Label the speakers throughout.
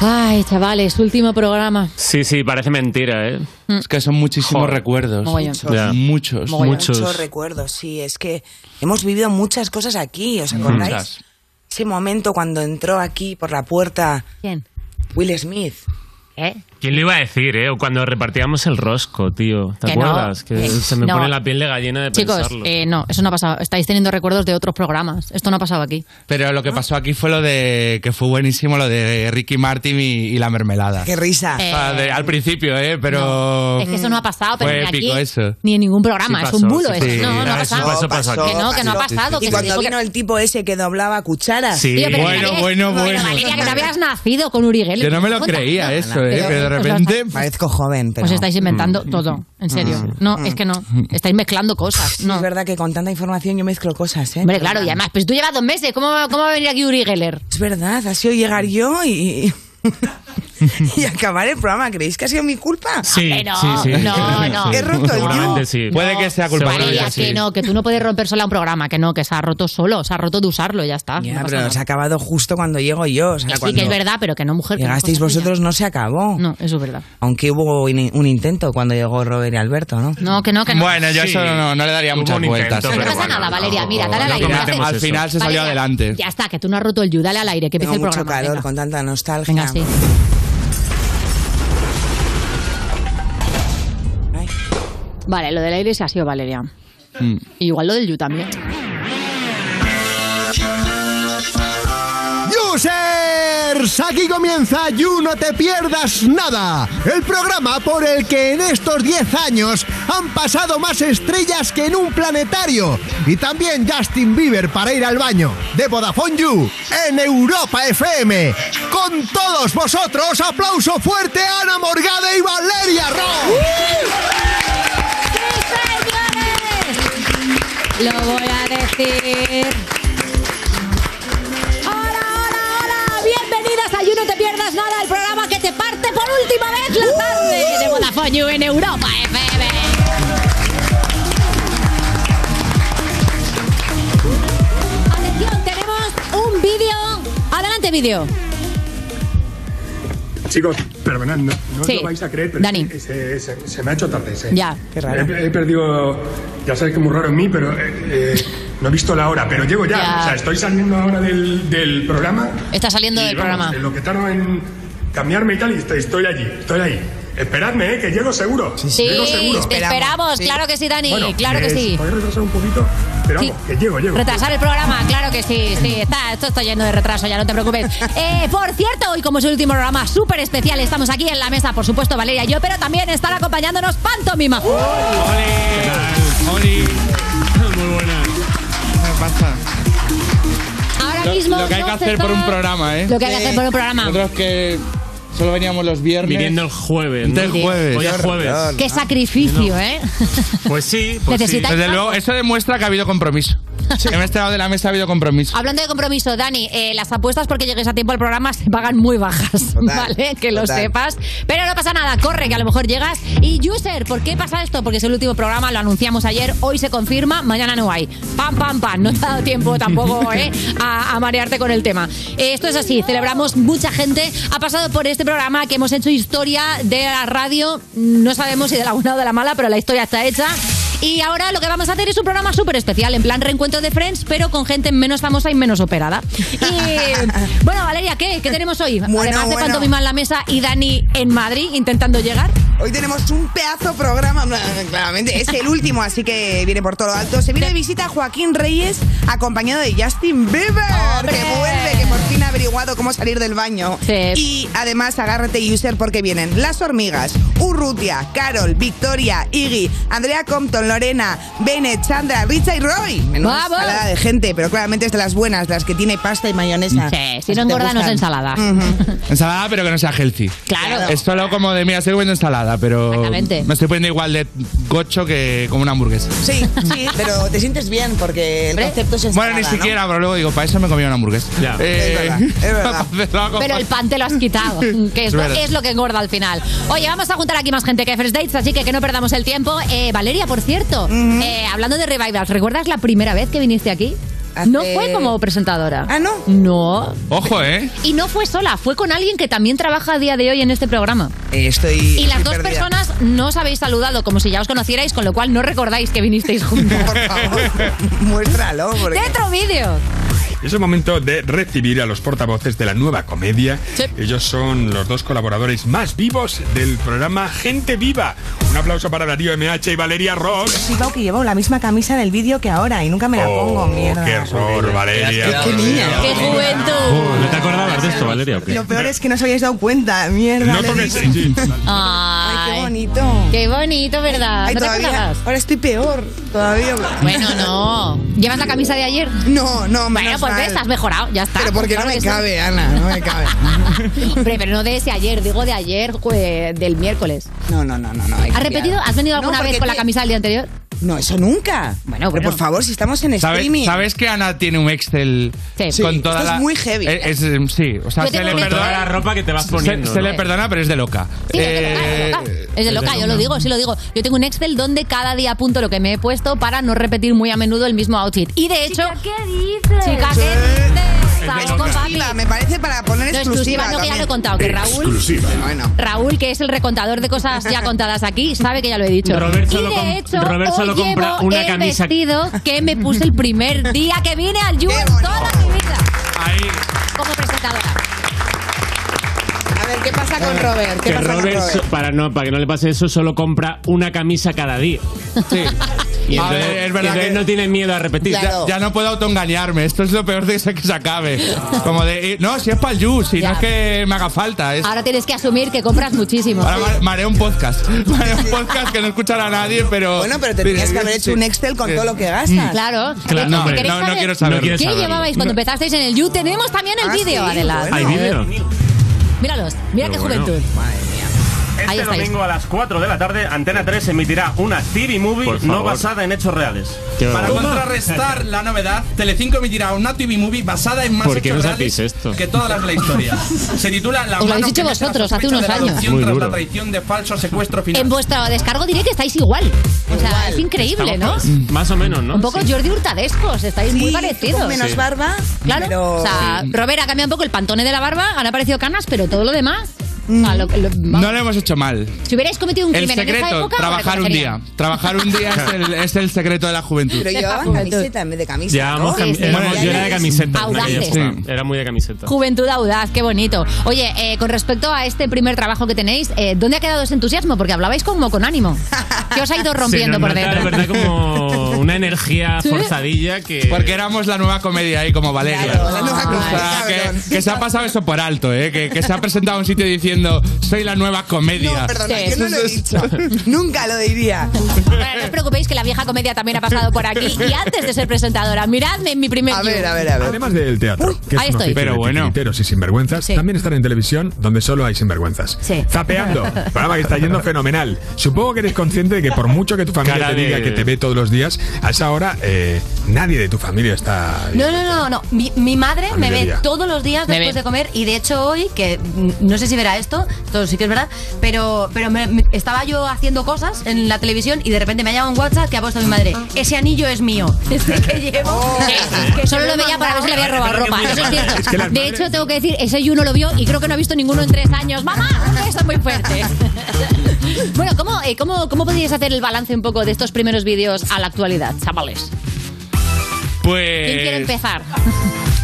Speaker 1: Ay, chavales, último programa.
Speaker 2: Sí, sí, parece mentira, ¿eh?
Speaker 3: Es que son muchísimos
Speaker 2: Joder.
Speaker 3: recuerdos.
Speaker 1: Mogollón.
Speaker 2: Ya.
Speaker 3: Pues Muchos.
Speaker 1: Mogollón.
Speaker 2: Muchos.
Speaker 4: Muchos recuerdos, sí. Es que hemos vivido muchas cosas aquí, ¿os acordáis?
Speaker 3: Muchas.
Speaker 4: Ese momento cuando entró aquí por la puerta
Speaker 1: ¿Quién? ¿Eh?
Speaker 4: Will Smith.
Speaker 2: ¿Quién lo iba a decir, eh? O Cuando repartíamos el rosco, tío. ¿Te
Speaker 1: Que no,
Speaker 2: acuerdas? que
Speaker 1: eh,
Speaker 2: se me
Speaker 1: no.
Speaker 2: pone la piel de gallina de
Speaker 1: Chicos,
Speaker 2: pensarlo.
Speaker 1: eh, no, eso no ha pasado. Estáis teniendo recuerdos de otros programas. Esto no ha pasado aquí.
Speaker 3: Pero lo que
Speaker 1: Ah.
Speaker 3: pasó aquí fue lo de que fue buenísimo lo de Ricky Martin y, y la mermelada.
Speaker 4: ¡Qué risa!
Speaker 1: Eh,
Speaker 3: O sea, de- al principio, ¿eh? Pero.
Speaker 1: Es que eso no ha pasado, pero
Speaker 3: Fue
Speaker 1: ni aquí,
Speaker 3: épico eso.
Speaker 1: ni en ningún programa.
Speaker 2: Sí
Speaker 1: es un
Speaker 2: pasó,
Speaker 1: bulo
Speaker 2: sí,
Speaker 1: eso.
Speaker 3: sí.
Speaker 1: No, no ha
Speaker 3: Ah, eso
Speaker 1: pasado.
Speaker 2: pasó, pasó aquí.
Speaker 1: Que no, que no ha pasado.
Speaker 4: Y
Speaker 1: que se
Speaker 4: cuando
Speaker 1: dijo que-
Speaker 4: vino el tipo ese que doblaba cucharas.
Speaker 2: Sí.
Speaker 1: Tío, pero
Speaker 3: Bueno,
Speaker 1: Valeria-
Speaker 3: bueno, bueno.
Speaker 1: Valeria, que te habías nacido con Uri Geller.
Speaker 3: Yo no me lo
Speaker 1: Tonta.
Speaker 3: creía eso, ¿eh?
Speaker 1: Pero-
Speaker 3: Pero de
Speaker 1: o sea,
Speaker 3: repente. Mm.
Speaker 4: Parezco joven, pero...
Speaker 1: Os estáis inventando todo, en serio. No, es que no. Estáis mezclando cosas.
Speaker 4: Sí,
Speaker 1: No.
Speaker 4: Es verdad que con tanta información yo mezclo cosas, ¿eh?
Speaker 1: Hombre, claro, y además, pues tú llevas dos meses. ¿Cómo, cómo va a venir aquí Uri Geller?
Speaker 4: Es verdad, ha sido llegar yo y... y acabar el programa. ¿Creéis que ha sido mi culpa?
Speaker 2: Sí,
Speaker 1: Hombre, no,
Speaker 2: sí, sí.
Speaker 1: no, no.
Speaker 4: He roto el
Speaker 2: Seguramente
Speaker 4: yugo.
Speaker 2: sí.
Speaker 3: Puede que sea culpa
Speaker 2: Valeria,
Speaker 3: tuya,
Speaker 1: Valeria,
Speaker 3: sí.
Speaker 1: que no, que tú no puedes romper sola un programa, que no, que se ha roto solo, se ha roto de usarlo, ya está.
Speaker 4: Ya,
Speaker 1: no pasa
Speaker 4: pero
Speaker 1: nada.
Speaker 4: se ha acabado justo cuando llego yo. O sea,
Speaker 1: Que sí,
Speaker 4: cuando
Speaker 1: que es verdad, pero que no, mujer. que no,
Speaker 4: Llegasteis
Speaker 1: cosa tuya.
Speaker 4: vosotros, no se acabó.
Speaker 1: No, eso es verdad.
Speaker 4: Aunque hubo in- un intento cuando llegó Robert y Alberto, ¿no?
Speaker 1: No, que no, que no.
Speaker 3: Bueno, yo
Speaker 2: Sí.
Speaker 3: eso no, no le daría
Speaker 2: Hubo
Speaker 3: muchas
Speaker 2: un
Speaker 3: vueltas.
Speaker 2: intento,
Speaker 1: no
Speaker 2: pero
Speaker 1: pasa
Speaker 2: bueno,
Speaker 1: nada, Valeria.
Speaker 2: no,
Speaker 1: Mira, dale
Speaker 2: no
Speaker 1: al aire.
Speaker 2: cometemos
Speaker 3: Al
Speaker 2: eso.
Speaker 3: final se salió
Speaker 1: Valeria,
Speaker 3: adelante.
Speaker 1: Ya está, que tú no has roto el yu, dale al aire, que empiece
Speaker 4: Tengo
Speaker 1: el
Speaker 4: mucho
Speaker 1: programa.
Speaker 4: calor
Speaker 1: venga.
Speaker 4: con tanta nostalgia.
Speaker 1: Venga, sí.
Speaker 4: Ay,
Speaker 1: Vale, lo del aire se ha sido Valeria.
Speaker 3: Mm.
Speaker 1: Igual lo del Yu también.
Speaker 5: Users, aquí comienza You No Te Pierdas Nada, el programa por el que en estos 10 años han pasado más estrellas que en un planetario y también Justin Bieber para ir al baño de Vodafone You en Europa FM. Con todos vosotros, aplauso fuerte a Ana Morgade y Valeria Ro.
Speaker 1: Lo voy a decir. Hola, hola, hola. Bienvenidas a You No Te Pierdas Nada, el programa que te parte por última vez la tarde de Vodafone You en Europa FM. Atención, tenemos un vídeo. Adelante, vídeo.
Speaker 6: Chicos, perdonad, no, no os
Speaker 1: Sí.
Speaker 6: lo vais a creer, pero
Speaker 1: Dani.
Speaker 6: es que se, se- se me ha hecho tarde. se-
Speaker 1: Ya.
Speaker 4: Qué raro.
Speaker 6: He, he perdido, ya sabéis que es muy raro en mí, pero eh, eh, no he visto la hora, pero llego ya.
Speaker 1: Ya.
Speaker 6: O sea, estoy saliendo ahora del, del programa.
Speaker 1: Está saliendo
Speaker 6: Y,
Speaker 1: del
Speaker 6: vamos,
Speaker 1: programa.
Speaker 6: en Lo que tardo en cambiarme y tal, y estoy, estoy allí, estoy ahí. Esperadme, eh, que llego seguro.
Speaker 1: Sí,
Speaker 6: llego seguro.
Speaker 1: te esperamos. Claro que sí, Dani.
Speaker 6: Bueno,
Speaker 1: claro que
Speaker 6: eh,
Speaker 1: sí.
Speaker 6: ¿podéis retrasar un poquito? Pero
Speaker 1: Sí.
Speaker 6: vamos, que llego, llego.
Speaker 1: Retrasar el programa, claro que sí, sí, está, esto está lleno de retraso, ya no te preocupes. Eh, por cierto, hoy como es el último programa súper especial, estamos aquí en la mesa, por supuesto, Valeria y yo, pero también están acompañándonos Pantomima. Ahora mismo...
Speaker 3: Lo, lo que hay que
Speaker 1: dos
Speaker 3: hacer por un
Speaker 1: personas-
Speaker 3: programa, ¿eh?
Speaker 1: Lo que hay que hacer por un programa.
Speaker 3: Nosotros que solo veníamos los viernes.
Speaker 2: Viniendo el jueves. ¿no?
Speaker 3: Del jueves.
Speaker 2: Hoy es jueves.
Speaker 3: Ah,
Speaker 1: Qué sacrificio, ¿eh?
Speaker 2: Pues sí, pues sí.
Speaker 1: Necesitáis-
Speaker 3: Desde luego, eso demuestra que ha habido compromiso. En este lado de la mesa ha habido compromiso.
Speaker 1: Hablando de compromiso, Dani, eh, las apuestas porque llegues a tiempo al programa se pagan muy bajas,
Speaker 5: Total,
Speaker 1: ¿vale? Que lo
Speaker 5: total.
Speaker 1: sepas. Pero no pasa nada, corre, que a lo mejor llegas. Y User, ¿por qué pasa esto? Porque es el último programa, lo anunciamos ayer, hoy se confirma, mañana no hay. Pam, pam, pam. No te ha dado tiempo tampoco ¿eh? a, a marearte con el tema. Eh, esto es así, celebramos, mucha gente ha pasado por este programa que hemos hecho historia de la radio, no sabemos si de la buena o de la mala, pero la historia está hecha. Y ahora lo que vamos a hacer es un programa súper especial, en plan reencuentro de Friends, pero con gente menos famosa y menos operada. Y bueno, Valeria, ¿qué? ¿Qué tenemos hoy?
Speaker 4: Bueno,
Speaker 1: Además de
Speaker 4: bueno.
Speaker 1: Pantomima en la mesa y Dani en Madrid intentando llegar.
Speaker 4: Hoy tenemos un pedazo programa, claramente. Es el último, así que viene por todo lo alto. Se viene de visita Joaquín Reyes, acompañado de Justin Bieber,
Speaker 1: ¡Hombre!
Speaker 4: que vuelve, que por fin ha averiguado cómo salir del baño.
Speaker 1: Sí.
Speaker 4: Y además, agárrate, user, porque vienen Las Hormigas, Urrutia, Carol, Victoria, Iggy, Andrea Compton, Lorena, Bennett, Chandra, Richa y Roy. Menuda
Speaker 1: ¡Vamos!
Speaker 4: ensalada de gente, pero claramente es de las buenas, de las que tiene pasta y mayonesa.
Speaker 1: Sí, si
Speaker 4: Las
Speaker 1: no
Speaker 4: que te
Speaker 1: engorda, no es
Speaker 4: gustan.
Speaker 1: ensalada.
Speaker 3: Ensalada, pero que no sea healthy.
Speaker 1: Ah. Claro.
Speaker 3: Es solo como de, mira, estoy comiendo ensalada, pero
Speaker 1: Exactamente.
Speaker 3: me estoy poniendo igual de gocho que como una hamburguesa.
Speaker 4: Sí, sí, pero te sientes bien porque el
Speaker 1: Hombre.
Speaker 4: concepto es ensalada,
Speaker 3: Bueno, ni
Speaker 4: ¿no?
Speaker 3: siquiera, pero luego digo, para eso me comía una hamburguesa.
Speaker 2: Ya.
Speaker 3: Eh,
Speaker 4: Es verdad, es verdad.
Speaker 3: pero hago
Speaker 1: Pero el pan te lo has quitado, que es,
Speaker 3: Es
Speaker 1: lo,
Speaker 3: verdad.
Speaker 1: es lo que engorda al final. Oye, vamos a juntar aquí más gente que First Dates, así que que no perdamos el tiempo. Eh, Valeria, por cierto, eh, hablando de revivals, ¿recuerdas la primera vez que viniste aquí? No fue como presentadora.
Speaker 4: Ah, no.
Speaker 1: No.
Speaker 3: Ojo, ¿eh?
Speaker 1: Y no fue sola, fue con alguien que también trabaja a día de hoy en este programa.
Speaker 4: Eh, estoy.
Speaker 1: Y las
Speaker 4: estoy
Speaker 1: dos
Speaker 4: perdida.
Speaker 1: personas no os habéis saludado como si ya os conocierais, con lo cual no recordáis que vinisteis juntos.
Speaker 4: Por favor, muéstralo. Porque...
Speaker 1: ¡Dentro vídeo!
Speaker 7: Es el momento de recibir a los portavoces de la nueva comedia. Ellos son los dos colaboradores más vivos del programa Gente Viva. Un aplauso para Darío MH y Valeria Ross.
Speaker 8: Sigo que llevo la misma camisa del vídeo que ahora y nunca me
Speaker 3: Oh,
Speaker 8: la pongo, mierda.
Speaker 7: Oh, qué error, Valeria.
Speaker 8: Qué niña.
Speaker 1: ¡Qué juventud!
Speaker 2: Oh, ¿No te acordabas de esto, Valeria? o qué?
Speaker 8: Lo peor es que no os habíais dado cuenta, mierda.
Speaker 7: No
Speaker 8: le
Speaker 7: toques.
Speaker 8: digo.
Speaker 7: sí.
Speaker 1: Ay,
Speaker 8: Qué bonito.
Speaker 1: qué bonito, ¿verdad?
Speaker 8: Ay,
Speaker 1: ¿No te
Speaker 8: todavía,
Speaker 1: acordabas?
Speaker 8: ahora estoy peor, todavía.
Speaker 1: Bueno, no. ¿Llevas la camisa de ayer?
Speaker 4: No, no,
Speaker 1: Bueno,
Speaker 4: menos
Speaker 1: pues
Speaker 4: mal.
Speaker 1: ves, has mejorado, ya está.
Speaker 4: Pero porque no
Speaker 1: Claro
Speaker 4: me
Speaker 1: que sí.
Speaker 4: cabe, Ana, no me cabe.
Speaker 1: Hombre, pero no de ese ayer, digo de ayer, jue- del miércoles.
Speaker 4: No, no, no, no. no hay que
Speaker 1: ¿Has repetido?
Speaker 4: cambiar.
Speaker 1: ¿Has venido
Speaker 4: No,
Speaker 1: alguna
Speaker 4: porque
Speaker 1: vez con la
Speaker 4: ti-
Speaker 1: camisa del día anterior?
Speaker 4: No, eso nunca. Pero
Speaker 1: Bueno, bueno.
Speaker 4: por favor, si estamos en
Speaker 3: ¿Sabe-
Speaker 4: streaming.
Speaker 3: ¿Sabes que Ana tiene un Excel
Speaker 1: Sí.
Speaker 3: con
Speaker 1: Sí,
Speaker 3: toda
Speaker 4: esto es
Speaker 3: la-
Speaker 4: muy heavy.
Speaker 3: Eh, es, eh, sí, o sea,
Speaker 1: Yo
Speaker 3: se
Speaker 1: tengo
Speaker 3: le
Speaker 1: un
Speaker 2: Con toda
Speaker 3: perdona.
Speaker 2: la ropa que te vas
Speaker 3: Se,
Speaker 2: poniendo.
Speaker 3: se
Speaker 2: ¿no?
Speaker 3: le perdona, pero es de loca.
Speaker 1: Sí, es de loca, es de loca.
Speaker 3: Eh,
Speaker 1: Es de loca, yo lo digo, sí lo digo. Yo tengo un Excel donde cada día apunto lo que me he puesto para no repetir muy a menudo el mismo outfit. Y de hecho. Chica, ¿qué dices? Chica, ¿qué dices? Vas con papi.
Speaker 4: Exclusiva, me parece para poner
Speaker 1: No,
Speaker 4: exclusiva.
Speaker 1: exclusiva, no, que ya lo he
Speaker 4: también.
Speaker 1: contado, que Raúl.
Speaker 9: Exclusiva.
Speaker 4: Bueno.
Speaker 1: Raúl, que es el recontador de cosas ya contadas aquí, sabe que ya lo he dicho.
Speaker 2: Robert
Speaker 1: y
Speaker 2: solo com-
Speaker 1: de hecho,
Speaker 2: Robert
Speaker 1: hoy
Speaker 2: solo compra
Speaker 1: llevo
Speaker 2: una
Speaker 1: el
Speaker 2: camisa-
Speaker 1: vestido que me puse el primer día que vine al You
Speaker 4: Qué
Speaker 1: en
Speaker 4: bonito.
Speaker 1: toda mi vida
Speaker 3: Ahí,
Speaker 1: como presentadora.
Speaker 4: A ver, ¿qué pasa con Robert? ¿Qué
Speaker 2: Que
Speaker 4: pasa
Speaker 2: Robert,
Speaker 4: con
Speaker 2: so-
Speaker 4: Robert?
Speaker 2: para, no, para que no le pase eso, solo compra una camisa cada día.
Speaker 3: sí.
Speaker 2: Y
Speaker 3: A
Speaker 2: entonces,
Speaker 3: ver, es verdad
Speaker 2: y entonces
Speaker 3: que-
Speaker 2: no tiene miedo a repetir.
Speaker 3: Ya, ya no puedo autoengañarme. Esto es lo peor de ese que se acabe. Como de, eh, no, si es para el You, si
Speaker 1: Ya.
Speaker 3: no es que me haga falta. Es,
Speaker 4: Ah,
Speaker 1: Ahora tienes que asumir que compras muchísimo.
Speaker 3: ahora ma- me haré un podcast. Me haré un podcast que no escuchará a nadie, pero.
Speaker 4: Bueno, pero te tenías que haber hecho un Excel con
Speaker 3: Sí.
Speaker 4: todo lo que gastas.
Speaker 1: Claro.
Speaker 2: Claro,
Speaker 1: Si
Speaker 2: no,
Speaker 1: queréis
Speaker 3: no, no
Speaker 1: saber
Speaker 3: quiero saberlo.
Speaker 2: No quiero
Speaker 1: ¿Qué
Speaker 2: saberlo.
Speaker 1: llevabais cuando empezasteis en el You? Tenemos también el
Speaker 4: Ah,
Speaker 1: vídeo,
Speaker 4: sí,
Speaker 1: adelante.
Speaker 4: bueno.
Speaker 2: ¿Hay vídeo?
Speaker 1: Mira los, mira
Speaker 2: Pero
Speaker 1: qué
Speaker 2: bueno.
Speaker 1: juventud. Ahí
Speaker 10: Este
Speaker 1: estáis.
Speaker 10: domingo a las 4 de la tarde, Antena 3 emitirá una TV movie
Speaker 2: Por favor.
Speaker 10: no basada en hechos reales.
Speaker 2: Qué
Speaker 11: Para
Speaker 2: barbaridad.
Speaker 11: contrarrestar la novedad, Telecinco emitirá una TV movie basada en más
Speaker 2: ¿Por qué
Speaker 11: hechos
Speaker 2: nos
Speaker 11: reales
Speaker 2: hacéis esto?
Speaker 11: que todas las de la historia. Se titula La
Speaker 1: Os lo habéis dicho
Speaker 11: mano que mete la
Speaker 1: vosotros hace
Speaker 11: sospecha
Speaker 1: unos
Speaker 11: de la
Speaker 1: años.
Speaker 11: adopción
Speaker 2: Muy
Speaker 11: tras
Speaker 2: duro.
Speaker 11: la traición de falso secuestro final.
Speaker 1: En vuestro descargo diré que estáis igual. O sea, es increíble, ¿no?
Speaker 2: Estamos por- Más o menos, ¿no?
Speaker 1: Un poco
Speaker 2: Sí.
Speaker 1: Jordi Hurtadescos, estáis muy
Speaker 4: Sí, tú con
Speaker 1: parecidos.
Speaker 4: menos
Speaker 2: Sí.
Speaker 4: barba.
Speaker 1: Claro,
Speaker 4: pero-
Speaker 1: o sea, Robert ha cambiado un poco el pantone de la barba, han aparecido canas, pero todo lo demás. o
Speaker 4: Mm.
Speaker 1: sea, lo- lo-
Speaker 3: No lo hemos hecho mal.
Speaker 1: si hubierais cometido un
Speaker 3: El
Speaker 1: crimen en esa
Speaker 3: secreto,
Speaker 1: época, pues lo
Speaker 3: trabajar un día.
Speaker 1: reconocerían.
Speaker 3: Trabajar un día es el, es el secreto de la juventud.
Speaker 4: Pero llevaban
Speaker 1: Juventud.
Speaker 4: camiseta en vez de camisa.
Speaker 2: Llevábamos
Speaker 1: Sí,
Speaker 2: cami-
Speaker 1: sí.
Speaker 2: éramos-
Speaker 3: Bueno,
Speaker 2: yo
Speaker 3: ya
Speaker 2: era de
Speaker 3: eres
Speaker 2: camiseta. en aquella
Speaker 1: audaces.
Speaker 2: época. Era muy de camiseta.
Speaker 1: Juventud audaz, qué bonito. Oye, eh, con respecto a este primer trabajo que tenéis, eh, ¿dónde ha quedado ese entusiasmo? Porque hablabais como con ánimo. Que os ha ido rompiendo
Speaker 2: Se nos
Speaker 1: por
Speaker 2: nota,
Speaker 1: dentro.
Speaker 2: de verdad, como una energía
Speaker 1: Sí.
Speaker 2: forzadilla que...
Speaker 3: Porque éramos la nueva comedia ahí, como Valeria.
Speaker 4: Claro, la nueva
Speaker 3: O sea,
Speaker 4: comedia, cabrón.
Speaker 3: que, que se ha pasado eso por alto, ¿eh? Que, que se ha presentado a un sitio diciendo, soy la nueva comedia.
Speaker 4: No, perdona,
Speaker 1: Sí.
Speaker 4: yo no lo he dicho. Nunca lo diría.
Speaker 1: Bueno, no os preocupéis que la vieja comedia también ha pasado por aquí y antes de ser presentadora. Miradme en mi primer
Speaker 4: A
Speaker 1: You.
Speaker 4: ver, a ver, a ver.
Speaker 7: Además del teatro,
Speaker 1: Uy,
Speaker 7: que es
Speaker 1: ahí
Speaker 7: un
Speaker 1: estoy.
Speaker 7: oficio
Speaker 3: Pero
Speaker 7: de
Speaker 3: bueno.
Speaker 7: titiriteros y sinvergüenzas,
Speaker 1: Sí.
Speaker 7: también estar en televisión donde solo hay sinvergüenzas.
Speaker 1: Sí.
Speaker 7: Zapeando, programa que está yendo fenomenal. Supongo que eres consciente de que por mucho que tu familia
Speaker 2: Cara
Speaker 7: te diga
Speaker 2: de-
Speaker 7: que te ve todos los días, a esa hora eh, nadie de tu familia está...
Speaker 12: No, no, no, no. Mi, mi madre
Speaker 7: Al
Speaker 12: me ve
Speaker 7: mediodía.
Speaker 12: todos los días
Speaker 1: Me
Speaker 12: después
Speaker 1: ve.
Speaker 12: de comer y de hecho hoy, que mm, no sé si verá esto, esto sí que es verdad, pero, pero me- me- estaba yo haciendo cosas en la televisión y de repente me ha llegado un WhatsApp que ha puesto mi madre, ese anillo es mío, ese que llevo. que- que
Speaker 1: Solo
Speaker 12: yo
Speaker 1: lo veía para ver si le había robado ropa. Eso es cierto.
Speaker 7: Es que las
Speaker 1: de
Speaker 7: madres-
Speaker 1: hecho, tengo que decir, ese You no lo vio y creo que no ha visto ninguno en tres años. ¡Mamá! Un beso muy fuerte. bueno, ¿cómo, eh, cómo, ¿cómo podríais hacer el balance un poco de estos primeros vídeos a la actualidad, chavales?
Speaker 3: Pues.
Speaker 1: ¿Quién quiere empezar?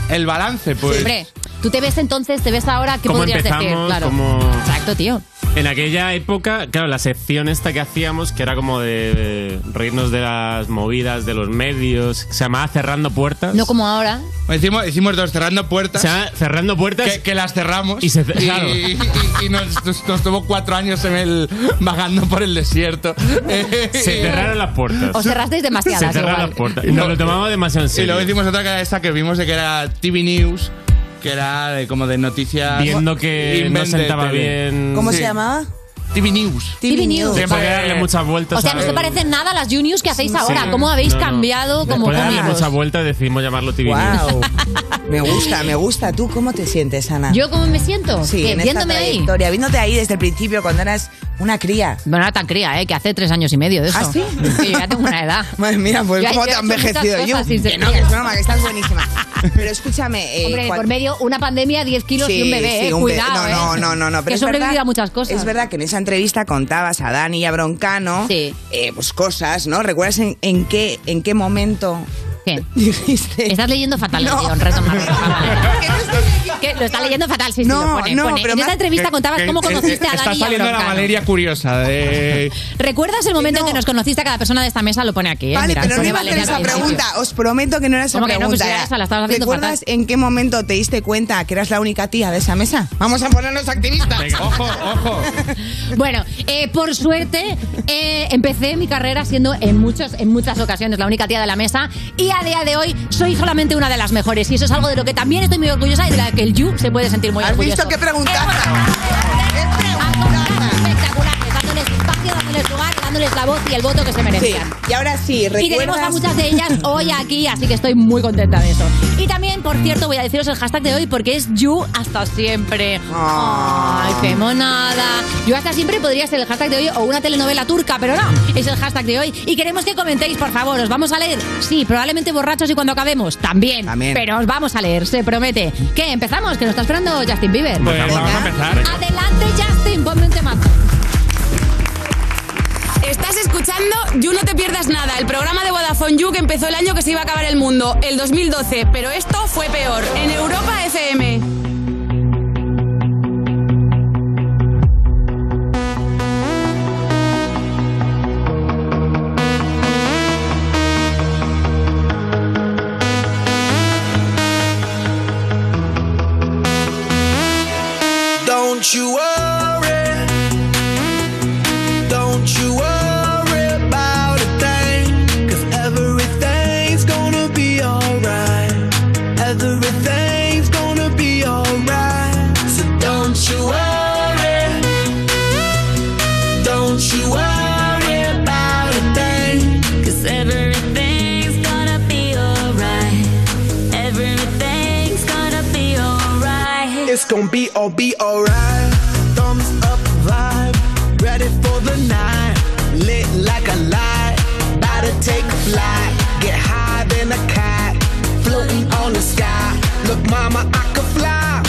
Speaker 3: El balance, pues.
Speaker 1: Hombre, tú te ves entonces, te ves ahora, ¿qué
Speaker 2: ¿Cómo
Speaker 1: podrías decir?
Speaker 2: empezamos?
Speaker 1: Claro.
Speaker 2: ¿Cómo-
Speaker 1: Exacto, tío.
Speaker 2: En aquella época, claro, la sección esta que hacíamos, que era como de reírnos de las movidas, de los medios, se llamaba Cerrando Puertas.
Speaker 1: No como ahora.
Speaker 3: Hicimos, hicimos dos cerrando puertas.
Speaker 2: Se llama Cerrando Puertas.
Speaker 3: que, que las cerramos
Speaker 2: Y se- claro.
Speaker 3: y- y- y nos, nos- nos tuvo cuatro años en el vagando por el desierto Eh,
Speaker 2: Se cerraron las puertas.
Speaker 1: Os cerrasteis demasiadas.
Speaker 2: se cerraron
Speaker 1: igual.
Speaker 2: las puertas. Y nos lo tomamos demasiado en
Speaker 3: y
Speaker 2: serio.
Speaker 3: luego hicimos otra que era esta que vimos de que era TV News que era de, como de noticias
Speaker 2: Viendo que
Speaker 3: Invent
Speaker 2: no
Speaker 3: de
Speaker 2: sentaba
Speaker 3: tele.
Speaker 2: bien.
Speaker 4: Mm. ¿Cómo
Speaker 3: Sí.
Speaker 4: se llamaba?
Speaker 3: TV News.
Speaker 1: TV News.
Speaker 2: Siempre hay que darle muchas vueltas.
Speaker 1: O sea, no
Speaker 2: a-
Speaker 1: se parecen nada a las juniors que hacéis ahora.
Speaker 2: Sí.
Speaker 1: ¿Cómo habéis
Speaker 2: No, no.
Speaker 1: cambiado como
Speaker 2: Después de darle
Speaker 1: cómicos?
Speaker 2: muchas vueltas decidimos llamarlo TV News.
Speaker 4: Guau. Me gusta, me gusta. ¿Tú cómo te sientes, Ana?
Speaker 1: ¿Yo cómo me siento?
Speaker 4: Sí,
Speaker 1: ¿Qué?
Speaker 4: en esta
Speaker 1: viéndome ahí.
Speaker 4: trayectoria, viéndote ahí desde el principio cuando eras una cría.
Speaker 1: Bueno, no era tan cría, ¿eh? Que hace tres años y medio de eso.
Speaker 4: ¿Ah, sí?
Speaker 1: Sí, ya tengo una edad.
Speaker 4: Madre mía, pues
Speaker 1: Yo-
Speaker 4: cómo
Speaker 1: yo
Speaker 4: te
Speaker 1: he
Speaker 4: ha
Speaker 1: hecho muchas
Speaker 4: envejecido.
Speaker 1: cosas,
Speaker 4: Yo, que no,
Speaker 1: sinceramente.
Speaker 4: que es broma, que estás buenísima. Pero escúchame. eh,
Speaker 1: Hombre,
Speaker 4: cuan-
Speaker 1: por medio, una pandemia, 10 kilos
Speaker 4: Sí,
Speaker 1: y un bebé,
Speaker 4: sí,
Speaker 1: eh,
Speaker 4: un bebé.
Speaker 1: cuidado,
Speaker 4: No, no,
Speaker 1: eh.
Speaker 4: no, no, no, pero
Speaker 1: que he
Speaker 4: es
Speaker 1: sobrevivido
Speaker 4: verdad-
Speaker 1: a muchas cosas.
Speaker 4: Es verdad que en esa entrevista contabas a Dani y a Broncano eh, pues cosas, ¿no? ¿Recuerdas en, en qué, en qué momento
Speaker 1: ¿Qué?
Speaker 4: dijiste?
Speaker 1: Estás leyendo fatal el guión, retomar. Que lo está leyendo fatal, sí, sí,
Speaker 4: No,
Speaker 1: lo pone,
Speaker 4: no,
Speaker 1: pone.
Speaker 4: pero
Speaker 1: En
Speaker 4: me
Speaker 1: esa
Speaker 4: ha-
Speaker 1: entrevista
Speaker 4: que-
Speaker 1: contabas
Speaker 4: que-
Speaker 1: cómo
Speaker 4: que-
Speaker 1: conociste a
Speaker 4: está
Speaker 1: Dani y a
Speaker 4: saliendo la
Speaker 1: Broncano.
Speaker 3: Valeria curiosa de...
Speaker 1: ¿Recuerdas el momento en que nos conociste a cada persona de esta mesa? Lo pone aquí, eh.
Speaker 4: Vale,
Speaker 1: mira,
Speaker 4: pero no
Speaker 1: pone
Speaker 4: iba a hacer
Speaker 1: Valeria
Speaker 4: esa
Speaker 1: al principio.
Speaker 4: pregunta. Os prometo que no era esa
Speaker 1: ¿Cómo que no?
Speaker 4: pregunta.
Speaker 1: Pues era
Speaker 4: era,
Speaker 1: esa, la estabas haciendo
Speaker 4: ¿Recuerdas en qué momento te diste cuenta que eras la única tía de esa mesa? Vamos a ponernos activistas.
Speaker 3: ojo, ojo.
Speaker 1: Bueno, eh, por suerte eh, empecé mi carrera siendo en, muchos, en muchas ocasiones la única tía de la mesa y a día de hoy soy solamente una de las mejores y eso es algo de lo que también estoy muy orgullosa y de la que el You se puede sentir muy
Speaker 4: ¿Has
Speaker 1: orgulloso.
Speaker 4: visto qué preguntaza?
Speaker 1: espectaculares, dándoles espacio, dándoles lugar, dándoles la voz y el voto que se merecían.
Speaker 4: Sí, y ahora sí,
Speaker 1: Y tenemos
Speaker 4: ¿recuerdas?
Speaker 1: a muchas de ellas hoy aquí, así que estoy muy contenta de eso. Y también, por cierto, voy a deciros el hashtag de hoy porque es You hasta siempre. Ay, qué monada. You hasta siempre podría ser el hashtag de hoy o una telenovela turca, pero no, es el hashtag de hoy. Y queremos que comentéis, por favor, os vamos a leer. Sí, probablemente borrachos y cuando acabemos, también.
Speaker 2: También.
Speaker 1: Pero os vamos a leer, se promete. ¿Qué? ¿Empezamos? Que nos está esperando Justin Bieber.
Speaker 2: Pues vamos a empezar.
Speaker 1: Adelante, Justin, ponme un temazo.
Speaker 8: Estás escuchando You No Te Pierdas Nada, el programa de Vodafone You que empezó el año que se iba a acabar el mundo, el 2012, pero esto fue peor, en Europa FM.
Speaker 10: Don't you worry. Don't you worry about a thing. Cause everything's gonna be alright. Everything's gonna be alright. So don't you worry. Don't you worry about a thing. Cause everything's gonna be alright. Everything's gonna be alright. It's gonna be all be alright. Thumbs up vibe, ready for the night. Lit like a light, about to take a flight. Get high than a cat, floating on the sky. Look, mama, I could fly.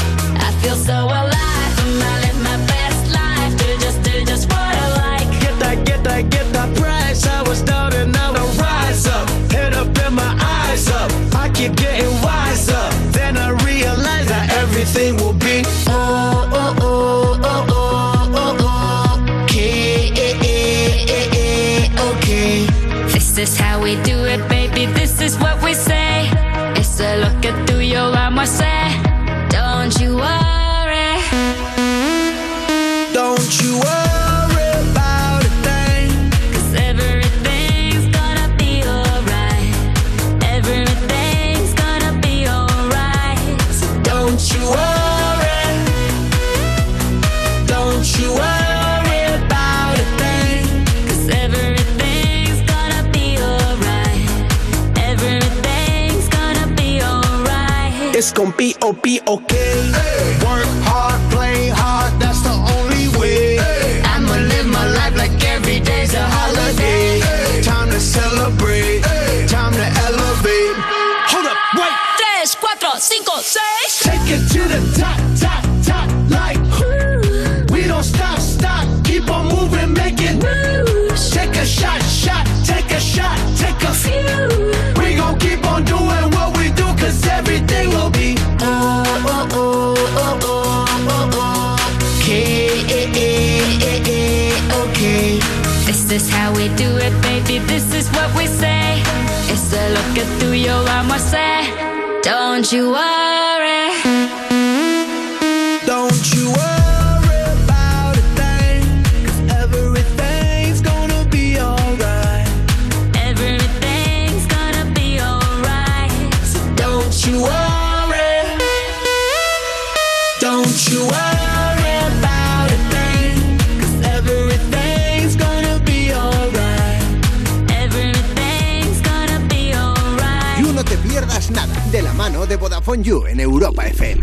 Speaker 10: I feel so alive. and I live my best life. Do just, do just what I like. Get that, get that, get that price. I was down and now I rise up. Head up in my eyes up. I keep getting wiser. Then I realize that everything will be oh, oh, oh, oh, oh, oh, oh. Okay, eh, eh, eh, eh, okay.
Speaker 8: This is how we do it, baby, this is what we say. Es lo que tú y yo vamos a hacer. Don't you worry.
Speaker 10: Don't you worry about a thing.
Speaker 8: Cause everything's gonna be alright. Everything's gonna be alright.
Speaker 10: So don't you worry. Don't you worry about a thing.
Speaker 8: Cause everything's gonna be alright. Everything's gonna be alright.
Speaker 10: It's gonna be oh be okay. Work hard, play hard, that's the only way. I'ma live my life like every day's a holiday. Time to celebrate, time to elevate. Hold up, wait.
Speaker 8: Tres, cuatro, cinco, seis.
Speaker 10: Take it to the top, top, top, like we don't stop, stop, keep on moving, make it moves. Take a shot, shot, take a shot, take a few. We gon' keep on doing what we do, cause everything will be oh, oh, oh, oh, oh, oh, oh. okay, eh, eh, eh, eh, okay.
Speaker 8: This is how we do it, baby. This is what we say. Es lo que tú y yo vamos a hacer. Don't you worry.
Speaker 10: Don't you worry about a thing, cause everything's gonna be alright.
Speaker 8: Everything's gonna be alright.
Speaker 10: So don't you worry. Don't you worry about a thing. Cause every
Speaker 5: Vodafone You en Europa FM.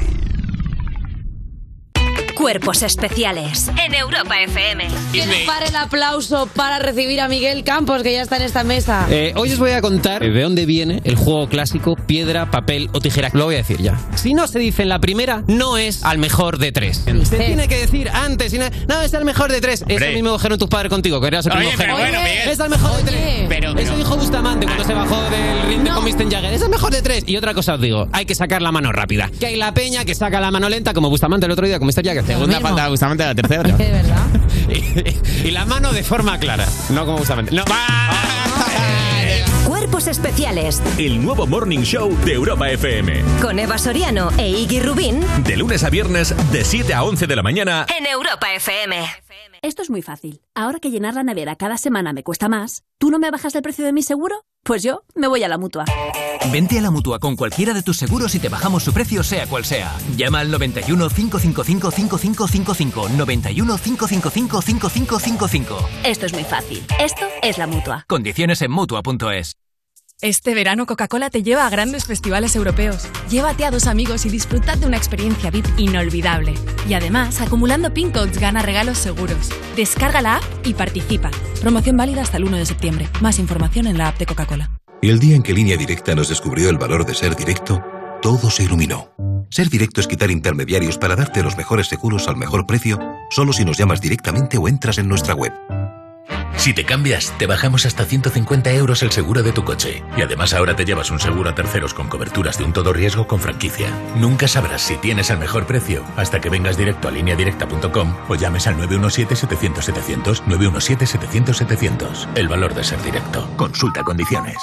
Speaker 13: Cuerpos especiales en Europa FM.
Speaker 14: Que no pare el aplauso para recibir a Miguel Campos, que ya está en esta mesa.
Speaker 15: Eh, hoy os voy a contar de dónde viene el juego clásico piedra, papel o tijera. Lo voy a decir ya. Si no se dice en la primera, no es al mejor de tres. Se tiene que decir antes. y na- No, es al mejor de tres. Eso mismo dijeron tus padres contigo, que eras el
Speaker 3: Oye,
Speaker 15: primogénito.
Speaker 3: pero bueno, Miguel.
Speaker 15: Es al mejor de tres. Eso dijo Bustamante cuando se bajó del ring con Mr. Jagger. Es al mejor de tres. Y otra cosa os digo, hay que sacar la mano rápida. Que hay la peña que saca la mano lenta como Bustamante el otro día con Mr. Jagger.
Speaker 1: Segunda mismo. falta
Speaker 15: de Bustamante, la tercera.
Speaker 14: De verdad.
Speaker 15: y la mano de forma clara. No como Bustamante. No.
Speaker 13: Cuerpos especiales
Speaker 16: El nuevo Morning Show de Europa FM.
Speaker 13: con Eva Soriano e Iggy Rubín
Speaker 16: De lunes a viernes, de 7 a 11 de la mañana.
Speaker 13: en Europa FM.
Speaker 17: Esto es muy fácil. Ahora que llenar la nevera cada semana me cuesta más, ¿tú no me bajas el precio de mi seguro? Pues yo me voy a la mutua.
Speaker 18: Vente a la mutua con cualquiera de tus seguros y te bajamos su precio, sea cual sea. Llama al 91 555 5555. 91 555 5555.
Speaker 17: Esto es muy fácil. Esto es la mutua.
Speaker 18: Condiciones en mutua.es.
Speaker 19: Este verano Coca-Cola te lleva a grandes festivales europeos. Llévate a dos amigos y disfrutad de una experiencia VIP inolvidable. Y además, acumulando pin codes gana regalos seguros. Descarga la app y participa. Promoción válida hasta el 1 de septiembre. Más información en la app de Coca-Cola.
Speaker 20: El día en que Línea Directa nos descubrió el valor de ser directo, todo se iluminó. Ser directo es quitar intermediarios para darte los mejores seguros al mejor precio, solo si nos llamas directamente o entras en nuestra web.
Speaker 21: Si te cambias, te bajamos hasta 150 euros el seguro de tu coche. Y además ahora te llevas un seguro a terceros con coberturas de un todo riesgo con franquicia. Nunca sabrás si tienes el mejor precio hasta que vengas directo a lineadirecta.com o llames al 917-700-700, 917-700-700. El valor de ser directo. Consulta condiciones.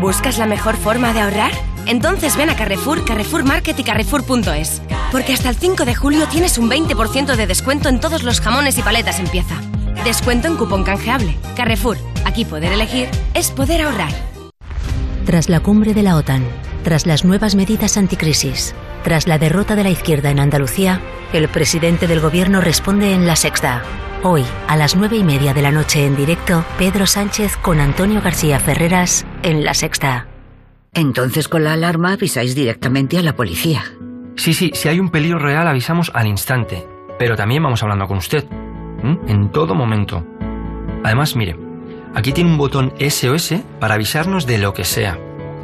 Speaker 13: ¿Buscas la mejor forma de ahorrar? Entonces ven a Carrefour, Carrefour Market y Carrefour.es. Porque hasta el 5 de julio tienes un 20% de descuento en todos los jamones y paletas en pieza. Descuento en cupón canjeable. Carrefour, aquí poder elegir es poder ahorrar.
Speaker 11: Tras la cumbre de la OTAN, tras las nuevas medidas anticrisis, tras la derrota de la izquierda en Andalucía, el presidente del gobierno responde en La Sexta. Hoy, a las nueve y media de la noche en directo, Pedro Sánchez con Antonio García Ferreras en La Sexta.
Speaker 22: Entonces con la alarma avisáis directamente a la policía.
Speaker 23: Sí, sí, si hay un peligro real avisamos al instante, pero también vamos hablando con usted, ¿m? en todo momento. Además, mire, aquí tiene un botón SOS para avisarnos de lo que sea,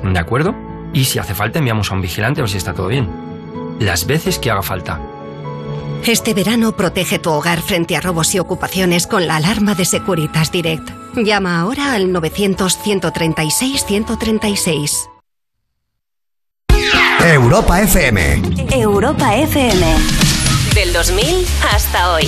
Speaker 23: ¿de acuerdo? Y si hace falta enviamos a un vigilante a ver si está todo bien. Las veces que haga falta.
Speaker 24: Este verano protege tu hogar frente a robos y ocupaciones con la alarma de Securitas Direct. Llama ahora al 900-136-136.
Speaker 5: Europa FM.
Speaker 13: Europa FM.
Speaker 11: Del 2000 hasta hoy.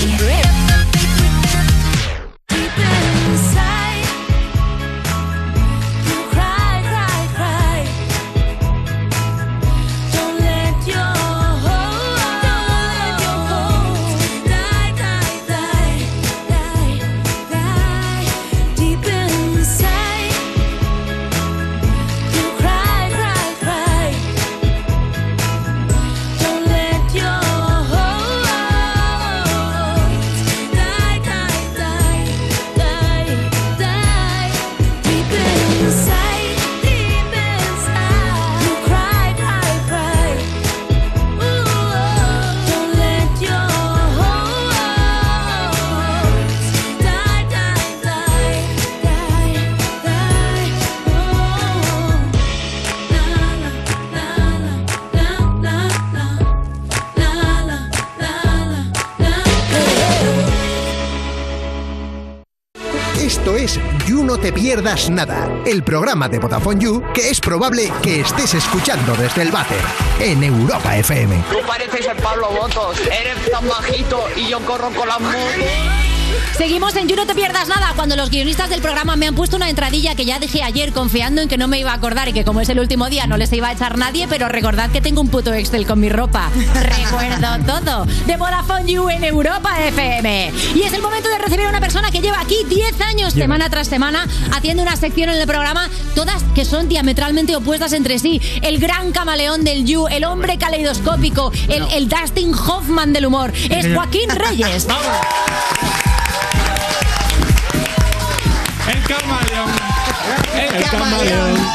Speaker 10: Esto es You No Te Pierdas Nada, el programa de Vodafone You que es probable que estés escuchando desde el váter en Europa FM.
Speaker 25: Tú pareces el Pablo Botos, eres tan bajito y yo corro con las motos.
Speaker 1: Seguimos en You No Te Pierdas Nada, cuando los guionistas del programa me han puesto una entradilla que ya dejé ayer confiando en que no me iba a acordar y que como es el último día no les iba a echar nadie, pero recordad que tengo un puto Excel con mi ropa. Recuerdo todo. De Vodafone You en Europa FM. Y es el momento de recibir a una persona que lleva aquí 10 años, semana tras semana, haciendo una sección en el programa, todas que son diametralmente opuestas entre sí. El gran camaleón del You, el hombre caleidoscópico, el, el Dustin Hoffman del humor, es Joaquín Reyes.
Speaker 3: El camaleón. El camaleón.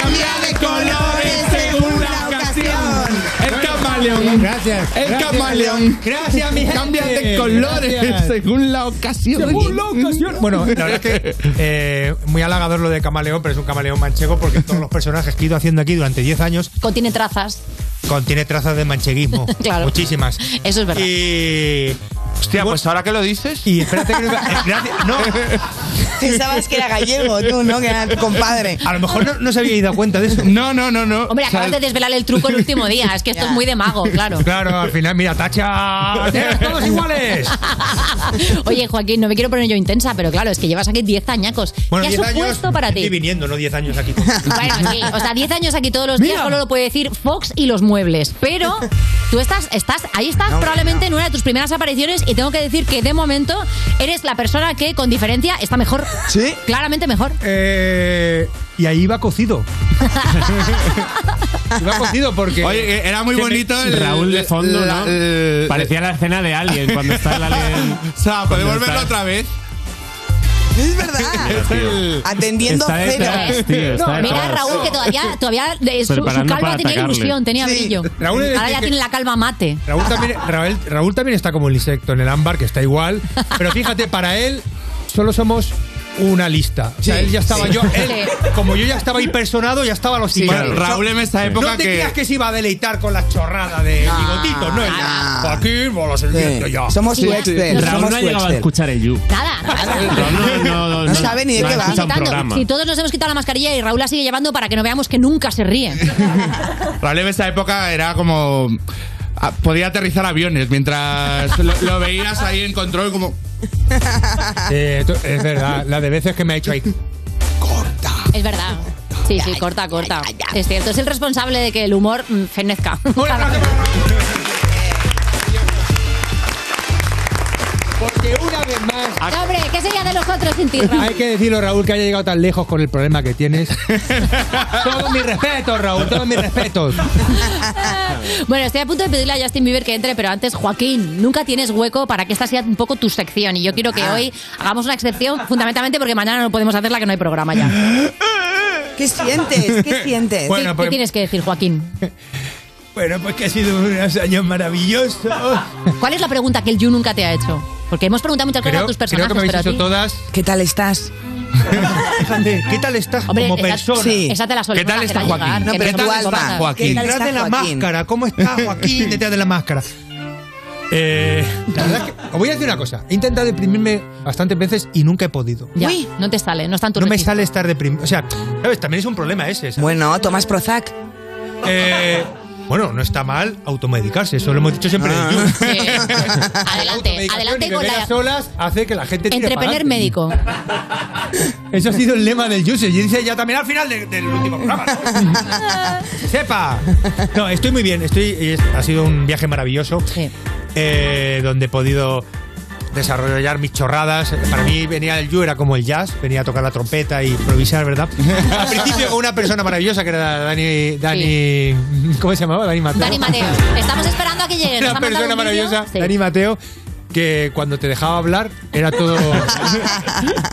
Speaker 3: Cambia de colores según la ocasión. camaleón.
Speaker 26: Gracias.
Speaker 3: El
Speaker 26: gracias.
Speaker 3: camaleón.
Speaker 26: Gracias, mi gente.
Speaker 3: Cambia de colores
Speaker 26: Gracias.
Speaker 3: según la ocasión.
Speaker 26: Según la ocasión. Bueno, la verdad es que eh, muy halagador lo de camaleón, pero es un camaleón manchego porque todos los personajes que he ido haciendo aquí durante 10 años
Speaker 1: Contiene trazas.
Speaker 26: contiene trazas de mancheguismo.
Speaker 1: Claro.
Speaker 26: Muchísimas.
Speaker 1: Eso es verdad.
Speaker 26: Y. Hostia, pues ahora que lo dices. Y espérate que. Gracias. No.
Speaker 4: Pensabas que era gallego, tú, ¿no? Que era tu compadre.
Speaker 26: A lo mejor no, no se había dado cuenta de eso.
Speaker 3: No, no, no, no.
Speaker 1: Hombre, acabas de desvelar el truco el último día. Es que esto es muy de mago, claro.
Speaker 26: Claro, al final, mira, tacha. ¡Eres todos iguales!
Speaker 1: Oye, Joaquín, no me quiero poner yo intensa, pero claro, es que llevas aquí 10 añacos.
Speaker 26: Bueno,
Speaker 1: ¿Qué
Speaker 26: 10
Speaker 1: ha
Speaker 26: años.
Speaker 1: supuesto para
Speaker 26: Estoy
Speaker 1: ti?
Speaker 26: viniendo, no 10 años aquí.
Speaker 1: Bueno, sí, o sea, 10 años aquí todos los días solo lo puede decir Fox y los muebles. Pero tú estás, estás, ahí estás
Speaker 26: No,
Speaker 1: probablemente en una de tus primeras apariciones y tengo que decir que de momento eres la persona que con diferencia está mejor.
Speaker 26: Sí.
Speaker 1: Claramente mejor.
Speaker 26: Eh, y ahí va cocido. iba cocido porque.
Speaker 3: Oye, era muy
Speaker 26: que me-
Speaker 3: bonito.
Speaker 2: Raúl de fondo, ¿no? Parecía la escena de Alien cuando está el Alien.
Speaker 3: eh, O sea, podemos
Speaker 2: cuando
Speaker 3: verlo
Speaker 2: está-
Speaker 3: otra vez.
Speaker 4: Es verdad.
Speaker 3: Es el-
Speaker 4: Atendiendo
Speaker 3: Está
Speaker 4: cero.
Speaker 3: detrás, tío, está
Speaker 1: No, mira a
Speaker 3: detrás.
Speaker 1: Raúl que todavía, todavía eh, su, su
Speaker 26: Preparando
Speaker 1: calva
Speaker 26: para
Speaker 1: tenía
Speaker 26: atacarle.
Speaker 1: ilusión, tenía
Speaker 26: Sí.
Speaker 1: brillo.
Speaker 26: Raúl es
Speaker 1: Ahora
Speaker 26: que-
Speaker 1: ya tiene la calma mate.
Speaker 26: Raúl también, Raúl, Raúl también está como el insecto en el ámbar, que está igual. Pero fíjate, para él solo somos una lista. O sea,
Speaker 3: Sí,
Speaker 26: él ya estaba
Speaker 3: sí.
Speaker 26: yo. él,
Speaker 3: Sí.
Speaker 26: como yo ya estaba ahí personado, ya estaba a los
Speaker 3: Sí,
Speaker 26: timbales.
Speaker 3: Raúl en esta época
Speaker 26: No te
Speaker 3: que-
Speaker 26: creas que se iba a deleitar con la chorrada de
Speaker 3: No,
Speaker 26: bigotitos, ¿no?
Speaker 3: no.
Speaker 27: Ah.
Speaker 26: Aquí, bolas el
Speaker 3: Sí.
Speaker 26: viento ya.
Speaker 3: Somos
Speaker 26: Sí,
Speaker 3: Wexler,
Speaker 26: sí.
Speaker 3: Raúl somos no ha llegado a Wexler.
Speaker 2: escuchar el You.
Speaker 1: Nada,
Speaker 2: No, no, no. no ha escuchado un programa.
Speaker 1: Si todos nos hemos quitado la mascarilla y Raúl la sigue llevando para que no veamos que nunca se ríe.
Speaker 3: Raúl en esa época era como. ah, Podía aterrizar aviones mientras lo, lo veías ahí en control como.
Speaker 26: Eh, tú- es verdad, la de veces que me ha hecho ahí.
Speaker 1: Es verdad. Sí, sí, corta, corta. Es cierto, es el responsable de que el humor mm, fenezca.
Speaker 26: Porque una vez más.
Speaker 1: Hombre, ¿qué sería de nosotros sin ti, Raúl?
Speaker 26: Hay que decirlo, Raúl, que haya llegado tan lejos con el problema que tienes. todos mis respetos, Raúl, todos mis respetos.
Speaker 1: Bueno, estoy a punto de pedirle a Justin Bieber que entre, pero antes, Joaquín, nunca tienes hueco para que esta sea un poco tu sección. Y yo quiero
Speaker 26: Ah.
Speaker 1: que hoy hagamos una excepción, fundamentalmente porque mañana no podemos hacerla, que no hay programa ya.
Speaker 4: ¿Qué sientes? ¿Qué sientes?
Speaker 26: Bueno,
Speaker 1: ¿Qué,
Speaker 26: pues-
Speaker 1: qué tienes que decir, Joaquín?
Speaker 26: Bueno, pues que ha sido unos años maravillosos.
Speaker 1: ¿Cuál es la pregunta que el You nunca te ha hecho? Porque hemos preguntado muchas cosas a
Speaker 26: Creo,
Speaker 1: tus
Speaker 26: creo
Speaker 1: personajes,
Speaker 26: que me habéis
Speaker 1: pero a
Speaker 26: hecho
Speaker 1: ti-
Speaker 26: todas.
Speaker 4: ¿Qué tal estás?
Speaker 26: Fíjate, ¿qué tal estás
Speaker 1: Hombre,
Speaker 26: como
Speaker 1: esa-
Speaker 26: persona?
Speaker 1: sí. esa te la solemos
Speaker 26: ¿Qué tal
Speaker 1: hacer
Speaker 26: está
Speaker 1: al
Speaker 26: Joaquín?
Speaker 1: llegar, que no somos psicópatas.
Speaker 26: ¿Qué tal está de la
Speaker 1: Joaquín?
Speaker 26: máscara? ¿Cómo está Joaquín detrás de la máscara? Eh, la verdad es que os voy a decir una cosa. He intentado deprimirme bastantes veces y nunca he podido.
Speaker 1: Ya, no te sale, no está en tu
Speaker 26: No me
Speaker 1: registro.
Speaker 26: sale estar deprimido. O sea, ¿sabes? También es un problema ese.
Speaker 4: Bueno, tomas Prozac.
Speaker 26: bueno, no está mal automedicarse. Eso lo hemos dicho siempre. en el You.
Speaker 4: Ah.
Speaker 1: Adelante, adelante
Speaker 26: Beber
Speaker 1: con
Speaker 26: a
Speaker 1: la...
Speaker 26: solas hace que la gente tire
Speaker 1: Entrepener
Speaker 26: pa'lante.
Speaker 1: médico.
Speaker 26: Eso ha sido el lema del Yuse. Y dice ya también al final de- del último programa. ¿no? ¡Sepa! No, estoy muy bien. Estoy, es- ha sido un viaje maravilloso. eh, donde he podido desarrollar mis chorradas. Para mí venía el You, era como el jazz. Venía a tocar la trompeta y improvisar, ¿verdad? Al principio con una persona maravillosa que era Dani... Dani ¿Cómo se llamaba? Dani Mateo.
Speaker 1: Dani Mateo, estamos esperando a que llegue. Nos
Speaker 26: Una
Speaker 1: ha mandado
Speaker 26: persona
Speaker 1: un vídeo.
Speaker 26: maravillosa, Dani Mateo, que cuando te dejaba hablar era todo.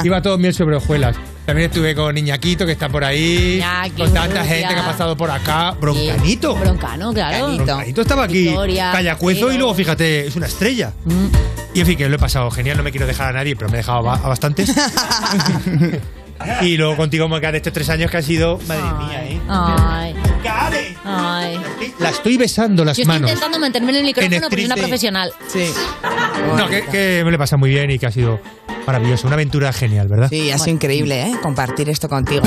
Speaker 26: iba todo miel sobre hojuelas. También estuve con Iñaquito, que está por ahí.
Speaker 1: Iñaki,
Speaker 26: con tanta
Speaker 1: Murcia.
Speaker 26: gente que ha pasado por acá. Broncanito.
Speaker 1: Broncano, claro.
Speaker 26: Broncanito estaba aquí.
Speaker 1: Victoria,
Speaker 26: Callacuezo
Speaker 1: Cero.
Speaker 26: y luego, fíjate, es una estrella.
Speaker 1: Mm.
Speaker 26: Y en fin, que lo he pasado genial. No me quiero dejar a nadie, pero me he dejado ba- a bastantes. y luego contigo, Macar, estos tres años que ha sido. Madre mía, ¿eh?
Speaker 1: Ay. Ay.
Speaker 26: La estoy besando las
Speaker 1: Yo estoy
Speaker 26: manos.
Speaker 1: intentando mantenerme en el
Speaker 26: En
Speaker 1: micrófono porque
Speaker 26: actriz,
Speaker 1: soy una
Speaker 26: sí.
Speaker 1: profesional.
Speaker 4: Sí.
Speaker 26: No, que, que me lo he pasado muy bien y que ha sido maravilloso. Una aventura genial, ¿verdad?
Speaker 4: Sí, ha sido increíble, ¿eh? Compartir esto contigo.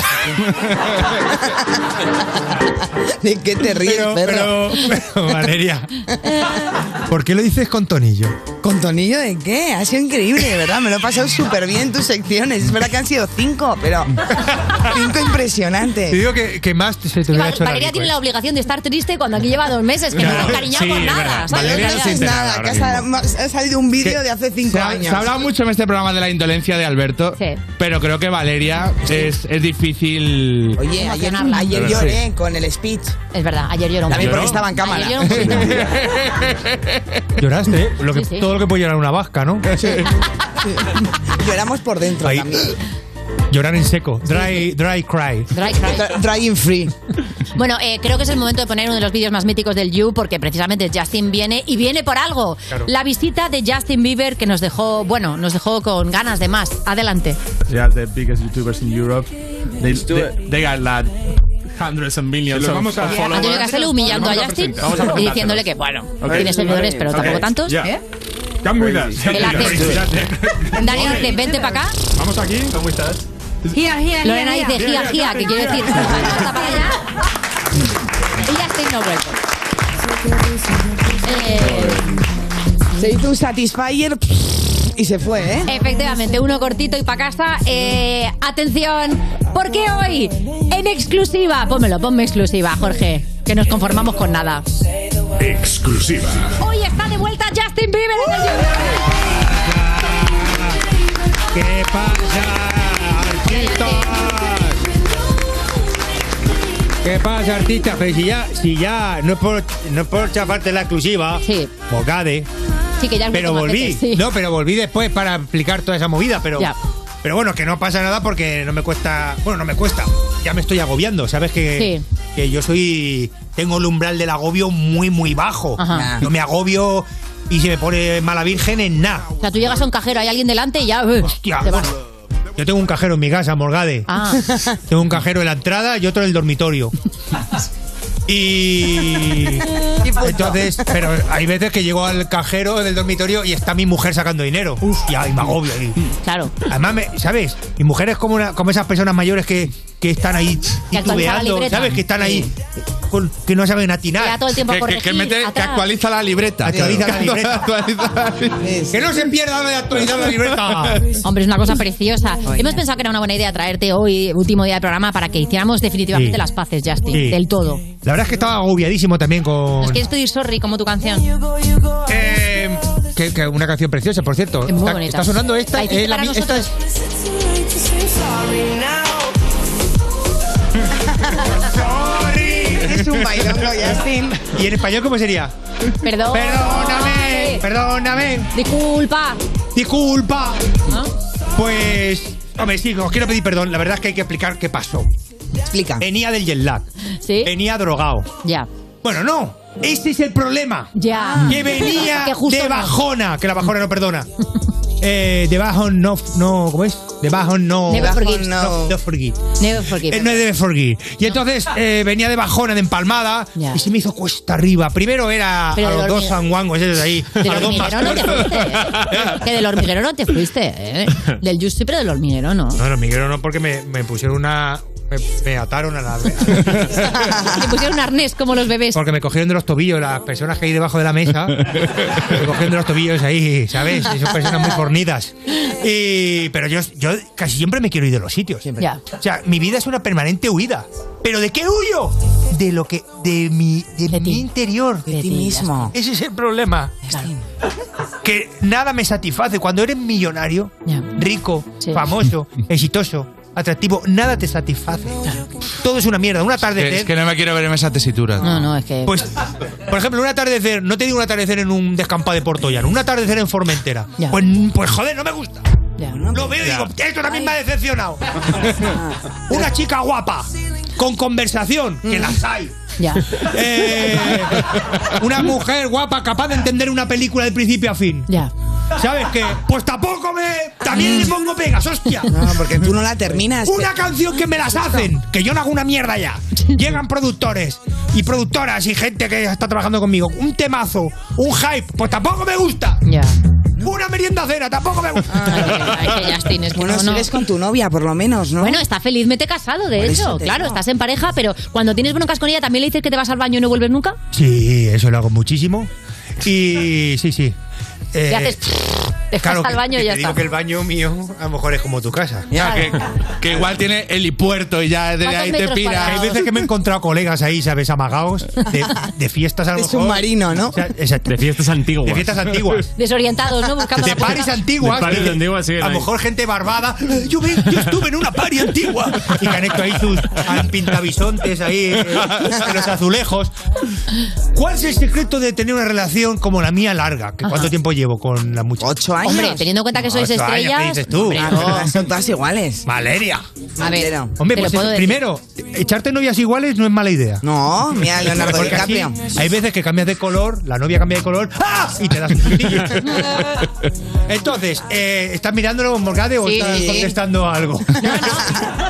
Speaker 4: ¿De qué te ríes,
Speaker 26: Pero-
Speaker 4: perro?
Speaker 26: pero, Valeria, ¿por qué lo dices con tonillo?
Speaker 4: ¿Con tonillo de qué? Ha sido increíble, de verdad. Me lo he pasado súper bien tus secciones. Es verdad que han sido cinco, pero cinco
Speaker 26: Te
Speaker 4: impresionantes.
Speaker 26: digo que, que más se te
Speaker 1: Y
Speaker 26: hubiera
Speaker 1: Val-
Speaker 26: hecho
Speaker 1: Valeria
Speaker 26: el
Speaker 1: tiene la
Speaker 26: abanico,
Speaker 1: obligación de estar triste cuando aquí lleva dos meses, que no
Speaker 26: Claro.
Speaker 1: nos cariñamos
Speaker 26: Sí,
Speaker 1: por
Speaker 26: es
Speaker 1: nada.
Speaker 26: verdad.
Speaker 1: ¿sabes?
Speaker 26: Valeria
Speaker 4: no
Speaker 26: no
Speaker 4: sabes
Speaker 26: siente
Speaker 4: nada,
Speaker 26: nada
Speaker 4: que ha
Speaker 26: ahora
Speaker 4: sal- ha salido un vídeo de hace cinco
Speaker 3: Se ha,
Speaker 4: años.
Speaker 3: se ha hablado mucho en este programa de la indolencia de Alberto, pero creo que Valeria es, es difícil.
Speaker 4: Oye, ayer, ayer
Speaker 3: Sí.
Speaker 4: lloré con el speech.
Speaker 1: Es verdad, ayer lloró.
Speaker 4: También
Speaker 3: ¿Lloró?
Speaker 4: porque estaba en cámara.
Speaker 1: Ayer lloró
Speaker 26: Lloraste, ¿eh? Lo que-
Speaker 4: Sí, sí.
Speaker 26: Todo lo que puede llorar una vasca, ¿no?
Speaker 4: Lloramos por dentro
Speaker 26: Ahí.
Speaker 4: también.
Speaker 26: Llorar en seco. Dry, dry cry.
Speaker 1: Dry,
Speaker 4: Drying free.
Speaker 1: Bueno, eh, creo que es el momento de poner uno de los vídeos más míticos del You, porque precisamente Justin viene y viene por algo.
Speaker 27: Claro.
Speaker 1: La visita de Justin Bieber que nos dejó, bueno, nos dejó con ganas de más. Adelante.
Speaker 27: They are the biggest YouTubers in Europe. They,
Speaker 1: do
Speaker 27: they, they got like hundreds and millions
Speaker 1: Sí,
Speaker 27: of,
Speaker 1: los vamos a-
Speaker 27: of
Speaker 1: Yeah, Antonio
Speaker 27: followers.
Speaker 1: Castelo humillando
Speaker 27: Vamos
Speaker 1: a Justin
Speaker 27: presentar- vamos a
Speaker 1: y
Speaker 27: presentárselos.
Speaker 1: diciéndole que, bueno,
Speaker 27: Ok.
Speaker 1: tiene seguidores, pero
Speaker 27: Ok,
Speaker 1: tampoco tantos,
Speaker 27: yeah.
Speaker 1: ¿eh?
Speaker 27: Come with us.
Speaker 1: El Dani Ortiz, vente para acá.
Speaker 27: Vamos aquí. ¿Cómo estás?
Speaker 1: Gia,
Speaker 27: gira,
Speaker 1: Lorena
Speaker 27: gira.
Speaker 1: dice
Speaker 27: Gira,
Speaker 1: gia, gia, que quiere decir hasta para allá. Y Justin no Eh, vuelve.
Speaker 4: Se hizo un Satisfyer pff, y se fue, ¿eh?
Speaker 1: Efectivamente, uno cortito y para casa. Eh, atención, porque hoy en exclusiva, pónmelo, ponme exclusiva, Jorge, que nos conformamos con nada.
Speaker 13: Exclusiva.
Speaker 1: Hoy está de vuelta Justin Bieber en el You.
Speaker 26: ¿Qué pasa, artistas? ¿Qué pasa, artista? Pero si ya, si ya no es por, no es por chafarte la exclusiva, pues sí.
Speaker 1: Sí, que ya es
Speaker 26: pero
Speaker 1: mucho más
Speaker 26: volví.
Speaker 1: gente, sí.
Speaker 26: No, pero volví después para aplicar toda esa movida, pero.
Speaker 1: Ya.
Speaker 26: Pero bueno, que no pasa nada porque no me cuesta. Bueno, no me cuesta. Ya me estoy agobiando. Sabes que, que yo soy. Tengo el umbral del agobio muy, muy bajo.
Speaker 1: Ajá.
Speaker 26: No me agobio y se me pone mala virgen en nada.
Speaker 1: O sea, tú llegas a un cajero, hay alguien delante y ya. eh, te vas.
Speaker 26: Yo tengo un cajero en mi casa, Morgade.
Speaker 1: Ah.
Speaker 26: Tengo un cajero en la entrada y otro en el dormitorio. Y. Entonces, pero hay veces que llego al cajero del dormitorio y está mi mujer sacando dinero. Uf, y ay, me agobio. ahí.
Speaker 1: Claro.
Speaker 26: Además, me- ¿sabes? Mi mujer es como, una, como esas personas mayores que, que están ahí
Speaker 1: Que actualiza la
Speaker 26: titubeando,
Speaker 1: libreta.
Speaker 26: ¿sabes? Que están ahí, con- que no saben atinar.
Speaker 1: Que da todo el tiempo a Que- que- que corregir, mete- que atrás.
Speaker 26: actualiza la libreta. Actualiza la libreta. que no se pierda de actualizar la libreta.
Speaker 1: Hombre, es una cosa preciosa. Hemos pensado que era una buena idea traerte hoy, último día de programa, para que hiciéramos definitivamente
Speaker 26: Sí.
Speaker 1: las paces, Justin,
Speaker 26: Sí.
Speaker 1: del todo.
Speaker 26: La verdad es que estaba agobiadísimo también con.
Speaker 1: ¿Nos quieres pedir sorry como tu canción?
Speaker 26: Eh, que, que una canción preciosa, por cierto.
Speaker 1: Muy
Speaker 26: está,
Speaker 1: bonita.
Speaker 26: está sonando esta.
Speaker 1: La hiciste
Speaker 26: eh, la
Speaker 1: para
Speaker 26: mi- esta
Speaker 1: nosotros.
Speaker 4: Es un bailongo, Justin.
Speaker 26: ¿Y en español cómo sería?
Speaker 1: Perdón.
Speaker 26: Perdóname, perdóname.
Speaker 1: Disculpa.
Speaker 26: Disculpa.
Speaker 1: ¿Ah?
Speaker 26: Pues. Hombre, sí, os quiero pedir perdón. La verdad es que hay que explicar qué pasó.
Speaker 4: Explica.
Speaker 26: Venía del jet lag.
Speaker 1: Sí.
Speaker 26: Venía drogado.
Speaker 1: Ya.
Speaker 26: Bueno, no. Ese es el problema.
Speaker 1: Ya.
Speaker 26: Que venía
Speaker 1: Que justo
Speaker 26: de
Speaker 1: no.
Speaker 26: bajona. Que la bajona no perdona. Eh, de bajón no, no. ¿Cómo es? De bajón no.
Speaker 1: Never
Speaker 26: de bajón
Speaker 1: forgive.
Speaker 26: No, no forgive.
Speaker 1: Never forgive.
Speaker 26: Él no debe forgir. Y entonces eh, venía de bajona, de empalmada, y se me hizo cuesta arriba. Primero era
Speaker 1: Pero
Speaker 26: a
Speaker 1: de
Speaker 26: los dos
Speaker 1: dormido.
Speaker 26: sanguangos, ese de ahí.
Speaker 1: Del
Speaker 26: a los dos
Speaker 1: hormiguero no te
Speaker 26: pastores.
Speaker 1: fuiste, ¿eh? Que del hormiguero no te fuiste, ¿eh? Del Justin, pero del hormiguero no.
Speaker 26: No, los migueros no, porque me, me pusieron una. Me, me ataron a la.
Speaker 1: Te pusieron un arnés como los bebés.
Speaker 26: Porque me cogieron de los tobillos las personas que hay debajo de la mesa. Me cogieron de los tobillos ahí, ¿sabes? Y son personas muy fornidas. Y, pero yo, yo casi siempre me quiero ir de los sitios.
Speaker 1: Ya.
Speaker 26: O sea, mi vida es una permanente huida. ¿Pero de qué huyo? De lo que. de mi, de mi interior. De
Speaker 4: ti mismo.
Speaker 26: Ese es el problema. Que nada me satisface. Cuando eres millonario, rico, famoso, exitoso, atractivo, nada te satisface. Todo es una mierda. Una tarde
Speaker 3: Es que no me quiero ver en esa tesitura.
Speaker 1: No, no, es que.
Speaker 26: pues, por ejemplo, un atardecer, no te digo un atardecer en un descampado de Portollano, un atardecer en Formentera. Pues, pues joder, no me gusta. Lo veo y digo, esto también me ha decepcionado. Una chica guapa, con conversación, que
Speaker 1: Mm.
Speaker 26: las hay.
Speaker 1: Ya.
Speaker 26: Eh, una mujer guapa, capaz de entender una película de principio a fin.
Speaker 1: Ya.
Speaker 26: ¿Sabes qué? Pues tampoco me. También le pongo pegas, hostia.
Speaker 4: No, porque tú no la terminas.
Speaker 26: Una canción que me las hacen, que yo no hago una mierda ya. Llegan productores y productoras y gente que está trabajando conmigo. Un temazo, un hype, pues tampoco me gusta.
Speaker 1: Ya. Ah.
Speaker 26: Una merienda cena, tampoco me gusta.
Speaker 1: Justin, es que
Speaker 4: Bueno,
Speaker 1: no,
Speaker 4: si
Speaker 1: no.
Speaker 4: eres con tu novia, por lo menos, ¿no?
Speaker 1: Bueno, está feliz, mete casado, de
Speaker 4: Por eso
Speaker 1: hecho.
Speaker 4: te
Speaker 1: Claro,
Speaker 4: digo.
Speaker 1: estás en pareja, pero cuando tienes broncas con ella, ¿también le dices que te vas al baño y no vuelves nunca?
Speaker 26: Sí, eso lo hago muchísimo. Y sí, sí. Eh,
Speaker 1: Te haces- te vas al baño y ya
Speaker 26: te digo
Speaker 1: está.
Speaker 26: que el baño mío a lo mejor es como tu casa.
Speaker 3: Ya, Ah, que, que igual tiene helipuerto y ya de ahí te pira.
Speaker 26: Hay veces que me he encontrado colegas ahí, ¿sabes? Amagados, de, de fiestas a lo
Speaker 3: De
Speaker 26: mejor.
Speaker 3: submarino, ¿no?
Speaker 26: O sea, exacto. De
Speaker 2: fiestas antiguas.
Speaker 26: De fiestas antiguas.
Speaker 1: Desorientados, ¿no? Buscando
Speaker 26: De
Speaker 1: la puerta.
Speaker 26: paris antiguas.
Speaker 2: De paris antiguas, sí,
Speaker 26: A
Speaker 2: ahí.
Speaker 26: lo mejor gente barbada. "Eh, Yo, ve- yo estuve en una pari antigua. Y conecto ahí sus pintabisontes ahí, eh, en los azulejos. ¿Cuál es el secreto de tener una relación como la mía larga? ¿Que ¿Cuánto tiempo llevo con la muchacha? Ocho
Speaker 1: Hombre, teniendo en cuenta que sois
Speaker 26: Ocho años, ¿qué
Speaker 1: estrellas.
Speaker 26: dices tú?
Speaker 1: hombre, no.
Speaker 4: Son todas iguales.
Speaker 26: Valeria.
Speaker 1: A ver, te
Speaker 26: Hombre,
Speaker 1: lo
Speaker 26: pues
Speaker 1: puedo
Speaker 26: eso,
Speaker 1: decir.
Speaker 26: primero, echarte novias iguales no es mala idea.
Speaker 4: No, mira, Leonardo DiCaprio.
Speaker 26: hay veces que cambias de color, la novia cambia de color ¡ah! y te das un pitillo. Entonces, eh, ¿estás mirándolo, Morgade, o
Speaker 1: Sí.
Speaker 26: estás contestando algo?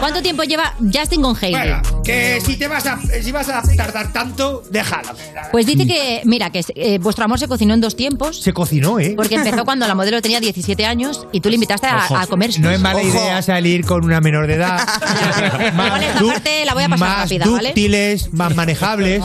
Speaker 1: ¿Cuánto tiempo lleva Justin con Heidi?
Speaker 26: Venga, que si te vas a, si vas a tardar tanto, déjalo.
Speaker 1: Pues dice que, mira, que eh, vuestro amor se cocinó en dos tiempos.
Speaker 26: Se cocinó, ¿eh?
Speaker 1: Porque empezó cuando la modelo tenía 17 años y tú le invitaste
Speaker 26: Ojo,
Speaker 1: a, a comer
Speaker 26: No
Speaker 1: sushi.
Speaker 26: es mala
Speaker 1: Ojo.
Speaker 26: idea salir con una menor de edad.
Speaker 1: Igual esta parte la voy a pasar
Speaker 26: más
Speaker 1: rápida, ¿vale? Ah.
Speaker 26: dúctiles, más manejables.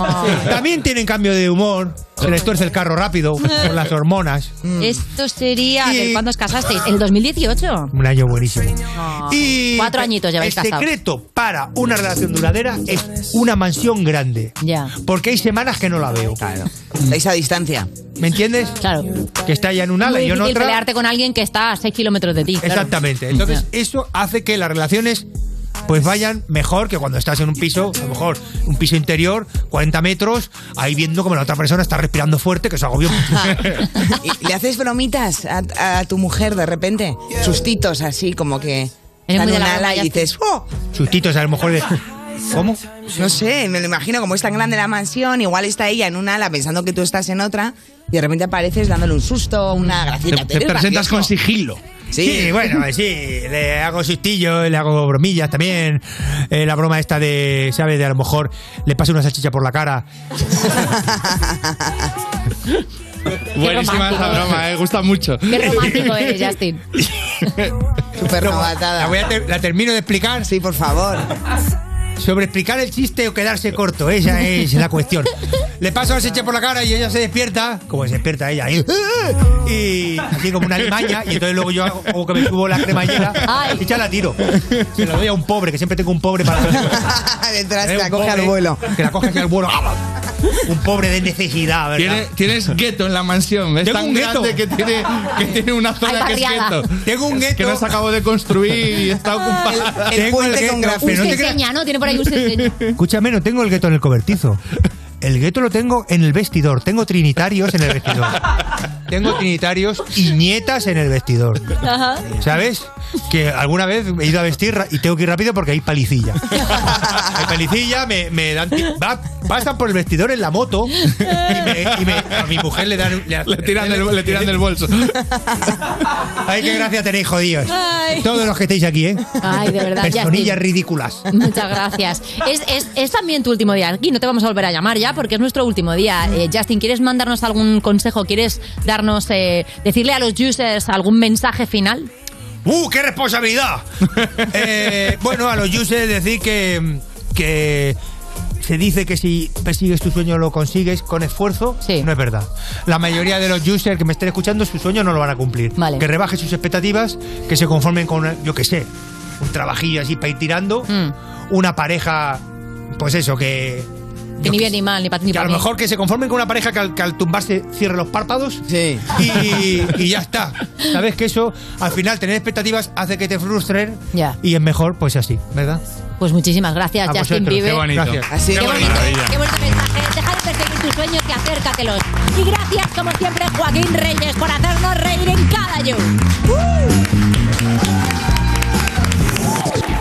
Speaker 26: También tienen cambio de humor. Se les tuerce el carro rápido con las hormonas.
Speaker 1: Esto sería. ¿de ¿Cuándo os casasteis? El 2018.
Speaker 26: Un año buenísimo.
Speaker 1: Ah. Y Cuatro añitos
Speaker 26: El
Speaker 1: lleváis casados.
Speaker 26: secreto para una relación duradera es una mansión grande.
Speaker 1: Ya.
Speaker 26: Porque hay semanas que no la veo. Claro. Estáis a distancia. ¿Me entiendes?
Speaker 1: Claro.
Speaker 26: Que está ya en un ala
Speaker 1: Muy
Speaker 26: y yo en
Speaker 1: difícil
Speaker 26: otra.
Speaker 1: pelearte con alguien que está a 6 kilómetros de ti. claro.
Speaker 26: Exactamente. Entonces, eso hace que las relaciones pues vayan mejor que cuando estás en un piso, a lo mejor un piso interior, 40 metros, ahí viendo como la otra persona está respirando fuerte, que eso agobia mucho.
Speaker 4: ¿Y ¿Le haces bromitas a, a tu mujer de repente? Sustitos así, como que.
Speaker 1: Eres
Speaker 4: dan
Speaker 1: muy de
Speaker 4: un
Speaker 1: la broma,
Speaker 4: ala y
Speaker 1: Justin.
Speaker 4: dices, ¡oh!
Speaker 26: Sustitos, a lo mejor de. ¿Cómo?
Speaker 4: No sé, me lo imagino, como es tan grande la mansión, igual está ella en una ala pensando que tú estás en otra, y de repente apareces dándole un susto, una gracieta. Tú eres gracioso.
Speaker 26: sigilo. Sí. bueno, eh, sí, le hago sustillo, le hago bromillas también. Eh, la broma esta de, ¿sabes? De a lo mejor le paso una salchicha por la cara.
Speaker 3: Buenísima esa broma, me gusta mucho.
Speaker 1: Qué romántico eres, Justin.
Speaker 4: Súper novatada.
Speaker 26: La, voy a ter- la termino de explicar.
Speaker 4: Sí, por favor.
Speaker 26: Sobre explicar el chiste o quedarse corto, esa es la cuestión. Le paso la salchicha por la cara y ella se despierta, como se despierta ella, y, y así como una alimaña, y entonces luego yo hago, hago que me subo la cremallera y ya la tiro. Se la doy a un pobre, que siempre tengo un pobre para... Eh,
Speaker 4: Detrás te
Speaker 26: Un
Speaker 4: la coge al
Speaker 26: pobre
Speaker 4: vuelo.
Speaker 26: Que la coge aquí al vuelo. ¡Ah! Un pobre de necesidad, ¿verdad?
Speaker 3: Tiene- tienes gueto en la mansión. Es
Speaker 26: Tengo
Speaker 3: tan
Speaker 26: un gueto.
Speaker 3: grande que tiene, que tiene una zona que es
Speaker 1: barriada.
Speaker 3: gueto.
Speaker 26: Tengo un
Speaker 3: Es que
Speaker 26: gueto.
Speaker 3: nos acabo de construir y está ocupada.
Speaker 26: El- el Tengo el puente con gueto, grafiti. pero no
Speaker 1: Usted
Speaker 26: te creas-
Speaker 1: enseña, ¿no? Tiene por ahí usted enseña.
Speaker 26: Escúchame, no tengo el gueto en el cobertizo. El gueto lo tengo en el vestidor. Tengo trinitarios en el vestidor. Tengo trinitarios y nietas en el vestidor.
Speaker 1: Ajá.
Speaker 26: ¿Sabes? Que alguna vez he ido a vestir ra- y tengo que ir rápido porque hay palicilla. Hay palicilla, me, me dan. ti- va- pasan por el vestidor en la moto y, me- y me- a mi mujer le dan. Le,
Speaker 3: tiran del- le tiran del bolso.
Speaker 26: Ay, qué gracia tenéis, jodidos.
Speaker 1: Ay.
Speaker 26: Todos los que estáis aquí, ¿eh?
Speaker 1: Ay, de verdad, ya
Speaker 26: Personillas
Speaker 1: estoy.
Speaker 26: ridículas.
Speaker 1: Muchas gracias. Es, es- es también tu último día aquí, no te vamos a volver a llamar ya porque es nuestro último día. Eh, Justin, ¿quieres mandarnos algún consejo? ¿Quieres darnos, eh, decirle a los users algún mensaje final?
Speaker 26: ¡Uh, qué responsabilidad! Eh, bueno, a los users decir que, que se dice que si persigues tu sueño lo consigues con esfuerzo. No es verdad. La mayoría de los users que me estén escuchando, su sueño no lo van a cumplir. Que rebajen sus expectativas, que se conformen con, una- yo qué sé, un trabajillo así para ir tirando,
Speaker 1: Mm.
Speaker 26: una pareja, pues eso, que...
Speaker 1: Que ni bien ni mal, ni para ni
Speaker 26: que a
Speaker 1: pa'
Speaker 26: lo
Speaker 1: mí.
Speaker 26: mejor que se conformen con una pareja que al, que al tumbarse cierre los párpados y, y ya está. Sabes que eso, al final, tener expectativas hace que te frustren
Speaker 1: Ya.
Speaker 26: y es mejor, pues así, ¿verdad?
Speaker 1: Pues muchísimas gracias,
Speaker 26: A
Speaker 1: Justin
Speaker 26: vosotros,
Speaker 1: Bieber.
Speaker 26: qué bonito. Gracias.
Speaker 1: Así
Speaker 26: Qué
Speaker 1: qué bonito.
Speaker 26: maravilla.
Speaker 1: Qué bonito mensaje. Deja de perseguir tus sueños y acércatelos. Y gracias, como siempre, Joaquín Reyes, por hacernos reír en cada You.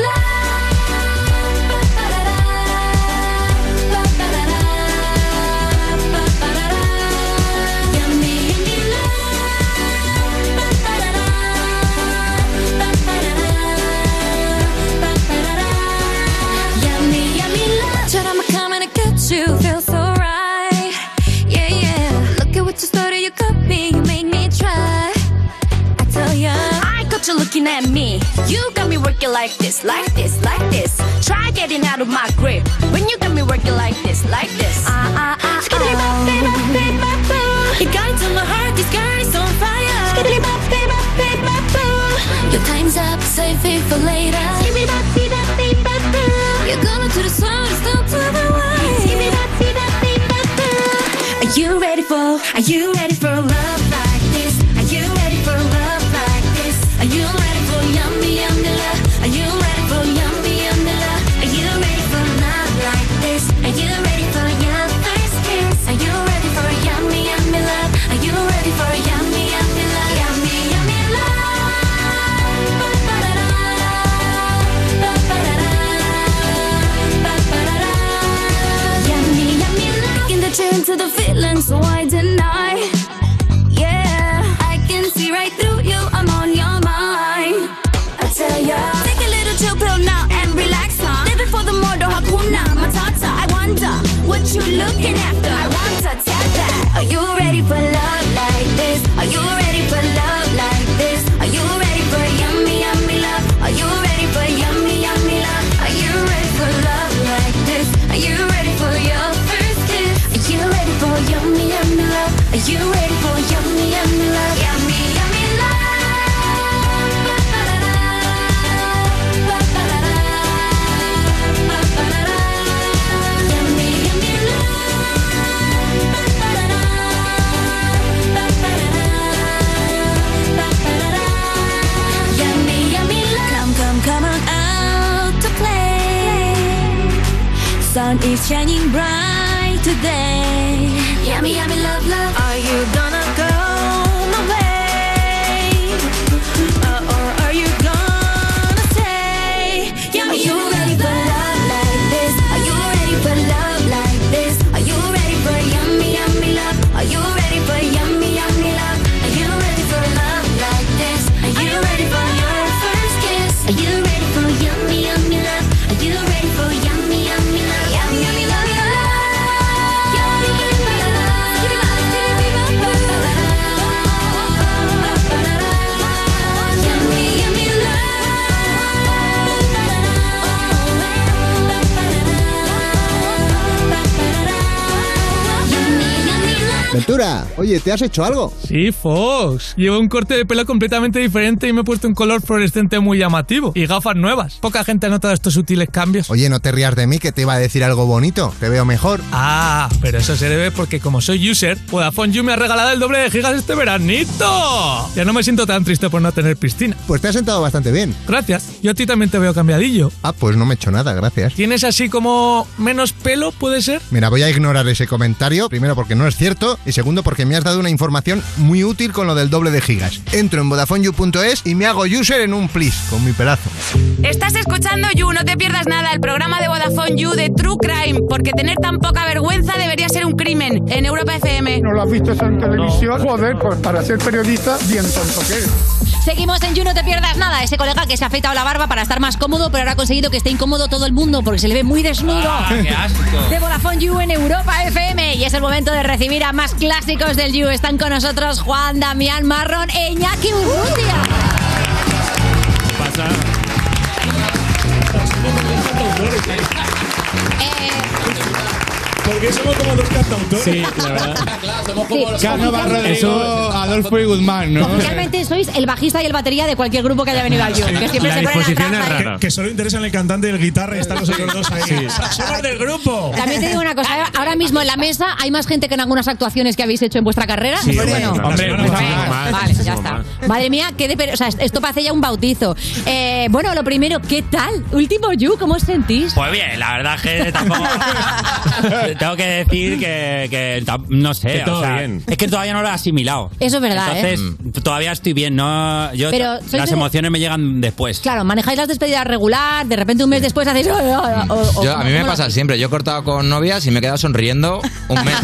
Speaker 8: love. Yummy, yummy love. Yummy, yummy love. Said I'm coming to get you. Feels so right. Yeah, yeah. Look at what you started. You got me. You made me try. I tell ya. I got you looking at me. You got me working like this, like this, like this. Try getting out of my grip. When you got me working like this, like this. Ah, ah, ah. Skiddly bop, bop, bop, bop, bop. You got into my heart. This girl is on fire. Skiddly bop, bop, bop, bop, bop, bop. Your time's up. Save it for later. Skiddly bop, bop, bop, bop, bop. You're gonna do the song. It's not to the right. Skiddly bop, bop, bop, bop, bop. Are you ready for? Are you ready for love like this? Are you ready for love like this? Are you ready for yummy yummy love? Are you ready for yummy yummy love? what you looking after. I want to tell that. Are you ready for love like this? Are you ready for love like this? Are you ready for yummy, yummy love? Are you ready for yummy, yummy love? Are you ready for love like this? Are you ready for your first kiss? Are you ready for yummy, yummy love? Are you ready for yummy, yummy love? Yummy, yummy love. Yummy, yummy love. Come, come, come on out to play. Sun is shining bright today. Yummy, yummy love, love. Are you gonna go my way? Uh, or are you gonna stay? Yummy, you ready for love like this? Are you ready for love like this? Are you ready for yummy, yummy love? Are you ready for yummy, yummy love? Are you ready for love like this? Are you ready for your first kiss? Are you ready for yummy, yummy love? Are you ready for yummy, yummy love? Yummy, yummy love. Yummy, yummy love. Yummy, yummy love.
Speaker 28: Ventura, oye, ¿te has hecho algo?
Speaker 3: Sí, Fox. Llevo un corte de pelo completamente diferente y me he puesto un color fluorescente muy llamativo. Y gafas nuevas. Poca gente ha notado estos sutiles cambios.
Speaker 28: Oye, no te rías de mí que te iba a decir algo bonito. Te veo mejor.
Speaker 3: Ah, pero eso se debe porque como soy user, Vodafone You me ha regalado el doble de gigas este veranito. Ya no me siento tan triste por no tener piscina.
Speaker 28: Pues te has sentado bastante bien.
Speaker 3: Gracias. Yo a ti también te veo cambiadillo.
Speaker 28: Ah, pues no me he hecho nada, gracias.
Speaker 3: ¿Tienes así como menos pelo, puede ser?
Speaker 28: Mira, voy a ignorar ese comentario, primero porque no es cierto y segundo porque me has dado una información muy útil con lo del doble de gigas. Entro en VodafoneYou.es y me hago user en un plis con mi pedazo.
Speaker 29: Estás escuchando You, no te pierdas nada, el programa de Vodafone You de True Crime, porque tener tan poca vergüenza debería ser un crimen en Europa FM.
Speaker 26: ¿No lo has visto eso en televisión? Joder, pues para ser periodista, bien tonto que eres.
Speaker 1: Seguimos en You, no te pierdas nada. Ese colega que se ha afeitado la barba para estar más cómodo, pero ahora ha conseguido que esté incómodo todo el mundo porque se le ve muy desnudo.
Speaker 23: Ah,
Speaker 15: Ah,
Speaker 23: qué asco.
Speaker 1: De Vodafone You en Europa FM. Y es el momento de recibir a más clásicos del You. Están con nosotros Juan, Damián, Marrón e Iñaki Urrutia.
Speaker 2: Pasa.
Speaker 30: Porque somos como dos cantautores.
Speaker 2: Sí, la verdad.
Speaker 30: Claro,
Speaker 1: somos como Sí. los-
Speaker 31: Cánova,
Speaker 1: Eso-
Speaker 31: Rodrigo, Adolfo y Guzmán, ¿no?
Speaker 1: Realmente sois el bajista y el batería de cualquier grupo que haya venido al You. Que siempre se ponen atrás. ¿eh?
Speaker 2: es rara.
Speaker 30: Que, que solo interesan el cantante y el guitarra y están los otros dos ahí.
Speaker 2: Sí.
Speaker 30: ¡Somos del grupo!
Speaker 1: También te digo una cosa, ahora- ahora mismo en la mesa hay más gente que en algunas actuaciones que habéis hecho en vuestra carrera.
Speaker 2: Sí,
Speaker 1: Bueno,
Speaker 2: hombre, claro.
Speaker 30: Hombre,
Speaker 2: Muchísimo
Speaker 30: venga.
Speaker 2: más,
Speaker 1: Vale,
Speaker 2: muchísimo
Speaker 1: ya está.
Speaker 2: más.
Speaker 1: Madre mía, qué de, per- o sea, esto parece ya un bautizo. Eh, bueno, lo primero, ¿qué tal? Último You, ¿cómo os sentís?
Speaker 23: Pues bien, la verdad es que tampoco. tengo que decir que, que tam- no sé.
Speaker 2: Que todo
Speaker 23: o sea,
Speaker 2: bien. Mm.
Speaker 23: Es que todavía no lo he asimilado.
Speaker 1: Eso es verdad, ¿eh?
Speaker 23: Entonces, todavía estoy bien. No, yo,
Speaker 1: Pero sois
Speaker 23: las
Speaker 1: de-
Speaker 23: emociones me llegan después.
Speaker 1: Claro, manejáis las despedidas regular, de repente un mes después hacéis... "Oh, oh, oh, oh",
Speaker 32: Yo- a mí
Speaker 1: ¿cómo
Speaker 32: me
Speaker 1: lo
Speaker 32: pasa siempre. Yo he cortado con novias y me he quedado sonriendo un mes.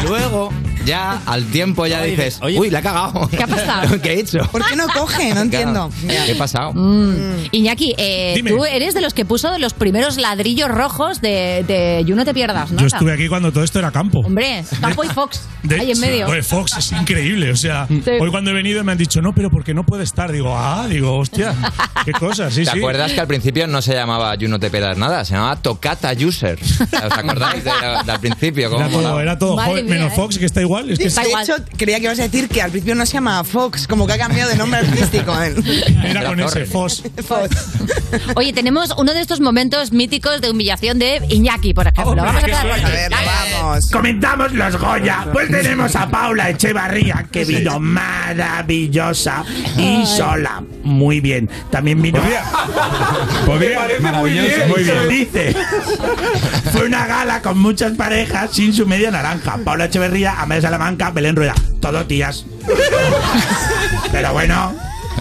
Speaker 32: y luego, ya al tiempo, ya dices, uy, la he cagado.
Speaker 1: ¿Qué ha pasado?
Speaker 32: ¿Qué he hecho?
Speaker 4: ¿Por qué no coge? No entiendo.
Speaker 32: Claro. ¿Qué he pasado?
Speaker 1: Mm. Iñaki, eh,
Speaker 32: Dime.
Speaker 1: tú eres de los que puso los primeros ladrillos rojos de, de You No Te Pierdas, ¿no?
Speaker 30: Yo estuve aquí cuando todo esto era campo.
Speaker 1: Hombre, Campo y Fox,
Speaker 30: De-
Speaker 1: ahí en medio.
Speaker 30: Oye, Fox es increíble, o sea, hoy cuando he venido me han dicho, no, pero porque no puede estar. Digo, ah, digo, hostia, qué cosa, sí,
Speaker 32: ¿Te
Speaker 30: sí.
Speaker 32: acuerdas que al principio no se llamaba You no te pedas nada? Se llamaba Tocata User. ¿Os acordáis de- de- del principio? ¿Cómo
Speaker 30: Era todo,
Speaker 32: molaba?
Speaker 30: era todo
Speaker 4: Madre
Speaker 30: joven,
Speaker 4: mía,
Speaker 30: menos
Speaker 4: ¿eh?
Speaker 30: Fox, que está igual. Es que
Speaker 4: de hecho, creía que ibas a decir que al principio no se llama Fox, como que ha cambiado de nombre artístico. ¿eh?
Speaker 30: Era con ese Fox.
Speaker 1: Oye, tenemos uno de estos momentos míticos de humillación de Iñaki, por ejemplo. Vamos a empezar por aquí.
Speaker 33: Comentamos los Goya. Pues tenemos a Paula Echevarría, que vino maravillosa y sola. Muy bien. También vino.
Speaker 10: Podría- maravilloso, muy bien.
Speaker 33: Dice. Fue una gala con muchas parejas sin su media naranja. Paula Echeverría, Amaya Salamanca, Belén Rueda. Todo tías. Pero bueno.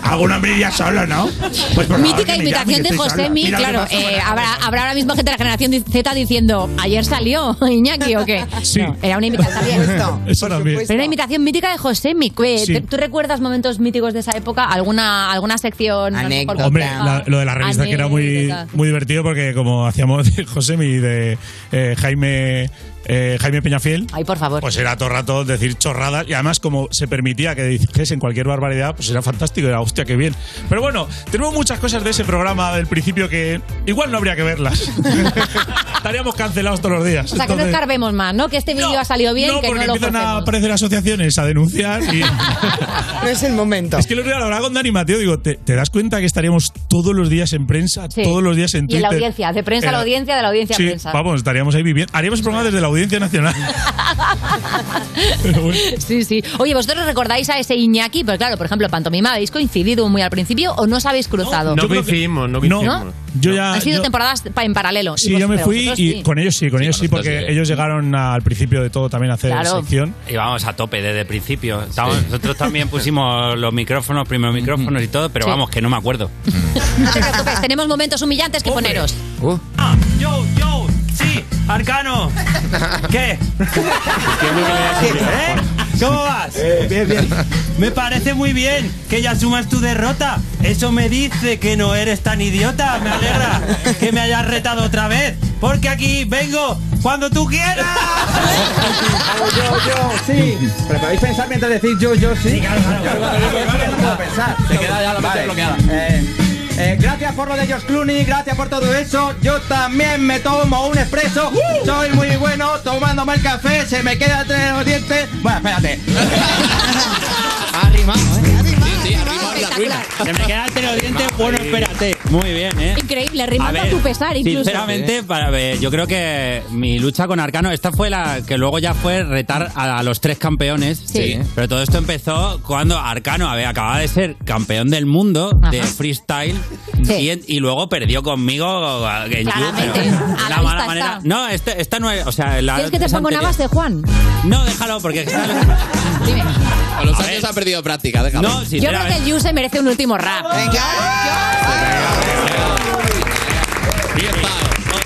Speaker 34: Hago una brilla solo, ¿no? Pues por favor,
Speaker 1: Mítica
Speaker 34: que me
Speaker 1: invitación
Speaker 34: llamen, que
Speaker 1: de
Speaker 34: estoy
Speaker 1: José
Speaker 34: sola.
Speaker 1: Mi,
Speaker 34: Mira,
Speaker 1: claro.
Speaker 34: que me
Speaker 1: eh,
Speaker 34: paso
Speaker 1: habrá, habrá ahora mismo gente de la generación Z diciendo, ayer salió Iñaki o qué.
Speaker 33: Sí.
Speaker 1: No, era una invitación.
Speaker 33: Eso también.
Speaker 1: Pero una invitación mítica de José Mi. que-
Speaker 33: Sí.
Speaker 1: ¿Tú recuerdas momentos míticos de esa época? ¿Alguna, alguna sección? a lo mejor,
Speaker 33: Hombre,
Speaker 1: compleja?
Speaker 33: la- lo de la revista que era muy,
Speaker 1: Anécdota.
Speaker 33: muy divertido porque como hacíamos de Josemi y de eh, Jaime eh, Jaime Peñafiel.
Speaker 1: Ay, por favor.
Speaker 33: Pues era todo el rato decir chorradas y además como se permitía que dijesen cualquier barbaridad, pues era fantástico, era hostia, qué bien. Pero bueno, tenemos muchas cosas de ese programa del principio que igual no habría que verlas. Estaríamos cancelados todos los días.
Speaker 1: O sea, que no
Speaker 33: Entonces-
Speaker 1: escarbemos más, ¿no? Que este vídeo ha salido bien,
Speaker 33: no,
Speaker 1: que
Speaker 33: porque
Speaker 1: no lo
Speaker 33: empiezan a
Speaker 1: forcemos.
Speaker 33: aparecer asociaciones a denunciar y...
Speaker 4: No es el momento.
Speaker 33: Es que lo real hablaba con Dani Mateo, digo, ¿te, te das cuenta que estaríamos todos los días en prensa, todos los días en
Speaker 1: Y
Speaker 33: Twitter?
Speaker 1: en la audiencia, de prensa a la
Speaker 33: Eh,
Speaker 1: audiencia, de la audiencia
Speaker 33: Sí,
Speaker 1: a prensa.
Speaker 33: vamos, estaríamos ahí viviendo. Haríamos programas desde la Audiencia Nacional. Pero bueno.
Speaker 1: Sí, sí. Oye, ¿vosotros recordáis a ese Iñaki? Pues claro, por ejemplo, Pantomima, ¿habéis coincidido muy al principio o no os habéis cruzado?
Speaker 2: No coincidimos, no coincidimos.
Speaker 1: ¿No?
Speaker 33: Yo ya.
Speaker 23: Ah,
Speaker 1: Han sido
Speaker 33: yo-
Speaker 1: temporadas pa- en paralelo.
Speaker 33: Sí,
Speaker 1: Y
Speaker 33: yo
Speaker 1: vos-
Speaker 33: me
Speaker 1: pero
Speaker 33: fui
Speaker 1: vosotros
Speaker 33: y
Speaker 1: sí.
Speaker 33: con ellos sí, con ellos sí, porque
Speaker 23: nosotros sí.
Speaker 33: ellos llegaron al principio de todo también a hacer
Speaker 1: Claro.
Speaker 33: sección.
Speaker 23: Íbamos a tope desde el principio. Estábamos- Nosotros también pusimos los micrófonos, primeros
Speaker 2: Mm.
Speaker 23: micrófonos y todo, pero
Speaker 1: Sí.
Speaker 23: vamos, que no me acuerdo.
Speaker 1: No te preocupes, tenemos momentos humillantes que poneros.
Speaker 10: Yo, yo, sí, Arcano. ¿Qué? ¿Eh? ¿Cómo vas? Bien, bien. Me parece muy bien que ya sumas tu derrota. Eso me dice que no eres tan idiota. Me alegra que me hayas retado otra vez. Porque aquí vengo cuando tú quieras.
Speaker 32: Yo, yo, Oh, sí. Pero podéis pensar mientras decís yo, yo, sí. Se queda ya la mente bloqueada. Eh, gracias por lo de George Clooney, gracias por todo eso. Yo también me tomo un expreso. Soy muy bueno tomándome el café. Se me queda entre los dientes. Bueno, espérate. Arrimamos, ¿eh?
Speaker 23: Se me queda entre los dientes. Bueno, espérate. Muy bien, ¿eh?
Speaker 1: Increíble, rimando a,
Speaker 23: ver,
Speaker 1: tu pesar incluso.
Speaker 23: Sinceramente, para ver, yo creo que mi lucha con Arcano, esta fue la que luego ya fue retar a los tres campeones.
Speaker 1: Sí.
Speaker 23: Pero todo esto empezó cuando Arcano, a ver, acababa de ser campeón del mundo de freestyle y, en- y luego perdió conmigo en
Speaker 1: Claramente,
Speaker 23: Yu, pero
Speaker 1: a
Speaker 23: de
Speaker 1: la
Speaker 23: una mala
Speaker 1: vista
Speaker 23: manera.
Speaker 1: está.
Speaker 23: No, esta, esta no es. O sea, la.
Speaker 1: ¿Quieres que te
Speaker 23: esa
Speaker 1: ponga una
Speaker 23: anterior-
Speaker 1: base, Juan?
Speaker 23: No, déjalo, porque.
Speaker 1: Dime.
Speaker 23: Con los años ha perdido práctica, déjalo. No,
Speaker 1: Yo creo que
Speaker 23: sinceramente.
Speaker 1: el Yu se merece un último rap.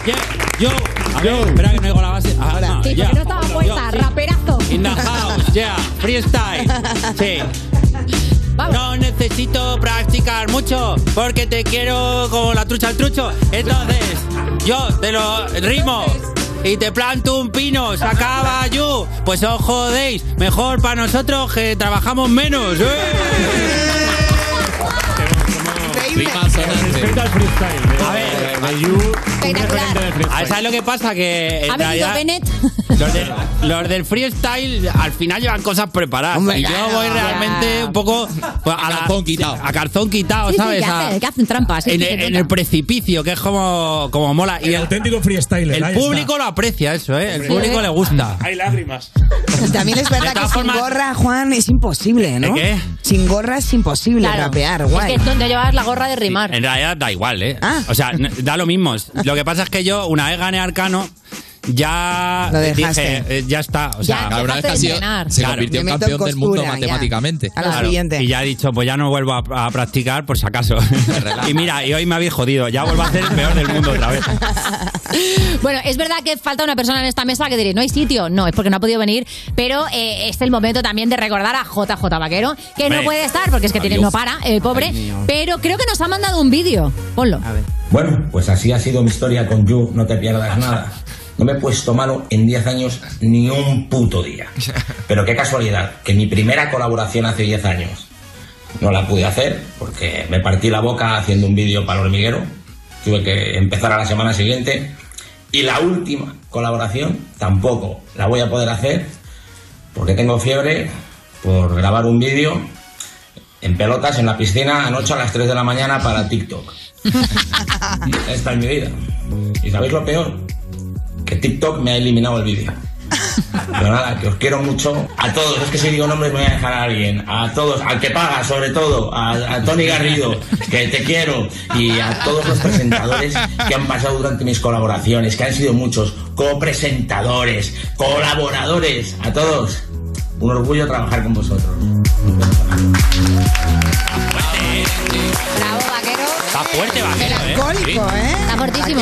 Speaker 23: Oye, yo. A ver, espera que no digo la base. Ah, no,
Speaker 1: Sí,
Speaker 23: ya.
Speaker 1: porque no estaba puesta, raperazo.
Speaker 23: In the house, yeah, freestyle. Sí. No necesito practicar mucho porque te quiero como la trucha al trucho. Entonces, yo te lo rimo y te planto un pino. Se acaba yo. Pues os jodéis. Mejor para nosotros que trabajamos menos. ¿eh?
Speaker 2: Respecto al freestyle. ¿eh? A ver, de Yu, un referente del freestyle.
Speaker 23: Ah, ¿Sabes lo que pasa? Que en
Speaker 1: ¿Ha venido
Speaker 23: realidad-
Speaker 1: Bennett?
Speaker 23: los, de- los del freestyle al final llevan cosas preparadas.
Speaker 1: Hombre,
Speaker 23: y yo
Speaker 1: claro,
Speaker 23: voy
Speaker 1: ya.
Speaker 23: realmente un poco pues, a, calzón quitado. A calzón quitado,
Speaker 1: Sí, sí,
Speaker 23: Ah, ¿sabes?
Speaker 1: que,
Speaker 23: A-
Speaker 1: hace- que hacen trampas. sí,
Speaker 23: en,
Speaker 1: sí,
Speaker 23: el,
Speaker 1: se
Speaker 23: en
Speaker 1: nota.
Speaker 23: el precipicio, que es como, como mola. Y el, auténtico freestyler. El
Speaker 33: ahí
Speaker 23: público lo aprecia eso, ¿eh? El público le gusta.
Speaker 33: Hay lágrimas.
Speaker 4: Y También es
Speaker 23: De
Speaker 4: verdad que
Speaker 23: todas
Speaker 4: sin
Speaker 23: formas-
Speaker 4: gorra, Juan, es imposible, ¿no?
Speaker 23: ¿El qué?
Speaker 4: Sin gorra es imposible
Speaker 1: Claro.
Speaker 4: rapear,
Speaker 1: Es
Speaker 4: guay.
Speaker 1: que es donde llevas la gorra de rimar.
Speaker 23: En realidad da igual, ¿eh?
Speaker 4: Ah.
Speaker 23: O sea, n- da lo mismo. Lo que pasa es que yo, una vez gané Arcano, ya
Speaker 4: Lo
Speaker 23: dije,
Speaker 4: dejaste.
Speaker 23: eh, ya está. O
Speaker 4: Ya
Speaker 23: sea,
Speaker 4: Cabrón, dejaste es que ha de sido- entrenar. se convirtió en Me meto en campeón del mundo costura, ya. matemáticamente. A lo siguiente.
Speaker 23: Y ya he dicho, pues ya no vuelvo a, a practicar por si acaso. y mira, y hoy me habéis jodido. Ya vuelvo a ser el peor del mundo otra vez.
Speaker 1: Bueno, es verdad que falta una persona en esta mesa que diréis, no hay sitio. No, es porque no ha podido venir, pero eh, es el momento también de recordar a JJ Vaquero, que no
Speaker 15: Hombre.
Speaker 1: puede estar porque es que tiene, no
Speaker 15: Adiós.
Speaker 1: para, el pobre.
Speaker 15: Ay, mío.
Speaker 1: Pero creo que nos ha mandado un vídeo. Ponlo.
Speaker 15: Bueno, pues así ha sido mi historia con You, no te pierdas nada. No me he puesto malo en 10 años ni un puto día. Pero qué casualidad, que mi primera colaboración hace 10 años no la pude hacer porque me partí la boca haciendo un vídeo para el hormiguero. Tuve que empezar a la semana siguiente. Y la última colaboración tampoco la voy a poder hacer porque tengo fiebre por grabar un vídeo en pelotas en la piscina anoche a las 3 de la mañana para TikTok. Esta es mi vida. ¿Y sabéis lo peor? Que TikTok me ha eliminado el vídeo. Pero nada, que os quiero mucho. A todos, es que si digo nombres me voy a dejar a alguien. A todos, al que paga sobre todo, a, a Tony Garrido, que te quiero. Y a todos los presentadores que han pasado durante mis colaboraciones, que han sido muchos. Copresentadores, colaboradores, a todos. Un orgullo trabajar con vosotros.
Speaker 35: fuerte vaquero, ¿eh?
Speaker 4: Alcohólico, ¿eh?
Speaker 1: Está
Speaker 4: fortísimo.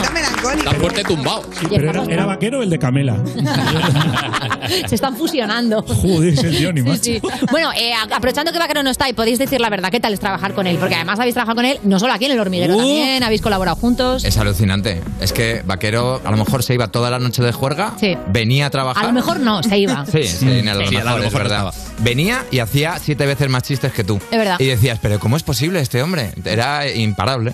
Speaker 35: Está fuerte tumbado.
Speaker 33: Pero era, era vaquero el de Camela.
Speaker 1: Se están fusionando.
Speaker 33: Joder, es el Johnny,
Speaker 1: Sí,
Speaker 33: macho.
Speaker 1: sí. Bueno, eh, a- aprovechando que Vaquero no está y podéis decir la verdad, ¿qué tal es trabajar con él? Porque además habéis trabajado con él, no solo aquí en el hormiguero,
Speaker 32: Uh.
Speaker 1: también habéis colaborado juntos.
Speaker 32: Es alucinante. Es que Vaquero a lo mejor se iba toda la noche de juerga,
Speaker 1: Sí.
Speaker 32: venía a
Speaker 1: A
Speaker 32: trabajar. Ah,
Speaker 1: lo mejor no, se iba.
Speaker 32: Sí, sí, en el- a lo
Speaker 23: Sí,
Speaker 32: mejor, es verdad. Venía y hacía siete veces más chistes que tú.
Speaker 1: Es verdad.
Speaker 32: Y decías, pero ¿cómo es posible este hombre? Era imparable.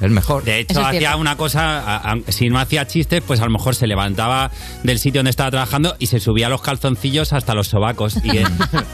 Speaker 32: El mejor.
Speaker 23: De hecho, hacía una cosa, a- a- si no hacía chistes, pues a lo mejor se levantaba del sitio donde estaba trabajando y se subía los calzoncillos hasta los sobacos. Y, eh,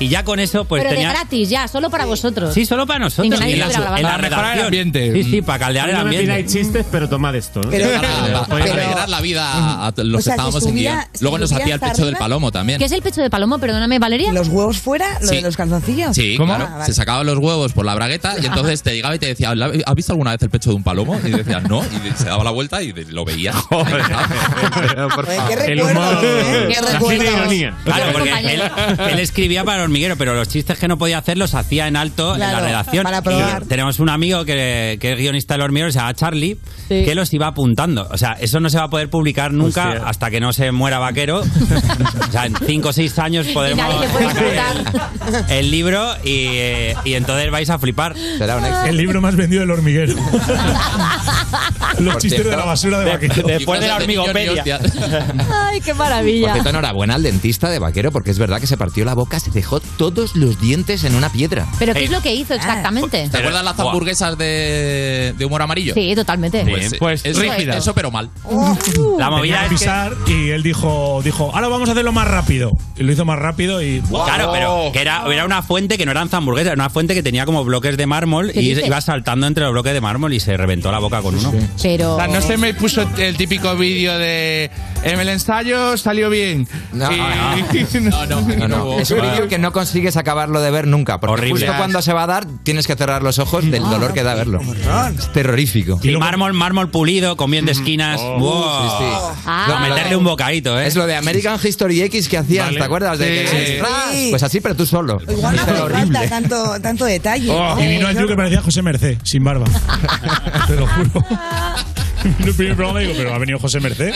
Speaker 23: y ya con eso, pues
Speaker 1: Pero
Speaker 23: tenía...
Speaker 1: de gratis, ya, solo para vosotros.
Speaker 23: Sí, solo para
Speaker 1: Sin
Speaker 23: nosotros.
Speaker 1: que nadie
Speaker 23: en la,
Speaker 1: estuviera
Speaker 23: en
Speaker 1: grabando.
Speaker 23: la
Speaker 1: Para
Speaker 23: redacción.
Speaker 1: mejorar el
Speaker 2: ambiente.
Speaker 23: Sí, sí, para caldear el
Speaker 2: No me
Speaker 23: ambiente.
Speaker 2: pidáis chistes, pero tomad esto. ¿no?
Speaker 23: Pero-
Speaker 2: Os
Speaker 23: Para-
Speaker 2: podéis
Speaker 23: para
Speaker 2: alegrar
Speaker 23: alegrar
Speaker 2: la
Speaker 23: la
Speaker 2: vida.
Speaker 23: vida
Speaker 32: a
Speaker 23: los
Speaker 1: O sea, que estábamos en subía- guión.
Speaker 23: Luego nos
Speaker 1: subía
Speaker 23: hacía el
Speaker 1: hasta
Speaker 23: pecho del
Speaker 1: arriba.
Speaker 23: palomo también.
Speaker 1: ¿Qué es el pecho de palomo? Perdóname, Valeria.
Speaker 4: ¿Los huevos fuera? ¿Lo
Speaker 23: Sí.
Speaker 4: de los calzoncillos?
Speaker 23: Sí,
Speaker 4: Ah,
Speaker 23: claro.
Speaker 4: vale.
Speaker 23: Se sacaba los huevos por la bragueta y entonces te llegaba y te decía, "¿La- ¿has visto alguna vez el pecho de un palomo? Y decías, no. Y se daba la vuelta y de- lo veía.
Speaker 4: Pues, qué
Speaker 23: El
Speaker 4: recuerdo,
Speaker 23: humor.
Speaker 4: ¿eh? Qué
Speaker 23: La
Speaker 4: recuerdo.
Speaker 23: fina ironía. Claro, porque él, él escribía para el hormiguero, pero los chistes que no podía hacer los hacía en alto en
Speaker 4: Claro,
Speaker 23: la redacción.
Speaker 4: para probar.
Speaker 23: Y tenemos un amigo que, que es guionista del hormiguero, se llama Charlie, que los iba apuntando. O sea, eso no se va a poder publicar nunca
Speaker 2: Hostia.
Speaker 23: hasta que no se muera vaquero. o sea, en 5 o 6 años podremos
Speaker 1: nadie te puede
Speaker 23: sacar el libro y, eh, y entonces vais a flipar.
Speaker 32: Será un
Speaker 33: El libro más vendido del hormiguero. Los
Speaker 32: Por
Speaker 33: chistes
Speaker 32: cierto.
Speaker 33: de la basura de
Speaker 32: De-
Speaker 33: vaquero.
Speaker 32: después de la hormigopedia.
Speaker 1: Ay, qué
Speaker 32: Por
Speaker 1: maravilla.
Speaker 32: cierto, enhorabuena al dentista de Vaquero porque es verdad que se partió la boca, se dejó todos los dientes en una piedra.
Speaker 1: Pero ¿qué es lo que hizo
Speaker 4: Ah.
Speaker 1: exactamente?
Speaker 23: ¿Te acuerdas las hamburguesas de, de humor amarillo?
Speaker 1: Sí, totalmente.
Speaker 23: Pues, eh,
Speaker 3: pues,
Speaker 23: eso,
Speaker 1: rígidas.
Speaker 23: eso, pero mal.
Speaker 33: La
Speaker 23: movida es que-
Speaker 33: Uh. pisar y él dijo, dijo, ahora vamos a hacerlo más rápido. Y lo hizo más rápido y...
Speaker 23: Claro, pero que era, era una fuente que no eran hamburguesas, era una fuente que tenía como bloques de mármol
Speaker 1: ¿Qué
Speaker 23: y
Speaker 1: dices?
Speaker 23: iba saltando entre los bloques de mármol y se reventó la boca con uno.
Speaker 1: Pero.
Speaker 3: O sea, no se me puso el típico vídeo de en el ensayo salió bien.
Speaker 32: No,
Speaker 3: Y-
Speaker 32: no, no, no, no. Es un vídeo que no consigues acabarlo de ver nunca. Porque
Speaker 23: Horrible.
Speaker 32: justo cuando se va a dar, tienes que cerrar los ojos
Speaker 1: Ah,
Speaker 32: del dolor que da verlo. Es terrorífico.
Speaker 23: Y Oh, mármol, mármol pulido, comiendo esquinas. Wow.
Speaker 32: Sí, sí.
Speaker 1: Ah.
Speaker 23: Lo- meterle un bocadito, ¿eh?
Speaker 32: Es lo de American History X que hacían,
Speaker 23: Vale.
Speaker 32: ¿te acuerdas? De que-
Speaker 23: Sí.
Speaker 32: ¡Ras! Pues así, pero tú solo.
Speaker 4: Igual no
Speaker 32: Pero
Speaker 4: hace falta tanto, tanto detalle.
Speaker 33: Oh, y vino el tío que parecía José Mercé, sin barba. Te lo juro. En el primer programa digo, pero ha venido José Mercé.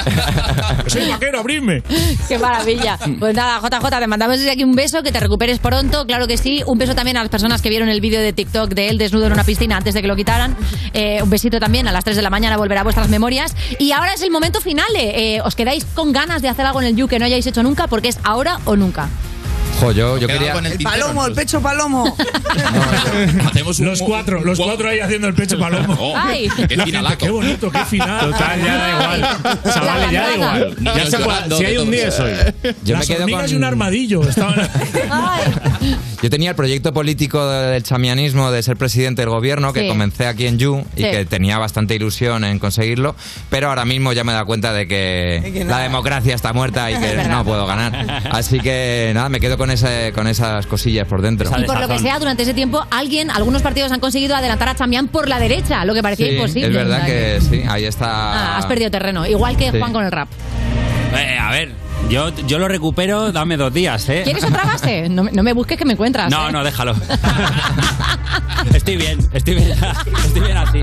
Speaker 33: Soy vaquero, abridme.
Speaker 1: Qué maravilla. Pues nada, JJ, te mandamos desde aquí un beso, que te recuperes pronto, claro que sí. Un beso también a las personas que vieron el vídeo de TikTok de él desnudo en una piscina antes de que lo quitaran. Eh, un besito también, a las 3 de la mañana volverá a vuestras memorias. Y ahora es el momento final, eh, eh, os quedáis con ganas de hacer algo en el You que no hayáis hecho nunca, porque es ahora o nunca.
Speaker 32: Jo, yo, yo
Speaker 4: Quedaba
Speaker 32: quería.
Speaker 4: con el palomo, el pecho palomo.
Speaker 33: los cuatro, los cuatro ahí haciendo el pecho palomo.
Speaker 1: Ay.
Speaker 33: La gente, Oh, qué bonito, qué final.
Speaker 2: Total, ya da igual. Chavales, ya da igual.
Speaker 33: No,
Speaker 2: Ya se
Speaker 33: no, yo
Speaker 2: puede-
Speaker 33: llorando
Speaker 2: si
Speaker 33: de
Speaker 2: hay un
Speaker 33: todo.
Speaker 2: 10 hoy.
Speaker 32: Yo
Speaker 33: Las
Speaker 32: me quedo
Speaker 33: hormigas
Speaker 32: con-
Speaker 33: y un armadillo. Estaban
Speaker 32: Yo tenía el proyecto político del chamianismo, de ser presidente del gobierno, que
Speaker 1: Sí.
Speaker 32: comencé aquí en You y
Speaker 1: Sí.
Speaker 32: que tenía bastante ilusión en conseguirlo, pero ahora mismo ya me he dado cuenta de que,
Speaker 1: Y que
Speaker 32: la
Speaker 1: nada.
Speaker 32: democracia está muerta y
Speaker 1: Es
Speaker 32: que
Speaker 1: verdad.
Speaker 32: no puedo ganar. Así que nada, me quedo con, ese, con esas cosillas por dentro.
Speaker 1: Y por lo que sea, durante ese tiempo, alguien, algunos partidos han conseguido adelantar a Chamián por la derecha, lo que parecía
Speaker 32: Sí,
Speaker 1: imposible.
Speaker 32: Es
Speaker 1: O
Speaker 32: verdad
Speaker 1: sea
Speaker 32: que Eh, sí, ahí
Speaker 1: Ah,
Speaker 32: está.
Speaker 1: has perdido terreno, igual que
Speaker 32: Sí.
Speaker 1: Juan con el rap.
Speaker 23: Eh, a ver, yo, yo lo recupero, dame dos días, ¿eh?
Speaker 1: ¿Quieres otra base? No, me- no me busques que me encuentras.
Speaker 23: No,
Speaker 1: ¿eh?
Speaker 23: no, déjalo. estoy bien, estoy bien, estoy bien así.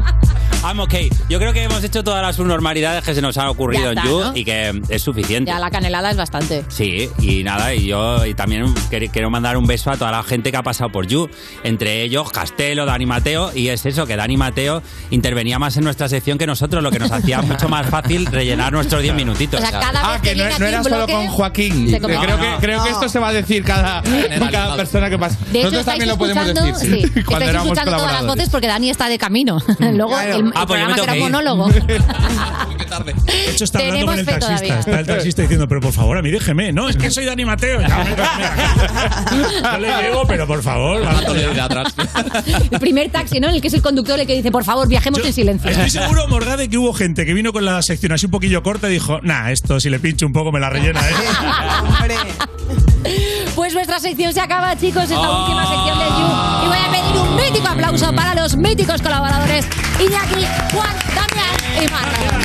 Speaker 23: I'm okay. Yo creo que hemos hecho todas las subnormalidades que se nos han
Speaker 1: Ya
Speaker 23: ocurrido
Speaker 1: está,
Speaker 23: en You
Speaker 1: ¿no?
Speaker 23: y que es suficiente.
Speaker 1: Ya la canelada es bastante.
Speaker 23: Sí, y nada, y yo y también quer- quiero mandar un beso a toda la gente que ha pasado por You, entre ellos Castelo, Dani Mateo, y es eso, que Dani Mateo intervenía más en nuestra sección que nosotros, lo que nos hacía mucho más fácil rellenar nuestros 10 minutitos.
Speaker 1: O sea, cada
Speaker 3: Ah, que no, no era solo con Joaquín. Eh,
Speaker 1: se
Speaker 3: creo,
Speaker 1: convierte-
Speaker 3: que,
Speaker 1: No,
Speaker 33: Ah.
Speaker 3: creo que esto se va a decir cada, cada persona que pasa.
Speaker 1: De hecho,
Speaker 3: Nosotros
Speaker 1: estáis
Speaker 3: también lo podemos
Speaker 1: escuchando,
Speaker 3: decir.
Speaker 1: sí,
Speaker 3: Cuando
Speaker 1: estáis
Speaker 3: éramos
Speaker 1: escuchando todas las
Speaker 3: colaboradores.
Speaker 1: voces porque Dani está de camino. Luego el, el
Speaker 33: Ah, pues yo me
Speaker 1: programa será
Speaker 33: tengo que ir.
Speaker 1: monólogo.
Speaker 33: De hecho, está hablando
Speaker 1: Tenemos
Speaker 33: con el
Speaker 1: fe
Speaker 33: taxista.
Speaker 1: todavía.
Speaker 33: Está el taxista diciendo, pero por favor, a mí déjeme. No, es que soy Dani Mateo. Yo le llevo, pero por favor.
Speaker 1: El primer taxi, ¿no? En el que es el conductor el que dice, por favor, viajemos en silencio.
Speaker 33: Estoy seguro, Morgade, que hubo gente que vino con la sección así un poquillo corta y dijo, nah, esto si le pincho un poco me la rellena, ¿eh?
Speaker 1: Pues nuestra sección se acaba, chicos, esta
Speaker 33: Oh.
Speaker 1: última sección de You. Y voy a pedir un mítico aplauso para los míticos colaboradores Iñaki, Juan, Damián y Marta.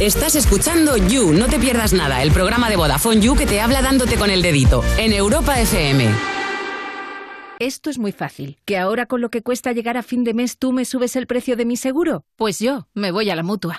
Speaker 29: Estás escuchando You, no te pierdas nada, el programa de Vodafone You que te habla dándote con el dedito, en Europa FM.
Speaker 36: Esto es muy fácil. ¿Que ahora con lo que cuesta llegar a fin de mes tú me subes el precio de mi seguro? Pues yo me voy a la mutua.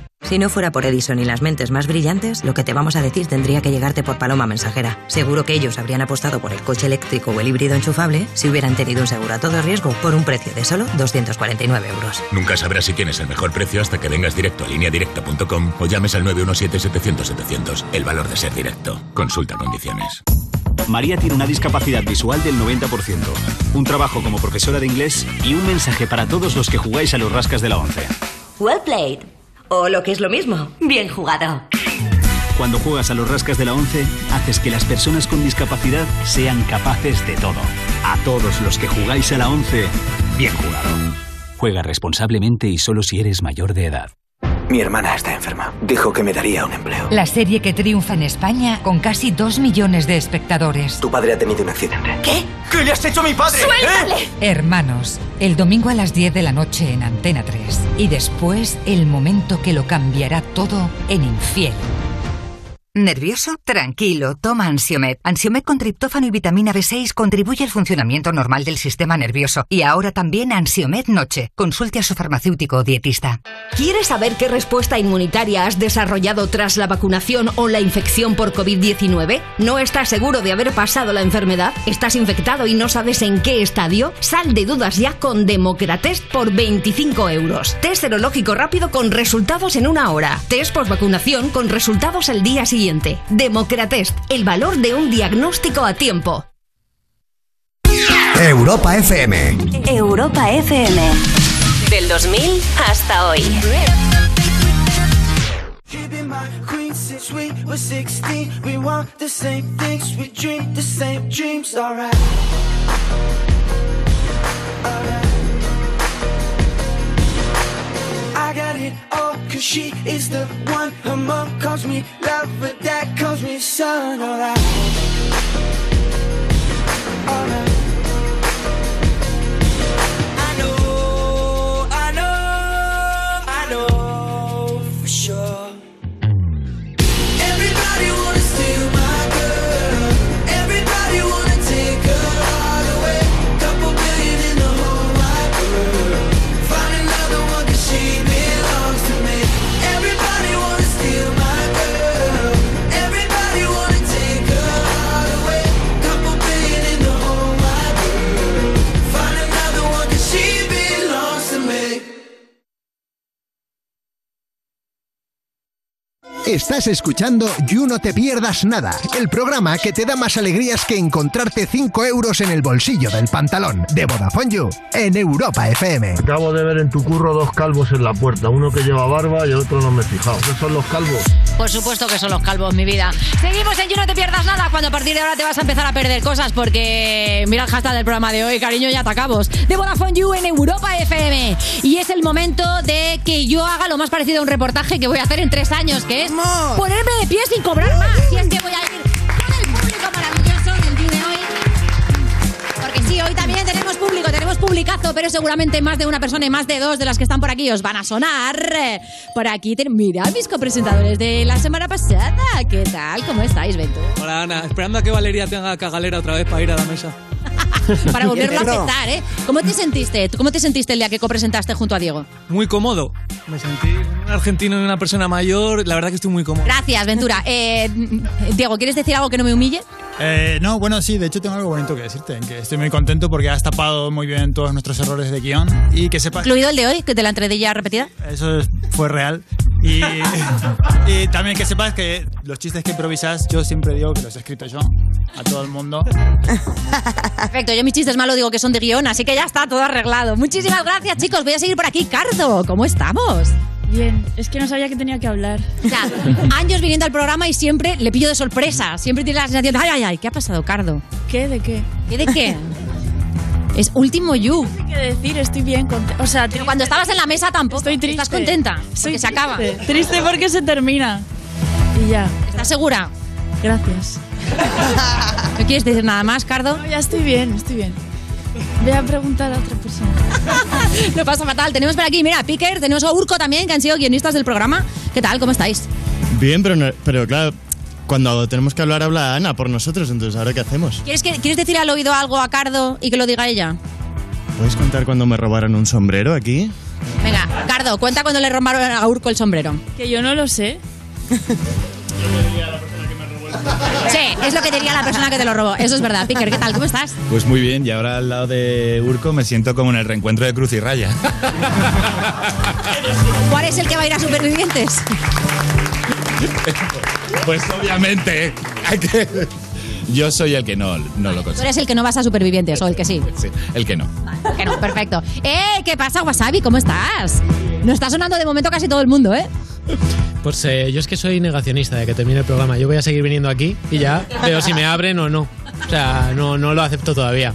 Speaker 11: Si no fuera por Edison y las mentes más brillantes, lo que te vamos a decir tendría que llegarte por Paloma Mensajera. Seguro que ellos habrían apostado por el coche eléctrico o el híbrido enchufable si hubieran tenido un seguro a todo riesgo por un precio de solo 249 euros.
Speaker 21: Nunca sabrás si tienes el mejor precio hasta que vengas directo a lineadirecta.com o llames al 917-700-700. El valor de ser directo. Consulta condiciones.
Speaker 23: María tiene una discapacidad visual del 90%, un trabajo como profesora de inglés y un mensaje para todos los que jugáis a los rascas de la 11.
Speaker 37: Well played. O lo que es lo mismo, bien jugado.
Speaker 23: Cuando juegas a los rascas de la 11, haces que las personas con discapacidad sean capaces de todo. A todos los que jugáis a la 11, bien jugado. Juega responsablemente y solo si eres mayor de edad.
Speaker 38: Mi hermana está enferma. Dijo que me daría un empleo.
Speaker 24: La serie que triunfa en España con casi 2 millones de espectadores.
Speaker 38: Tu padre ha tenido un accidente.
Speaker 24: ¿Qué?
Speaker 38: ¿Qué le has hecho a mi padre? ¿Eh?
Speaker 24: ¡Suéltale! Hermanos, el domingo a las 10 de la noche en Antena 3. Y después, el momento que lo cambiará todo en Infiel.
Speaker 39: ¿Nervioso? Tranquilo, toma Ansiomed. Ansiomed con triptófano y vitamina B6 contribuye al funcionamiento normal del sistema nervioso. Y ahora también Ansiomed Noche. Consulte a su farmacéutico o dietista.
Speaker 13: ¿Quieres saber qué respuesta inmunitaria has desarrollado tras la vacunación o la infección por COVID-19? ¿No estás seguro de haber pasado la enfermedad? ¿Estás infectado y no sabes en qué estadio? Sal de dudas ya con Democratest por 25 euros. Test serológico rápido con resultados en una hora. Test vacunación con resultados el día siguiente. Democratest, el valor de un diagnóstico a tiempo.
Speaker 40: Europa FM.
Speaker 13: Europa FM. Del 2000 hasta hoy.
Speaker 10: Been my queen since we were 16. We want the same things, we dream the same dreams, alright. Alright. I got it all, cause she is the one. Her mom calls me love, but dad calls me son, alright. Alright. I know, I know, I know for sure. Everybody wanna steal my girl. Everybody wanna take her all away. Couple billion in the whole wide world. Find another one 'cause she belongs to me. Everybody wanna steal my girl. Everybody wanna take her all away. Couple billion in the whole wide world. Find another one 'cause she belongs to me.
Speaker 5: Estás escuchando You No Te Pierdas Nada, el programa que te da más alegrías que encontrarte 5 euros en el bolsillo del pantalón de Vodafone You en Europa FM.
Speaker 28: Acabo de ver en tu curro dos calvos en la puerta, uno que lleva barba y el otro no me he fijado. ¿Qué son los calvos?
Speaker 1: Por supuesto que son los calvos, mi vida. Seguimos en You No Te Pierdas Nada, cuando a partir de ahora te vas a empezar a perder cosas, porque mira el hashtag del programa de hoy, cariño, ya atacamos. De Vodafone You en Europa FM. Y es el momento de que yo haga lo más parecido a un reportaje que voy a hacer en tres años, que es ponerme de pie sin cobrar más. Y es que voy a ir con el público maravilloso del día de hoy. Porque sí, hoy también tenemos público, tenemos publicazo, pero seguramente más de una persona y más de dos de las que están por aquí os van a sonar. Por aquí, ten- mira, mis copresentadores de la semana pasada. ¿Qué tal? ¿Cómo estáis, Bento?
Speaker 3: Hola Ana, esperando a que Valeria tenga cagalera otra vez para ir a la mesa.
Speaker 1: Para volverlo a
Speaker 3: Pero-
Speaker 1: aceptar, ¿eh? ¿Cómo te sentiste? ¿Tú ¿Cómo te sentiste el día que copresentaste junto a Diego?
Speaker 3: Muy cómodo. Me sentí un argentino y una persona mayor. La verdad que estoy muy cómodo.
Speaker 1: Gracias, Ventura. Eh, Diego, ¿quieres decir algo que no me humille?
Speaker 26: Eh, no, bueno, sí, de hecho tengo algo bonito que decirte, que estoy muy contento porque has tapado muy bien todos nuestros errores de guión y que sepas
Speaker 1: Incluido el de hoy, que te la entregué ya repetida.
Speaker 26: eso es- fue real. Y, y también que sepas que los chistes que improvisas yo siempre digo que los he escrito yo a todo el mundo.
Speaker 1: Perfecto, yo mis chistes malos digo que son de guión, así que ya está todo arreglado. Muchísimas gracias, chicos. Voy a seguir por aquí. Cardo, ¿cómo estamos?
Speaker 8: Bien, es que no sabía que tenía que hablar.
Speaker 1: O sea, años viniendo al programa y siempre le pillo de sorpresa. Siempre tiene la sensación, ay, ay, ay, ¿qué ha pasado, Cardo?
Speaker 8: ¿Qué? ¿De qué?
Speaker 1: ¿Qué de qué? es último you. No
Speaker 8: sé qué decir, estoy bien contenta. O sea,
Speaker 1: Pero cuando estabas en la mesa tampoco.
Speaker 8: Estoy triste.
Speaker 1: ¿Estás contenta?
Speaker 8: Soy
Speaker 1: Porque se acaba.
Speaker 8: triste. Triste porque se termina. Y ya.
Speaker 1: ¿Estás segura?
Speaker 8: Gracias.
Speaker 1: ¿No quieres decir nada más, Cardo?
Speaker 8: ya estoy bien, estoy bien. Voy a preguntar a otra persona.
Speaker 1: Lo pasa fatal. Tenemos por aquí, mira, Picker, tenemos a Urco también, que han sido guionistas del programa. ¿Qué tal? ¿Cómo estáis?
Speaker 41: Bien, pero, no- pero claro, cuando tenemos que hablar, habla Ana por nosotros, entonces ahora qué hacemos.
Speaker 1: ¿Quieres, que, ¿Quieres decir al oído algo a Cardo y que lo diga ella?
Speaker 41: ¿Puedes contar cuando me robaron un sombrero aquí?
Speaker 1: Venga, Cardo, cuenta cuando le robaron a Urco el sombrero.
Speaker 8: Que yo no lo sé.
Speaker 1: Sí, es lo que diría la persona que te lo robó. Eso es verdad. Picker, ¿qué tal? ¿Cómo estás?
Speaker 33: Pues muy bien, y ahora al lado de Urco me siento como en el reencuentro de Cruz y Raya.
Speaker 1: ¿Cuál es el que va a ir a Supervivientes?
Speaker 33: Pues obviamente, hay que- yo soy el que no, no lo
Speaker 1: Tú
Speaker 33: consigo.
Speaker 1: eres el que no vas a Supervivientes o el que sí.
Speaker 33: Sí, el que no.
Speaker 1: Que no, perfecto. ¡Eh! ¿Qué pasa, Wasabi? ¿Cómo estás? Nos está sonando de momento casi todo el mundo, ¿eh?
Speaker 15: Pues eh, yo es que soy negacionista de que termine el programa. Yo voy a seguir viniendo aquí y ya veo si me abren o no. O sea, no, no lo acepto todavía.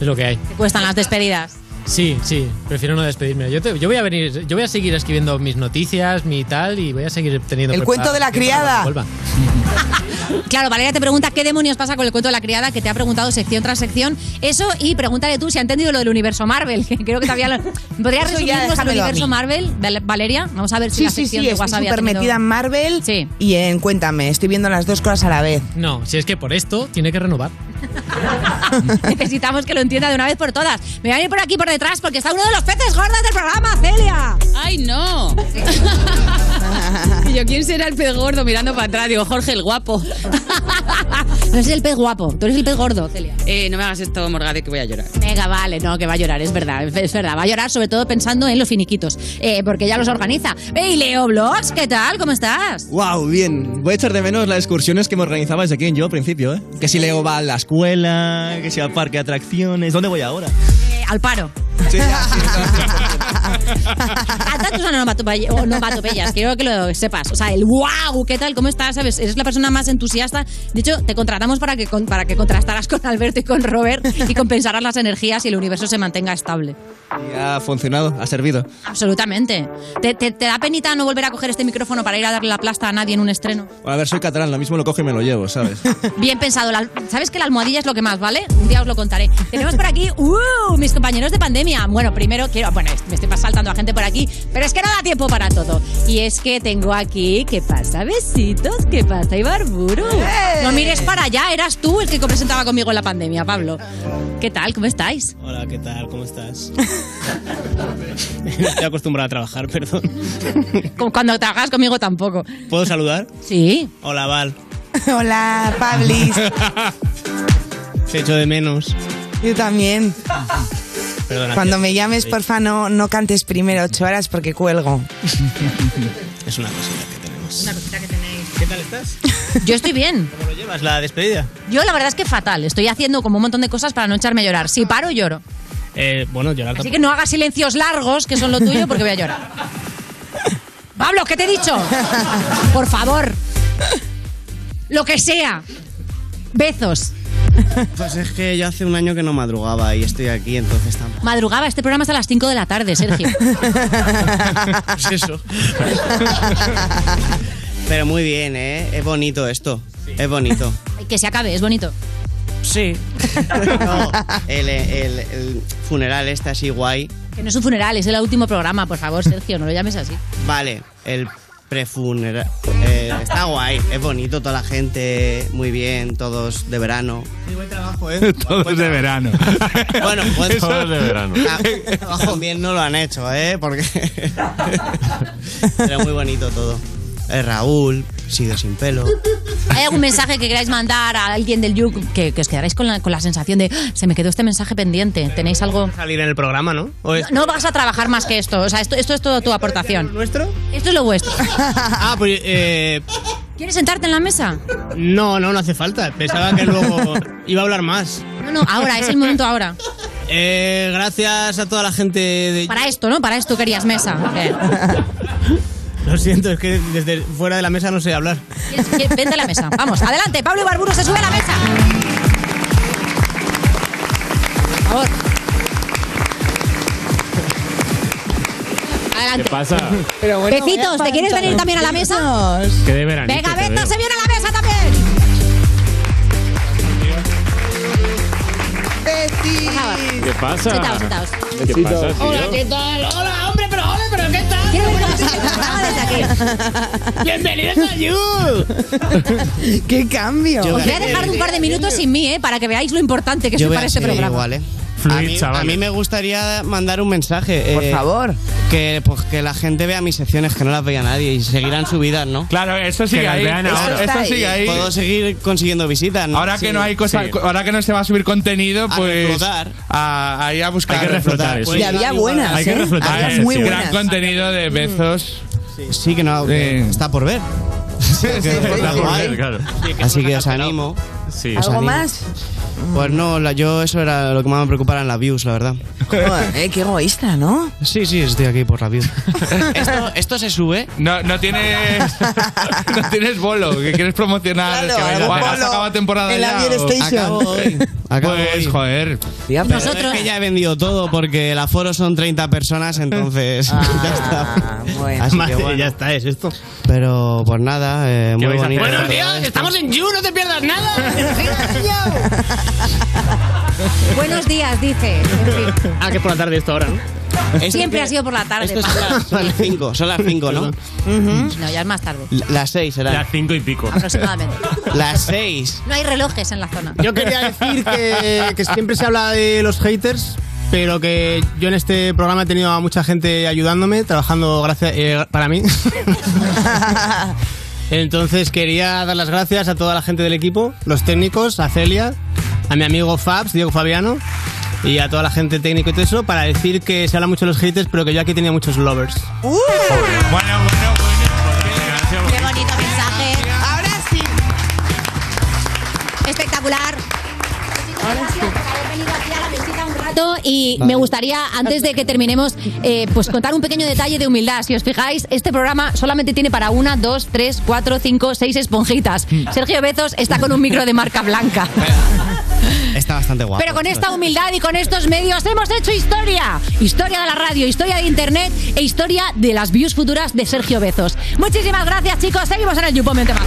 Speaker 15: Es lo que hay.
Speaker 1: Te cuestan las despedidas.
Speaker 15: Sí, sí, prefiero no despedirme. Yo, te- yo voy a venir, yo voy a seguir escribiendo mis noticias, mi tal, y voy a seguir teniendo.
Speaker 1: El cuento
Speaker 15: preparado
Speaker 1: de la
Speaker 15: tiempo para
Speaker 1: criada.
Speaker 15: cuando vuelva.
Speaker 1: Claro, Valeria te pregunta qué demonios pasa con el cuento de la criada que te ha preguntado sección tras sección. Eso y pregúntale tú si ha entendido lo del universo Marvel, que creo que todavía lo... ¿Podrías
Speaker 4: Eso ya
Speaker 1: resumir nuestro
Speaker 4: déjamelo a
Speaker 1: universo
Speaker 4: mí.
Speaker 1: Marvel, Val- Valeria? Vamos a ver si
Speaker 4: Sí,
Speaker 1: la
Speaker 4: sí,
Speaker 1: sección
Speaker 4: sí,
Speaker 1: de
Speaker 4: estoy
Speaker 1: WhatsApp
Speaker 4: súper metida en Marvel y en Cuéntame. Estoy viendo las dos cosas a la vez.
Speaker 15: No, si es que por esto tiene que renovar.
Speaker 1: Necesitamos que lo entienda de una vez por todas. Me voy a ir por aquí por detrás porque está uno de los peces gordos del programa, Celia.
Speaker 29: ¡Ay, no! y yo, ¿quién será el pez gordo mirando para atrás? Digo, Jorge, el guapo.
Speaker 1: No eres el pez guapo, tú eres el pez gordo, Celia.
Speaker 29: Eh, no me hagas esto, Morgade, que voy a llorar.
Speaker 1: Venga, vale, no, que va a llorar, es verdad, es verdad. Va a llorar sobre todo pensando en los finiquitos, eh, porque ya los organiza. ¡Ey, Leo Blogs! ¿Qué tal? ¿Cómo estás?
Speaker 3: Wow, bien. Voy a echar de menos las excursiones que me organizabais aquí en yo al principio, ¿eh? Que si Leo va a la escuela, que si al parque de atracciones. ¿Dónde voy ahora?
Speaker 1: Eh, al paro. A tantos onomatope- onomatopeyas, quiero que lo sepas. O sea, el wow, ¿qué tal? ¿Cómo estás? ¿Sabes? Eres la persona más entusiasta. De hecho, te contratamos para que, con- para que contrastaras con Alberto y con Robert y compensaras las energías y el universo se mantenga estable.
Speaker 3: Y ha funcionado, ha servido.
Speaker 1: Absolutamente. ¿Te, te, te da penita no volver a coger este micrófono para ir a darle la plasta a nadie en un estreno?
Speaker 3: Bueno, a ver, soy catalán, lo mismo lo cojo y me lo llevo, ¿sabes?
Speaker 1: Bien pensado. La- ¿Sabes que la almohadilla es lo que más, ¿vale? Un día os lo contaré. Tenemos por aquí, ¡uh! Mis compañeros de pandemia. Bueno, primero quiero. Bueno, es- me estoy saltando a gente por aquí, pero es que no da tiempo para todo. Y es que tengo aquí. ¿Qué pasa, besitos? ¿Qué pasa, Ibarburu?
Speaker 4: ¡Eh!
Speaker 1: No mires para allá, eras tú el que presentaba conmigo en la pandemia, Pablo. ¿Qué tal? ¿Cómo estáis?
Speaker 42: Hola, ¿qué tal? ¿Cómo estás? Estoy acostumbrado a trabajar, perdón.
Speaker 1: Como Cuando trabajas conmigo tampoco.
Speaker 42: ¿Puedo saludar?
Speaker 1: Sí.
Speaker 42: Hola, Val.
Speaker 4: Hola, Pablis.
Speaker 42: Te echo de menos.
Speaker 4: Yo también.
Speaker 42: Perdona.
Speaker 4: Cuando
Speaker 42: tía.
Speaker 4: me llames,
Speaker 42: Sí.
Speaker 4: porfa, no, no cantes primero ocho horas porque cuelgo.
Speaker 42: Es una cosita que tenemos.
Speaker 1: Una cosita que tenéis.
Speaker 42: ¿Qué tal estás?
Speaker 1: Yo estoy bien.
Speaker 42: ¿Cómo lo llevas la despedida?
Speaker 1: Yo la verdad es que fatal. Estoy haciendo como un montón de cosas para no echarme a llorar. Si paro, lloro.
Speaker 42: Eh, bueno, llorar
Speaker 1: Así
Speaker 42: tampoco.
Speaker 1: que no hagas silencios largos, que son lo tuyo, porque voy a llorar. Pablo, ¿qué te he dicho? Por favor. Lo que sea. Besos.
Speaker 42: Pues es que yo hace un año que no madrugaba y estoy aquí, entonces tampoco.
Speaker 1: Madrugaba, este programa es a las 5 de la tarde, Sergio.
Speaker 42: Pues eso. Pero muy bien, ¿eh? Es bonito esto. Es bonito.
Speaker 1: Ay, Que se acabe, es bonito.
Speaker 42: Sí. El, el- el funeral este así guay.
Speaker 1: Que no es un funeral, es el último programa, por favor, Sergio, no lo llames así.
Speaker 42: Vale, el prefuneral. eh, está guay, es bonito, toda la gente, muy bien, todos de verano. buen trabajo,
Speaker 9: Todos de verano.
Speaker 42: Bueno, buen
Speaker 9: Eso es de verano.
Speaker 42: Ah, buen trabajo bien no lo han hecho, ¿eh? Porque. Pero muy bonito todo. Eh, Raúl, sigue sin pelo.
Speaker 1: ¿Hay algún mensaje que queráis mandar a alguien del Yuk que, que os quedaréis con la, con la sensación de "Ah, se me quedó este mensaje pendiente? ¿Tenéis algo?
Speaker 42: Salir en el programa, ¿no? ¿O es-
Speaker 1: No vas a trabajar más que esto. O sea, esto, esto es toda tu aportación.
Speaker 42: ¿Nuestro?
Speaker 1: Esto es lo vuestro.
Speaker 42: Ah, pues. eh,
Speaker 1: ¿Quieres sentarte en la mesa?
Speaker 42: no, no, no hace falta. Pensaba que luego iba a hablar más.
Speaker 1: No, no, ahora, es el momento ahora.
Speaker 42: Eh, gracias a toda la gente de...
Speaker 1: Para esto, ¿no? Para esto querías mesa. Eh,
Speaker 42: Lo siento, es que desde fuera de la mesa no sé hablar.
Speaker 1: ¿quieres- quieres- Vente a la mesa. Vamos, adelante. Pablo Ibarburu se sube a la mesa. Por favor. Adelante.
Speaker 9: pasa?
Speaker 1: Pero
Speaker 9: bueno,
Speaker 1: Becitos,
Speaker 9: vaya
Speaker 1: ¿te quieres venir
Speaker 9: panza.
Speaker 1: también a la mesa?
Speaker 9: Que de veranito
Speaker 1: Venga,
Speaker 9: te
Speaker 1: Beta
Speaker 9: veo.
Speaker 1: se viene a la mesa también.
Speaker 9: ¿Qué pasa?
Speaker 1: Sentaos, sentaos.
Speaker 9: ¿Qué pasa, tío?
Speaker 1: ¿qué tal? Hola, hombre, pero hola, pero ¿qué tal? Quiero ver cómo se programa desde aquí.
Speaker 42: ¡Bienvenidos a
Speaker 1: You!
Speaker 4: ¡Qué cambio!
Speaker 1: Os voy a dejar un par de minutos sin mí, ¿eh? Para que veáis lo importante que
Speaker 42: Yo
Speaker 1: soy
Speaker 42: voy
Speaker 1: para
Speaker 42: a
Speaker 1: este
Speaker 42: seguir
Speaker 1: programa.
Speaker 42: igual, ¿eh? a, mí, a mí me gustaría mandar un mensaje.
Speaker 4: Por
Speaker 42: favor. Que, pues, que la gente vea mis secciones, que no las veía nadie y seguirán subidas, ¿no?
Speaker 3: Claro, eso sigue Que las ahí, vean eso- ahora. eso sigue ahí.
Speaker 42: Puedo seguir consiguiendo visitas, ¿no?
Speaker 3: Ahora que
Speaker 42: Sí.
Speaker 3: no hay cosa,
Speaker 42: Sí.
Speaker 3: ahora que no se va a subir contenido,
Speaker 42: A
Speaker 3: pues
Speaker 42: reflotar.
Speaker 3: a, ahí a buscar.
Speaker 42: Hay que reflotar eso. Y había buenas, Hay que ¿eh? reflotar. Había
Speaker 3: Ah, es
Speaker 42: muy
Speaker 3: gran
Speaker 42: buenas.
Speaker 3: contenido de Bezos.
Speaker 42: Sí, que no, que está por ver.
Speaker 3: está por
Speaker 42: Guay.
Speaker 3: ver, claro.
Speaker 42: Así que os animo.
Speaker 9: Sí.
Speaker 42: Os
Speaker 4: ¿Algo
Speaker 42: animo.
Speaker 4: más?
Speaker 42: Pues no, la- yo eso era lo que más me preocupaba en las views, la verdad.
Speaker 4: Joder, eh, qué egoísta, ¿no?
Speaker 42: Sí, sí, estoy aquí por la views. ¿Esto, esto se sube?
Speaker 3: No, no tienes no tienes bolo, que quieres promocionar.
Speaker 42: Claro,
Speaker 3: que venga,
Speaker 42: algún
Speaker 3: ¿has
Speaker 42: bolo
Speaker 3: acabado temporada
Speaker 42: en la
Speaker 3: ya,
Speaker 42: Beer
Speaker 3: o-
Speaker 42: Station. Acabo hoy.
Speaker 3: Pues joder.
Speaker 42: Pero Es que ya he vendido todo porque el aforo son 30 personas, entonces ya está. Así
Speaker 4: Madre,
Speaker 42: que Ah, ya está, es esto. Pero pues nada, eh, muy bonito.
Speaker 9: Buenos
Speaker 42: todo
Speaker 9: días,
Speaker 42: esto.
Speaker 9: estamos en You, no te pierdas nada.
Speaker 1: Buenos días, dice. En fin.
Speaker 42: Ah, que es por la tarde esto ahora, ¿no?
Speaker 1: Siempre ha sido por la tarde.
Speaker 42: Esto es
Speaker 1: Pablo.
Speaker 42: a las 5, son las 5, ¿no?
Speaker 1: Ujú. No, ya es más tarde.
Speaker 42: La- Las 6 será. Las
Speaker 9: 5 y pico.
Speaker 1: Aproximadamente.
Speaker 42: Las 6.
Speaker 1: No hay relojes en la zona.
Speaker 42: Yo quería
Speaker 1: decir
Speaker 42: que- que siempre se habla de los haters, pero que yo en este programa he tenido a mucha gente ayudándome, trabajando gracias eh, para mí. Entonces quería dar las gracias a toda la gente del equipo, los técnicos, a Celia, a mi amigo Fabs, Diego Fabiano, y a toda la gente técnico y todo eso, para decir que se habla mucho de los haters, pero que yo aquí tenía muchos lovers.
Speaker 1: Uh. Qué bonito mensaje. Ahora sí. Espectacular. rato y me gustaría, antes de que terminemos, eh, pues contar un pequeño detalle de humildad. Si os fijáis, este programa solamente tiene para una, dos, tres, cuatro, cinco, seis esponjitas. Sergio Bezos está con un micro de marca blanca.
Speaker 42: Está bastante guapo.
Speaker 1: Pero con esta humildad y con estos medios hemos hecho historia. Historia de la radio, historia de internet e historia de las views futuras de Sergio Bezos. Muchísimas gracias, chicos. Seguimos en el Yupo Mentemazo.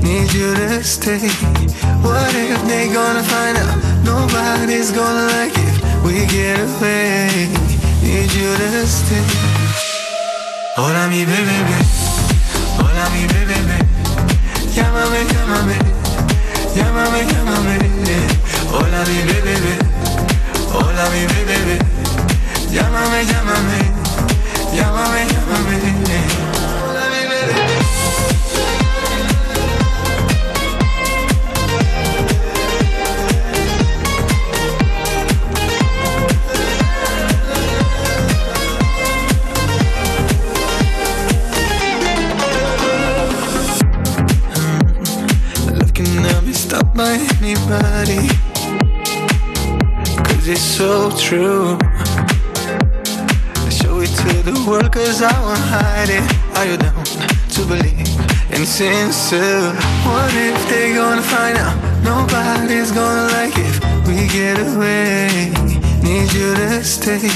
Speaker 43: Need you to stay. What if they gonna find out? Nobody's gonna like it. We get away. Need you to stay. Hola mi bebé, bebé. hola mi bebé, bebé. llámame, llámame, llámame, llámame. Hola mi bebé, bebé. hola mi bebé, bebé. llámame, llámame, llámame, llámame. Hola mi bebé. Looking at me, stopped by anybody. Cause it's so true. I show it to the world cause I won't hide it. Are you down to believe in sincere? What if they gonna find out? Nobody's gonna like it. We get away. Need you to stay.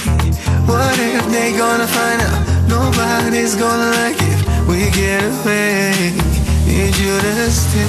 Speaker 43: What if they gonna find out? Nobody's gonna like it. We get away. Need you to stay.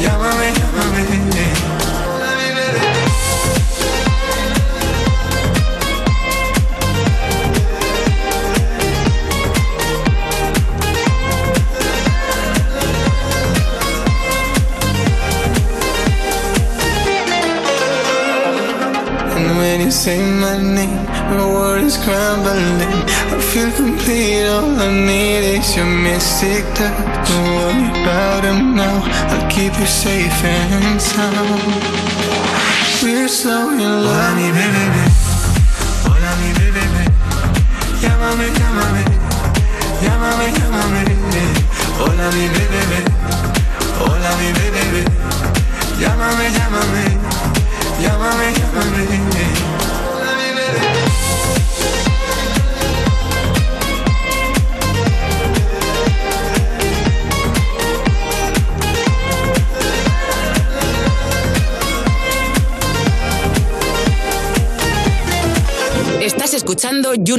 Speaker 43: llámame, llámame. Hola mi you say my name, my world is crumbling. I feel complete, all I need is your mystic touch. Don't worry about him now, I'll keep you safe and sound. We're so in love. Hola mi bebé, hola mi bebé, llámame, llámame, llámame, llámame. Hola mi bebé, hola mi bebé, llámame, llámame. Llámame, llámame. Hola, mi bebé.
Speaker 29: Estás escuchando You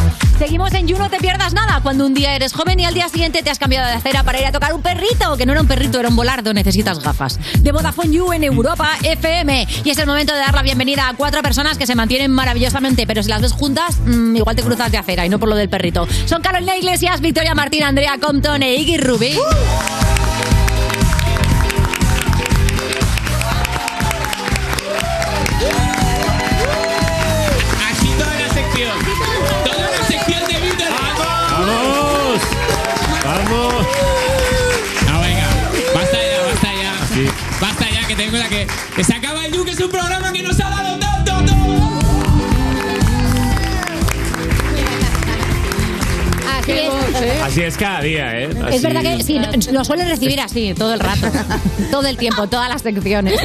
Speaker 1: Seguimos en You, no te pierdas nada. Cuando un día eres joven y al día siguiente te has cambiado de acera para ir a tocar un perrito, que no era un perrito, era un volardo, necesitas gafas. De Vodafone You en Europa FM. Y es el momento de dar la bienvenida a cuatro personas que se mantienen maravillosamente, pero si las ves juntas, mm, igual te cruzas de acera y no por lo del perrito. Son Carolina Iglesias, Victoria Martín, Andrea Compton e Iggy Rubí.
Speaker 15: Así toda la sección. Toda la sección de Víctor.
Speaker 10: ¡Vamos! ¡Vamos!
Speaker 15: No, venga. Basta ya, basta ya. Basta ya, que tengo la que. Que se acaba el You, que es un programa que nos ha dado tanto, tanto.
Speaker 1: Así es.
Speaker 2: Así es cada día, ¿eh?
Speaker 1: ¿Eh? Es
Speaker 2: Así-
Speaker 1: verdad que sí, no- lo suelen recibir así todo el rato, todo el tiempo, todas las secciones.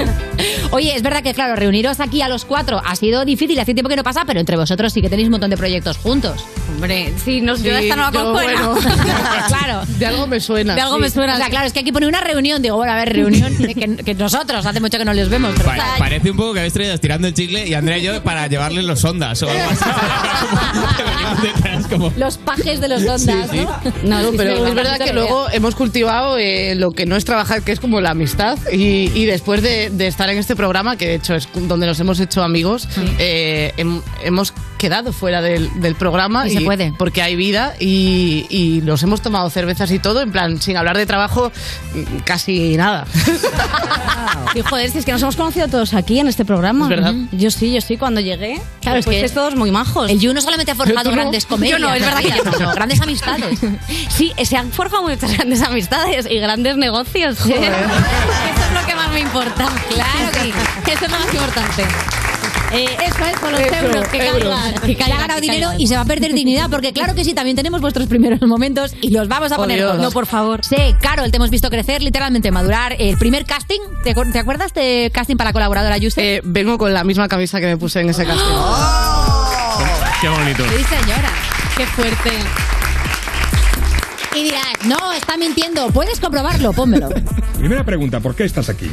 Speaker 1: Oye, es verdad que, claro, reuniros aquí a los cuatro ha sido difícil, hace tiempo que no pasa, pero entre vosotros sí que tenéis un montón de proyectos juntos.
Speaker 44: Hombre, sí, nos
Speaker 1: Yo esta no la conozco, ¿no? claro.
Speaker 44: De algo me suena. De algo me suena.
Speaker 1: O sea, claro, es que aquí pone una reunión, digo, bueno, a ver, reunión, eh, que, que nosotros hace mucho que no les vemos, pero
Speaker 12: Pa- parece un poco que habéis traído estirando el chicle y Andrea y yo para llevarle los ondas o algo así. Detrás, como-
Speaker 1: los pajes de los ondas,
Speaker 12: sí.
Speaker 1: ¿no?
Speaker 44: No, pero es verdad que luego hemos cultivado eh, lo que no es trabajar, que es como la amistad. Y, y después de, de estar en este programa, que de hecho es donde nos hemos hecho amigos, eh, hem- hemos quedado fuera del, del programa.
Speaker 1: Y se puede.
Speaker 44: Porque hay vida y, y nos hemos tomado cervezas y todo, en plan, sin hablar de trabajo, mm, casi nada.
Speaker 12: Y joder, si es que nos hemos conocido todos aquí en este programa.
Speaker 44: Es verdad.
Speaker 12: Ujú. Yo sí, yo sí, cuando llegué.
Speaker 1: Claro, es
Speaker 12: pues
Speaker 1: que-
Speaker 12: todos muy majos.
Speaker 1: El You no solamente ha forjado grandes comedias.
Speaker 12: Yo no, es verdad que yo no.
Speaker 1: sino Grandes amistades.
Speaker 12: Sí, se han forjado muchas grandes amistades y grandes negocios. ¿eh? Eso es lo que más me importa. Claro que Eso es lo más importante. Eh, eso es, con los
Speaker 1: Eso,
Speaker 12: euros que
Speaker 1: euros.
Speaker 12: caigan. que
Speaker 1: Ya ha
Speaker 12: caigan,
Speaker 1: ganado
Speaker 12: que
Speaker 1: dinero
Speaker 12: caigan.
Speaker 1: y se va a perder dignidad, porque claro que sí, también tenemos vuestros primeros momentos y los vamos a
Speaker 12: Oh,
Speaker 1: poner
Speaker 12: Dios.
Speaker 1: todos.
Speaker 12: No, por
Speaker 1: favor. Sí, Carol, te hemos visto crecer, literalmente madurar. El primer casting, ¿te, acuer- te acuerdas de casting para colaboradora Yusef?
Speaker 44: Eh, vengo con la misma camisa que me puse en ese
Speaker 12: Eh,
Speaker 44: casting.
Speaker 2: Qué bonito.
Speaker 1: señora. Qué fuerte. Y dirás, no, está mintiendo. Puedes comprobarlo, pónmelo.
Speaker 7: Primera pregunta, ¿por qué estás aquí?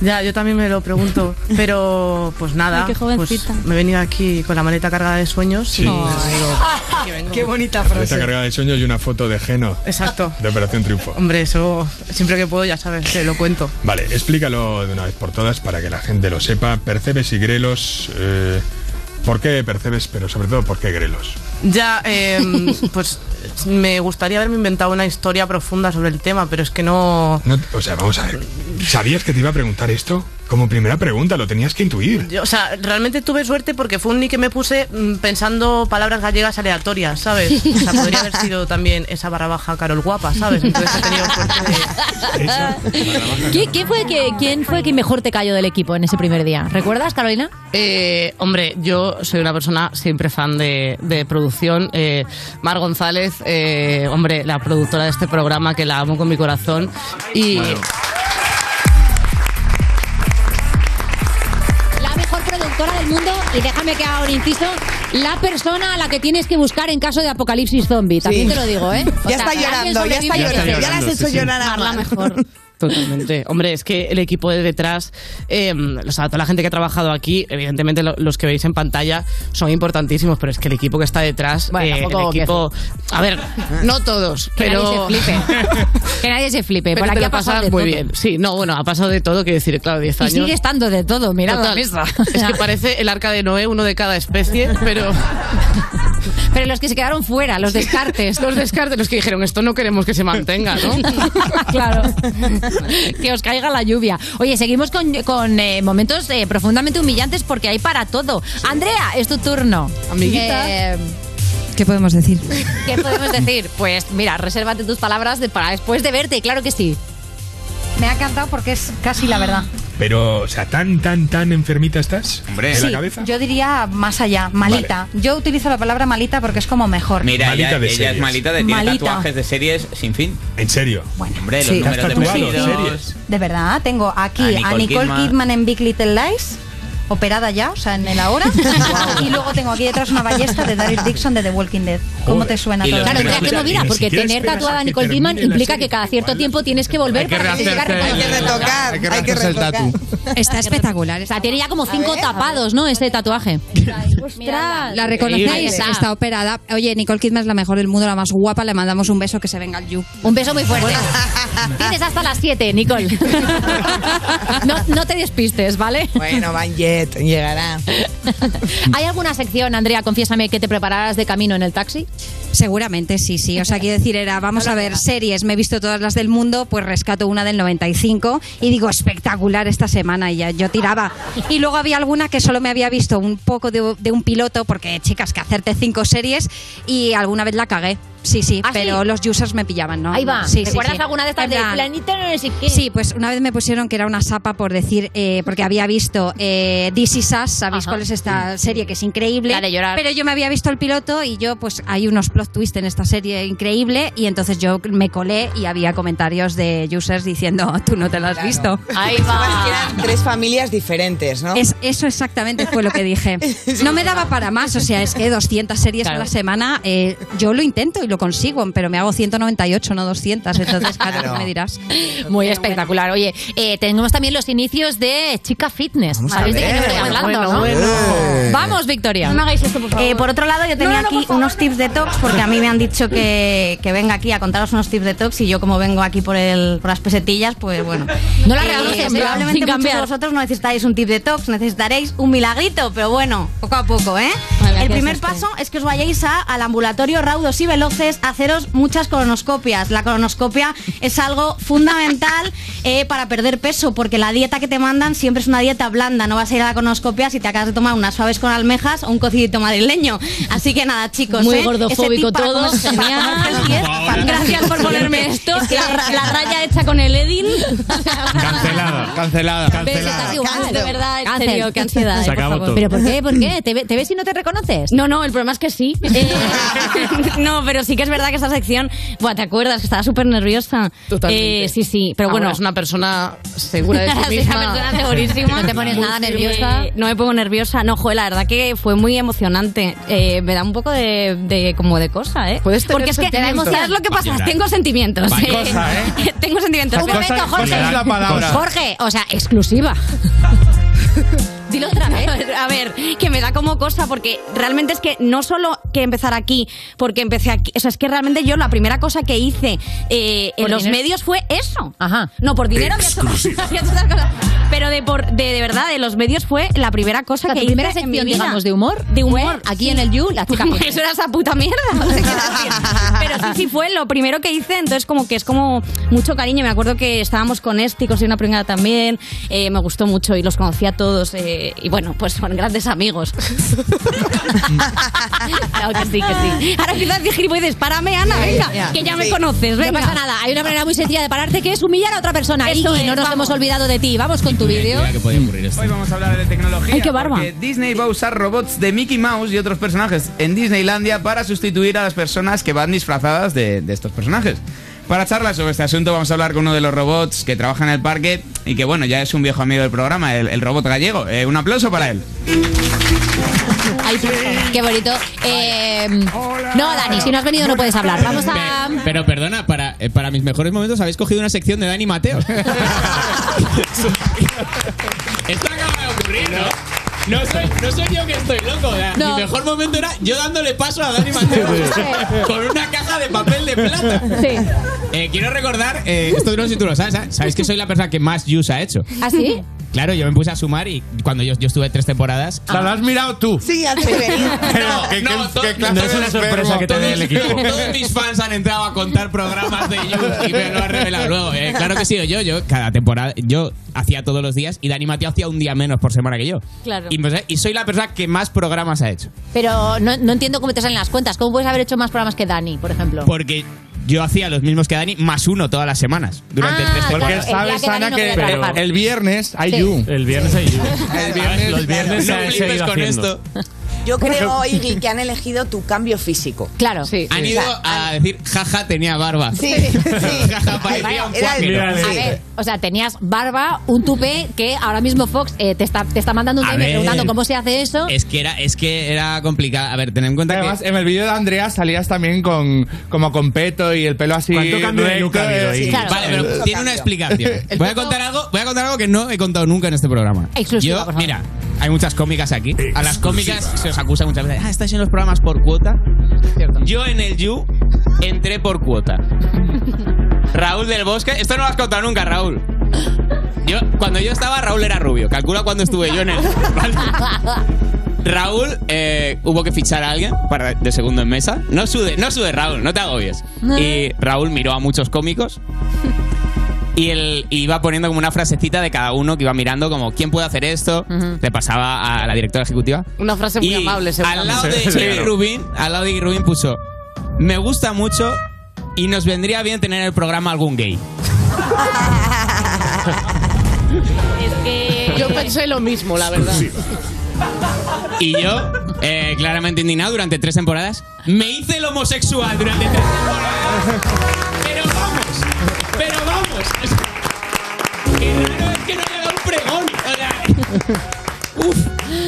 Speaker 44: Ya, yo también me lo pregunto, pero pues nada,
Speaker 12: Ay, qué
Speaker 44: pues
Speaker 12: jovencita.
Speaker 44: me he venido aquí con la maleta cargada de sueños y
Speaker 7: Sí.
Speaker 44: digo,
Speaker 12: Qué bonita
Speaker 7: Esta cargada de sueños y una foto de Geno.
Speaker 44: Exacto.
Speaker 7: De Operación Triunfo.
Speaker 44: hombre, eso siempre que puedo, ya sabes, te lo cuento.
Speaker 7: Vale, explícalo de una vez por todas para que la gente lo sepa. Percebes y Grelos. eh, ¿Por qué Percebes, pero sobre todo por qué Grelos?
Speaker 44: Ya, em, pues me gustaría haberme inventado una historia profunda sobre el tema, pero es que no...
Speaker 7: No- o sea, vamos a ver. ¿Sabías que te iba a preguntar esto? Como primera pregunta, lo tenías que intuir.
Speaker 44: yo- o sea, realmente tuve suerte porque fue un nick que me puse mm, pensando palabras gallegas aleatorias, ¿sabes? O sea, podría haber sido también esa barra baja Carol Guapa, ¿sabes? Entonces he tenido suerte de...
Speaker 37: Ah.
Speaker 1: ¿Qui- quién fue que, ¿Quién fue que mejor te cayó del equipo en ese primer día? ¿Recuerdas, Carolina?
Speaker 44: Eh, hombre, yo soy una persona siempre fan de, de producción. Eh, Mar González, eh, hombre, la productora de este programa que la amo con mi corazón. Y
Speaker 1: La mejor productora del mundo, y déjame que haga un inciso, la persona a la que tienes que buscar en caso de apocalipsis zombie. También
Speaker 4: Sí.
Speaker 1: te lo digo, ¿eh? O
Speaker 4: Ya
Speaker 1: sea,
Speaker 4: está
Speaker 1: alguien
Speaker 4: llorando, ya está
Speaker 1: sobrevive.
Speaker 4: llorando. Ya la has hecho llorar a Mar.
Speaker 44: Totalmente. Hombre, es que el equipo de detrás, eh, o sea, toda la gente que ha trabajado aquí, evidentemente lo- los que veis en pantalla son importantísimos, pero es que el equipo que está detrás, eh, el
Speaker 1: tampoco que-
Speaker 44: equipo, a ver, no todos,
Speaker 1: Que
Speaker 44: pero
Speaker 1: nadie se flipe. Que nadie se flipe.
Speaker 44: pero
Speaker 1: Por
Speaker 44: te
Speaker 1: aquí
Speaker 44: lo
Speaker 1: ha pasado
Speaker 44: pasas
Speaker 1: de
Speaker 44: muy
Speaker 1: todo.
Speaker 44: bien. Sí, no, bueno, ha pasado de todo, quiero decir, claro, 10
Speaker 1: Y
Speaker 44: años.
Speaker 1: sigue estando de todo, mira la
Speaker 44: Total.
Speaker 1: mesa.
Speaker 44: Es que parece el arca de Noé, uno de cada especie, pero.
Speaker 10: Pero los que se quedaron fuera, los descartes.
Speaker 44: los descartes, los que dijeron esto no queremos que se mantenga, ¿no?
Speaker 10: claro. que os caiga la lluvia. Oye, seguimos con, con, eh, momentos eh, profundamente humillantes porque hay para todo. Andrea, es tu turno.
Speaker 1: Amiguita.
Speaker 10: Eh,
Speaker 1: ¿Qué podemos decir?
Speaker 10: ¿Qué podemos decir? Pues mira, resérvate tus palabras de- para después de verte, claro que sí.
Speaker 1: Me ha encantado porque es casi la verdad.
Speaker 7: Pero, o sea, tan, tan, tan enfermita estás. Hombre, en
Speaker 1: Sí,
Speaker 7: la cabeza.
Speaker 1: Yo diría más allá, malita. Yo utilizo la palabra malita porque es como mejor.
Speaker 45: Mira,
Speaker 7: Malita
Speaker 45: ella,
Speaker 7: de
Speaker 45: ella es
Speaker 7: series.
Speaker 45: malita de tiene
Speaker 1: Malita.
Speaker 45: tatuajes de series sin fin.
Speaker 7: ¿En serio?
Speaker 1: Bueno,
Speaker 45: hombre, los
Speaker 1: sí.
Speaker 45: números
Speaker 1: ¿Te
Speaker 45: de
Speaker 1: has tatuado
Speaker 45: vestidos.
Speaker 1: De verdad, tengo aquí
Speaker 45: A
Speaker 1: a
Speaker 45: Nicole
Speaker 1: Nicole,
Speaker 45: Kidman.
Speaker 1: Kidman. en Big Little Lies. Operada ya, o sea, en el ahora. Y luego tengo aquí detrás una ballesta de Daryl Dixon de The Walking Dead. ¿Cómo te suena
Speaker 10: Y
Speaker 1: todo?
Speaker 10: los Claro, mira, qué
Speaker 1: que
Speaker 10: números. movida, Ni porque siquiera tener esperas tatuada a a que Nicole Kidman termine la implica serie. que cada cierto tiempo tienes que volver para que se siga reconociendo.
Speaker 3: hay que, rehacerse el tatu.
Speaker 1: Está espectacular.
Speaker 10: O sea, tiene ya como cinco tapados, ¿no? Este tatuaje.
Speaker 1: La reconocéis,
Speaker 10: Ahí
Speaker 1: está. operada. Oye, Nicole Kidman es la mejor del mundo, la más guapa. Le mandamos un beso que se venga al You.
Speaker 10: Un beso muy fuerte. Tienes hasta las 7, Nicole. No, no te despistes, ¿vale?
Speaker 4: Bueno, Van Jet, llegará.
Speaker 10: ¿Hay alguna sección, Andrea, confiésame, que te prepararás de camino en el taxi?
Speaker 1: Seguramente sí, sí. O sea, quiero decir, era, vamos a ver, series, me he visto todas las del mundo, pues rescato una del 95 y digo, espectacular esta semana y ya yo tiraba. Y luego había alguna que solo me había visto un poco de, de un piloto, porque chicas, que hacerte cinco series y alguna vez la cagué. Sí, sí,
Speaker 10: ¿Ah, sí?
Speaker 1: pero los users me pillaban, ¿no?
Speaker 10: Ahí va.
Speaker 1: Sí, sí,
Speaker 10: ¿Recuerdas
Speaker 1: sí.
Speaker 10: alguna de estas
Speaker 1: En
Speaker 10: de
Speaker 1: plan,
Speaker 10: planito no sé qué?
Speaker 1: Sí, pues una vez me pusieron que era una sapa por decir, eh, porque había visto eh, This Is Us, ¿sabéis cuál es esta serie que es increíble?
Speaker 10: La de llorar.
Speaker 1: Pero yo me había visto el piloto y yo, pues hay unos plot twist en esta serie increíble y entonces yo me colé y había comentarios de users diciendo, tú no te lo has visto.
Speaker 4: Ahí va. eran tres familias diferentes, ¿no?
Speaker 1: Ah. Es, eso exactamente fue lo que dije. No me daba para más, o sea, es que 200 series a la semana, eh, yo lo intento y lo consigo, pero me hago 198, no 200, entonces claro,
Speaker 10: Claro.
Speaker 1: ¿qué me dirás.
Speaker 10: Muy espectacular. Oye, eh, tenemos también los inicios de Chica Fitness.
Speaker 1: a
Speaker 10: ¿Sabéis de qué
Speaker 1: ver.
Speaker 10: estoy hablando,
Speaker 1: Bueno,
Speaker 10: no?
Speaker 1: bueno.
Speaker 10: Eh. Vamos, Victoria.
Speaker 1: No me hagáis
Speaker 12: Eh,
Speaker 1: esto, por favor. Eh, por otro lado, yo tenía aquí unos tips de tox, porque a mí me han dicho que, que venga aquí a contaros unos tips de tox, y yo, como vengo aquí por, el, por las pesetillas, pues bueno.
Speaker 10: No la reduces, ¿eh? Sin
Speaker 1: Probablemente muchos
Speaker 10: cambiar.
Speaker 1: de vosotros no necesitáis un tip de tox, necesitaréis un milagrito, pero bueno, poco a poco, ¿eh? el primer
Speaker 12: este.
Speaker 1: paso es que os vayáis a, al ambulatorio raudos y veloces a haceros muchas colonoscopias. La colonoscopia es algo fundamental eh, para perder peso, porque la dieta que te mandan siempre es una dieta blanda. No vas a ir a la colonoscopia si te acabas de tomar unas suaves con almejas o un cocidito madrileño. Así que nada, chicos.
Speaker 12: Muy
Speaker 1: ¿eh?
Speaker 12: gordofóbico
Speaker 1: Ese tip para
Speaker 12: todo,
Speaker 1: comerse- para
Speaker 12: genial.
Speaker 1: comerse el diez, para-
Speaker 12: Gracias por ponerme esto.
Speaker 1: Es que
Speaker 12: la, ra- la raya hecha con el Edil.
Speaker 3: Cancelada.
Speaker 12: Cancelada.
Speaker 3: Cancelada.
Speaker 12: Ah, De verdad, en
Speaker 10: Cancel.
Speaker 12: serio, qué ansiedad. eh,
Speaker 3: Se
Speaker 12: por
Speaker 3: acabó
Speaker 12: favor.
Speaker 3: todo.
Speaker 10: ¿Pero por qué? ¿Por qué? ¿Te, ve- te ves y no te reconoces?
Speaker 12: No, no, el problema es que sí. Eh, no, pero sí que es verdad que esta sección. Buah, ¿te acuerdas? Que estaba súper nerviosa.
Speaker 44: Totalmente.
Speaker 12: Eh, sí, sí,
Speaker 10: Ah,
Speaker 12: pero
Speaker 44: Ahora
Speaker 12: bueno.
Speaker 44: es una persona segura de sí
Speaker 12: Sí,
Speaker 44: misma.
Speaker 12: una persona segurísima.
Speaker 44: No te pones nada
Speaker 12: Muy
Speaker 44: nerviosa.
Speaker 12: firme. No me pongo nerviosa. No, joder, la verdad que fue muy emocionante. Eh, me da un poco de, de- como de cosa, ¿eh?
Speaker 44: Puedes tener
Speaker 12: Porque es que
Speaker 44: sentimientos.
Speaker 12: ¿sabes lo que
Speaker 44: Va a
Speaker 12: pasa?
Speaker 44: llorar.
Speaker 12: Tengo sentimientos.
Speaker 44: Va, cosa,
Speaker 12: Tengo sentimientos.
Speaker 10: Un momento, Jorge. Jorge, o sea, exclusiva.
Speaker 12: Dilo otra vez. A ver, que me da como cosa, porque realmente es que no solo que empezar aquí, porque empecé aquí. O sea, es que realmente yo la primera cosa que hice eh, en
Speaker 10: Por
Speaker 12: los
Speaker 10: dinero.
Speaker 12: medios fue eso. Ajá. No, por dinero había hecho-
Speaker 10: Exclusiva.
Speaker 12: había hecho otras cosas. Pero de, por, de, de verdad, de los medios fue la primera cosa
Speaker 10: O sea,
Speaker 12: que
Speaker 10: tu primera
Speaker 12: hice en
Speaker 10: sección,
Speaker 12: mi vida.
Speaker 10: digamos, de humor.
Speaker 12: De humor.
Speaker 10: Aquí en el You, la chica
Speaker 12: Pues
Speaker 10: Fitness.
Speaker 12: era esa puta mierda. o sea, quiero decir. Pero sí, sí fue lo primero que hice, entonces como que es como mucho cariño. Me acuerdo que estábamos con Esti, con Soy una pringada también, eh, me gustó mucho y los conocí a todos. eh, y bueno, pues son grandes amigos. claro que Ah, sí, que
Speaker 1: Ah.
Speaker 12: sí. Ahora empiezas a decir, voy párame, Ana, venga, que ya me conoces, venga.
Speaker 10: No pasa nada. Hay una manera muy sencilla de pararte que es humillar a otra persona. y no nos hemos olvidado de ti. Vamos con tu vídeo.
Speaker 15: que podía ocurrir esto. Hoy vamos a hablar de tecnología.
Speaker 10: Ay, qué barba.
Speaker 15: porque Disney va a usar robots de Mickey Mouse y otros personajes en Disneylandia para sustituir a las personas que van disfrazadas de, de estos personajes. Para charlar sobre este asunto vamos a hablar con uno de los robots que trabaja en el parque y que bueno, ya es un viejo amigo del programa, el, el robot gallego. Eh, un aplauso para él.
Speaker 10: Ay, qué bonito. Eh, no, Dani, si no has venido no puedes hablar. Vamos a...
Speaker 45: Pero perdona, para, eh, para mis mejores momentos habéis cogido una sección de Dani Mateo.
Speaker 9: Esto acaba de ocurrir, ¿no? No soy, no soy yo que estoy loco. o sea,
Speaker 45: No.
Speaker 9: Mi mejor momento era yo dándole paso a Dani Mateo con una caja de papel de plata.
Speaker 15: ¿Ah,
Speaker 3: ¿Ah,
Speaker 9: Eh, quiero recordar, eh, esto no sé si tú lo sabes, ¿sabes? Sabes que soy la persona que más views ha hecho.
Speaker 10: ¿Así?
Speaker 15: Claro, yo me puse a sumar y cuando yo, yo estuve tres temporadas.
Speaker 3: O sea, ¿la has mirado tú?
Speaker 8: Sí,
Speaker 3: has venido. Pero, ¿qué- qué- qué clase
Speaker 15: no es
Speaker 3: de
Speaker 15: una sorpresa
Speaker 3: enfermo?
Speaker 15: que te dé el equipo.
Speaker 32: Todos
Speaker 15: mis fans han entrado a contar programas de YouTube y me lo han revelado luego. eh. Claro que he sido yo. Yo cada temporada, yo hacía todos los días y Dani Mateo hacía un día menos por semana que yo.
Speaker 1: Claro.
Speaker 15: Y, pues, y soy la persona que más programas ha hecho.
Speaker 1: Pero no, no entiendo cómo te salen las cuentas. ¿Cómo puedes haber hecho más programas que Dani, por ejemplo?
Speaker 15: Porque yo hacía los mismos que Dani, más uno todas las semanas. Durante
Speaker 1: Ah,
Speaker 15: tres
Speaker 1: claro,
Speaker 15: temporadas.
Speaker 1: el día Porque que sabes, Dani Ana, no que quiere trabajar.
Speaker 3: el viernes hay
Speaker 1: Sí.
Speaker 3: you.
Speaker 10: El viernes hay you.
Speaker 15: El viernes,
Speaker 10: los viernes
Speaker 15: no
Speaker 10: se- se ha
Speaker 15: flipes
Speaker 10: ido
Speaker 15: con
Speaker 10: haciendo.
Speaker 15: esto.
Speaker 8: Yo creo, Iggy, que han elegido tu cambio físico.
Speaker 1: Claro. Sí.
Speaker 15: Han ido a decir, jaja, tenía barba.
Speaker 8: Sí, sí.
Speaker 15: jaja, parecía un
Speaker 1: Era el-
Speaker 15: cuáquero.
Speaker 1: a ver, o sea, tenías barba, un tupé que ahora mismo Fox eh, te, está, te está mandando un
Speaker 15: A
Speaker 1: DM
Speaker 15: ver. Eh,
Speaker 1: preguntando cómo se hace eso.
Speaker 15: Es que era, es que era complicado. A ver, tened en cuenta
Speaker 3: Además,
Speaker 15: que.
Speaker 3: en el vídeo de Andrea salías también con como con peto y el pelo así.
Speaker 15: ¿Cuánto cambio de look ha habido ahí?
Speaker 3: eh,
Speaker 15: Sí, claro. Vale, pero tiene una explicación. Voy a contar algo, voy a contar algo que no he contado nunca en este programa.
Speaker 32: Exclusiva,
Speaker 15: Yo,
Speaker 32: por favor.
Speaker 15: mira, hay muchas cómicas aquí. A las
Speaker 32: Exclusiva.
Speaker 15: cómicas se os acusa muchas veces. Ah, estáis en los programas por cuota. Yo en el You entré por cuota. Raúl del Bosque, esto no lo has contado nunca, Raúl. Yo, cuando yo estaba, Raúl era rubio. Calcula cuando estuve yo en el. Raúl eh, hubo que fichar a alguien para de segundo en mesa. No sude, no sude Raúl, no te agobies.
Speaker 32: No.
Speaker 15: Y Raúl miró a muchos cómicos y él iba poniendo como una frasecita de cada uno que iba mirando como quién puede hacer esto. Le pasaba a la directora ejecutiva.
Speaker 44: Una frase muy
Speaker 15: Y
Speaker 44: amable,
Speaker 15: Al lado de
Speaker 44: seguramente.
Speaker 15: Iggy Rubin, al lado de Iggy Rubin puso me gusta mucho y nos vendría bien tener en el programa algún gay.
Speaker 44: Es que... Yo pensé lo mismo, la verdad.
Speaker 15: Y yo, eh, claramente indignado durante tres temporadas, me hice el homosexual durante tres temporadas. Pero vamos, pero vamos. O sea, Qué raro es que no le da un pregón. O sea, uf.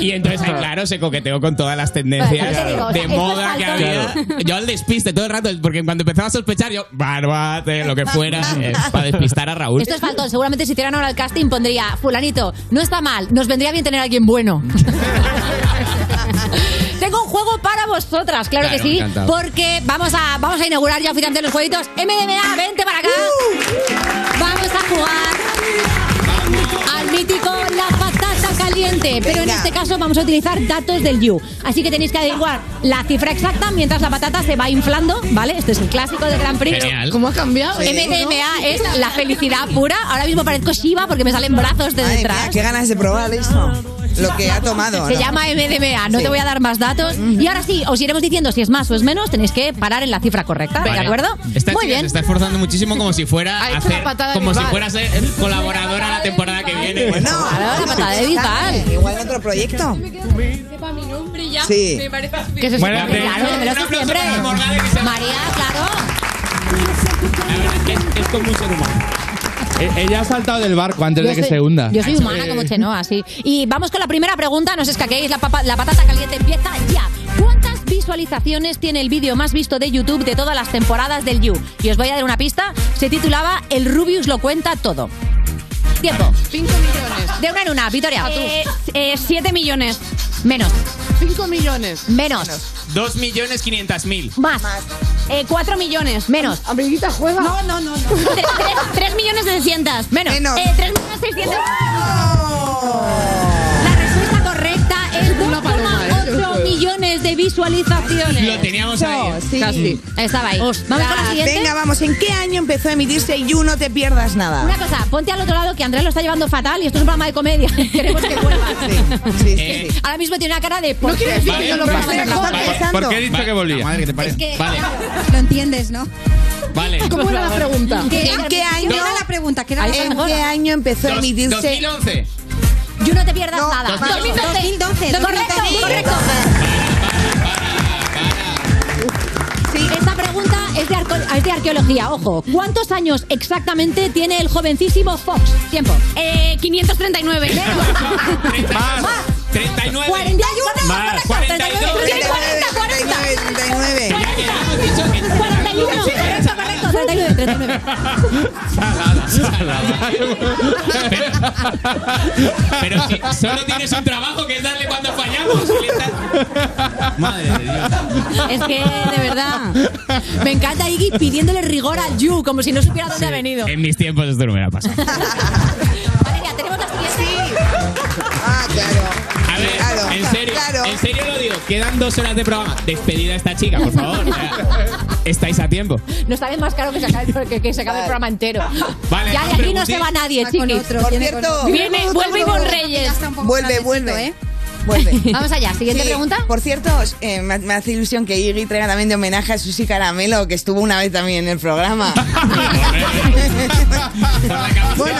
Speaker 15: Y entonces, ahí, claro, se coqueteó con todas las tendencias
Speaker 32: Claro. Digo, o sea,
Speaker 15: de
Speaker 32: esto es
Speaker 15: moda que
Speaker 32: faltón.
Speaker 15: había. Yo al despiste todo el rato, porque cuando empezaba a sospechar, yo, barbate, lo que fuera, eh, para despistar a Raúl.
Speaker 1: Esto es faltón. Seguramente si hicieran ahora el casting pondría fulanito. No está mal. Nos vendría bien tener a alguien bueno. Tengo un juego para vosotras, claro,
Speaker 32: Claro,
Speaker 1: que sí,
Speaker 32: encantado.
Speaker 1: porque vamos a vamos a inaugurar ya oficialmente los jueguitos. MDMA, vente para acá.
Speaker 32: ¡Uh!
Speaker 1: Vamos a jugar al mítico la patata caliente, pero en este caso vamos a utilizar datos del You. Así que tenéis que averiguar la cifra exacta mientras la patata se va inflando, ¿vale? Este es el clásico de Gran Prix.
Speaker 44: Genial. ¿Cómo ha cambiado? Sí.
Speaker 1: MDMA es la felicidad pura. Ahora mismo parezco Shiva porque me salen brazos de
Speaker 8: Madre mía,
Speaker 1: detrás.
Speaker 8: qué ganas de probar eso. Lo que ha tomado.
Speaker 1: Se
Speaker 8: ¿no?
Speaker 1: llama MDMA, no
Speaker 8: Sí.
Speaker 1: te voy a dar más datos. Y ahora sí, os iremos diciendo si es más o es menos, tenéis que parar en la cifra correcta, ¿de
Speaker 15: Vale.
Speaker 1: acuerdo?
Speaker 15: Esta
Speaker 1: Muy
Speaker 15: chica
Speaker 1: bien.
Speaker 15: se está esforzando muchísimo como si fuera
Speaker 1: Ha hecho
Speaker 15: hacer-
Speaker 1: la patada de
Speaker 15: como si
Speaker 1: Bisbal.
Speaker 15: fuera a ser el colaboradora la temporada que viene. pues.
Speaker 1: Claro, la patada de Bisbal.
Speaker 8: Igual en otro proyecto.
Speaker 12: Sepa mi nombre ya.
Speaker 8: Sí.
Speaker 12: Me parece
Speaker 8: Que se
Speaker 1: Claro,
Speaker 8: Bueno, te-
Speaker 1: que me lo sé siempre. María, claro.
Speaker 15: Es como un ser humano.
Speaker 3: eh, Ella ha saltado del barco antes de que
Speaker 1: soy-
Speaker 3: se hunda.
Speaker 1: Yo soy humana como Chenoa, sí. Y vamos con la primera pregunta, no os escaquéis, la, papa- la patata caliente empieza ya. ¿Cuántas visualizaciones tiene el vídeo más visto de YouTube de todas las temporadas del You? Y os voy a dar una pista, se titulaba El Rubius lo cuenta todo. Tiempo.
Speaker 44: 5 millones.
Speaker 1: De una en una, Victoria.
Speaker 12: Eh,
Speaker 1: 7 millones. Menos.
Speaker 44: 5 millones.
Speaker 1: Menos.
Speaker 15: 2.500.000.
Speaker 1: Más. 4 Eh, millones. Menos.
Speaker 44: Amiguita, juega.
Speaker 12: No, no, no. 3 millones 700.
Speaker 1: Menos.
Speaker 12: Menos.
Speaker 1: Eh, 3 millones 600. La respuesta correcta es 2,8 millones de visualizaciones.
Speaker 15: Lo teníamos ahí.
Speaker 8: Casi.
Speaker 1: Estaba ahí. Vamos con la siguiente.
Speaker 8: Venga, vamos. ¿En qué año empezó a emitirse You No Te Pierdas Nada?
Speaker 1: Una cosa, ponte al otro lado que Andrés lo está llevando fatal y esto es un programa de comedia. Queremos que vuelva. Ahora mismo tiene una cara de. No
Speaker 32: quiere decir que yo lo pase, lo está pensando.
Speaker 3: ¿Por qué he dicho que volvía?
Speaker 15: madre que te
Speaker 3: parece.
Speaker 15: Vale,
Speaker 2: Lo entiendes, ¿no?
Speaker 15: vale.
Speaker 2: ¿Cómo era la pregunta?
Speaker 8: ¿Qué-
Speaker 2: ¿En
Speaker 8: en
Speaker 2: qué
Speaker 8: qué
Speaker 2: año?
Speaker 8: año-
Speaker 2: era la pregunta? ¿Qué era la
Speaker 8: ¿En
Speaker 2: pregunta?
Speaker 8: qué año empezó a
Speaker 15: Dos-
Speaker 8: emitirse?
Speaker 15: 2011.
Speaker 1: You no te pierdas nada.
Speaker 2: 2012.
Speaker 1: 2012. Lo correcto, correcto. Sí, esta pregunta es de, arco- es de arqueología. Ojo, ¿cuántos años exactamente tiene el jovencísimo Fox? Tiempo.
Speaker 15: Eh,
Speaker 1: 539.
Speaker 15: Más. 39.
Speaker 1: 41.
Speaker 15: Más. 42.
Speaker 8: 39, 39.
Speaker 1: Correcto, correcto, 39, 39.
Speaker 15: Salada, salada. Pero si solo tienes un trabajo que es darle cuando fallamos. y le estás- Madre de Dios.
Speaker 1: Es que, de verdad, me encanta Iggy pidiéndole rigor al Yu, como si no supiera dónde ha venido.
Speaker 15: En mis tiempos esto no me pasado.
Speaker 1: Valeria, tenemos la siguiente.
Speaker 15: En serio lo digo, quedan dos horas de programa. Despedida a esta chica, por favor. O sea, Estáis a tiempo.
Speaker 1: No está bien más caro que se acabe, el- que, que se acabe el programa entero.
Speaker 15: Vale,
Speaker 1: ya
Speaker 15: no
Speaker 1: de aquí no se
Speaker 15: preguntéis.
Speaker 1: va nadie,
Speaker 8: Va con
Speaker 1: chiquis.
Speaker 8: otro, Por viene con cierto, otro.
Speaker 1: Viene-
Speaker 8: otro,
Speaker 1: vuelve
Speaker 8: otro,
Speaker 1: con
Speaker 8: otro,
Speaker 1: Reyes.
Speaker 4: Vuelve, vuelve.
Speaker 8: ¿eh?
Speaker 4: Vuelve.
Speaker 1: Vamos allá, siguiente
Speaker 4: Sí,
Speaker 1: pregunta.
Speaker 4: Por cierto, eh, me, me hace ilusión que Iggy traiga también de homenaje a Susi Caramelo, que estuvo una vez también en el programa. bueno,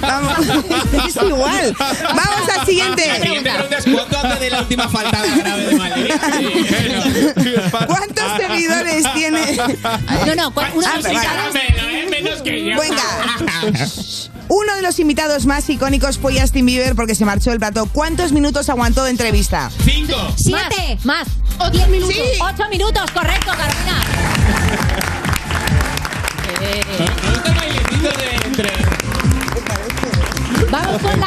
Speaker 4: vamos. Es igual. Vamos al siguiente.
Speaker 15: La siguiente pregunta es: ¿cuándo habla de la última faltada grave de Madrid?
Speaker 4: ¿Cuántos seguidores tiene?
Speaker 1: No, no, ¿cuál-
Speaker 15: uno
Speaker 4: Ah,
Speaker 15: de los
Speaker 4: vale.
Speaker 15: invitados? Menos, ¿eh? Menos que yo.
Speaker 4: Venga. Uno de los invitados más icónicos fue Justin Bieber porque se marchó del plató. ¿Cuántos minutos aguantó de entrevista?
Speaker 15: Cinco.
Speaker 1: Siete. Más. Diez minutos. Ocho minutos, correcto, Carolina. Vamos con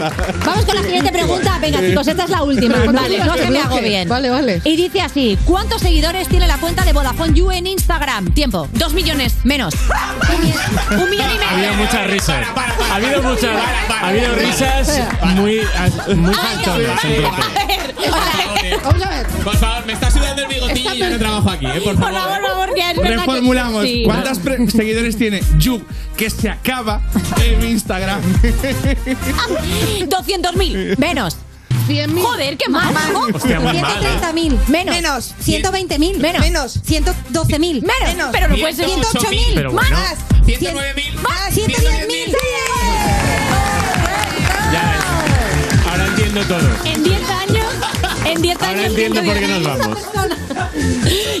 Speaker 1: la. Vamos con la siguiente pregunta. Venga, chicos, esta es la última. Vale, no se me hago bien.
Speaker 46: Vale, vale.
Speaker 1: Y dice así: ¿Cuántos seguidores tiene la cuenta de Vodafone You en Instagram? Tiempo: dos millones menos. Un millón y
Speaker 2: Ha
Speaker 1: medio.
Speaker 2: habido muchas risas. Ha habido muchas. Ha habido risas muy, muy saltonas, entonces.
Speaker 46: Vamos a ver.
Speaker 15: eh. Por favor, me está sudando el bigotillo y yo no trabajo aquí, ¿eh? Por favor.
Speaker 1: Por favor, ya es verdad que-
Speaker 3: Reformulamos.
Speaker 1: Sí.
Speaker 3: ¿Cuántos pre- seguidores tiene Yu que se acaba en Instagram?
Speaker 1: 200.000 menos. Joder, qué mal.
Speaker 3: Hostia, más mal, ¿eh?
Speaker 8: 130.000
Speaker 1: menos.
Speaker 8: Menos. 120.000 menos. Menos. 112.000 menos.
Speaker 1: Pero no puede ser
Speaker 8: 108.000
Speaker 1: Pero
Speaker 8: más.
Speaker 1: bueno.
Speaker 15: 109.000
Speaker 8: más. 110.000.
Speaker 2: Ahora entiendo todo.
Speaker 1: En 10 años, en 10
Speaker 2: Ahora
Speaker 1: años.
Speaker 2: entiendo por qué
Speaker 1: 110.000
Speaker 2: nos vamos.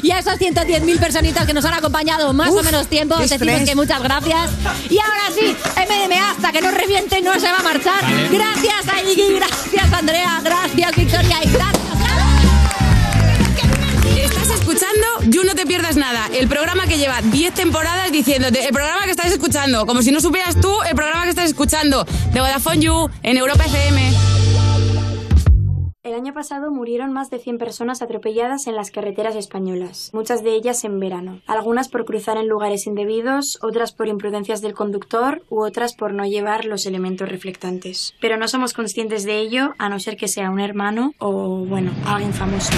Speaker 1: Y a esas 110.000 personitas que nos han acompañado más o menos tiempo,
Speaker 4: qué
Speaker 1: os decimos
Speaker 4: estrés.
Speaker 1: que muchas gracias. Y ahora sí, MDM hasta que no reviente y no se va a marchar.
Speaker 4: Vale.
Speaker 1: Gracias a Iggy, gracias Andrea, gracias Victoria y gracias.
Speaker 29: Estás escuchando You No Te Pierdas Nada, el programa que lleva 10 temporadas diciéndote, el programa que estás escuchando, como si no supieras tú el programa que estás escuchando, de Vodafone You, en Europa FM.
Speaker 12: El año pasado murieron más de 100 personas atropelladas en las carreteras españolas, muchas de ellas en verano, algunas por cruzar en lugares indebidos, otras por imprudencias del conductor u otras por no llevar los elementos reflectantes. Pero no somos conscientes de ello a no ser que sea un hermano o, bueno, alguien famoso.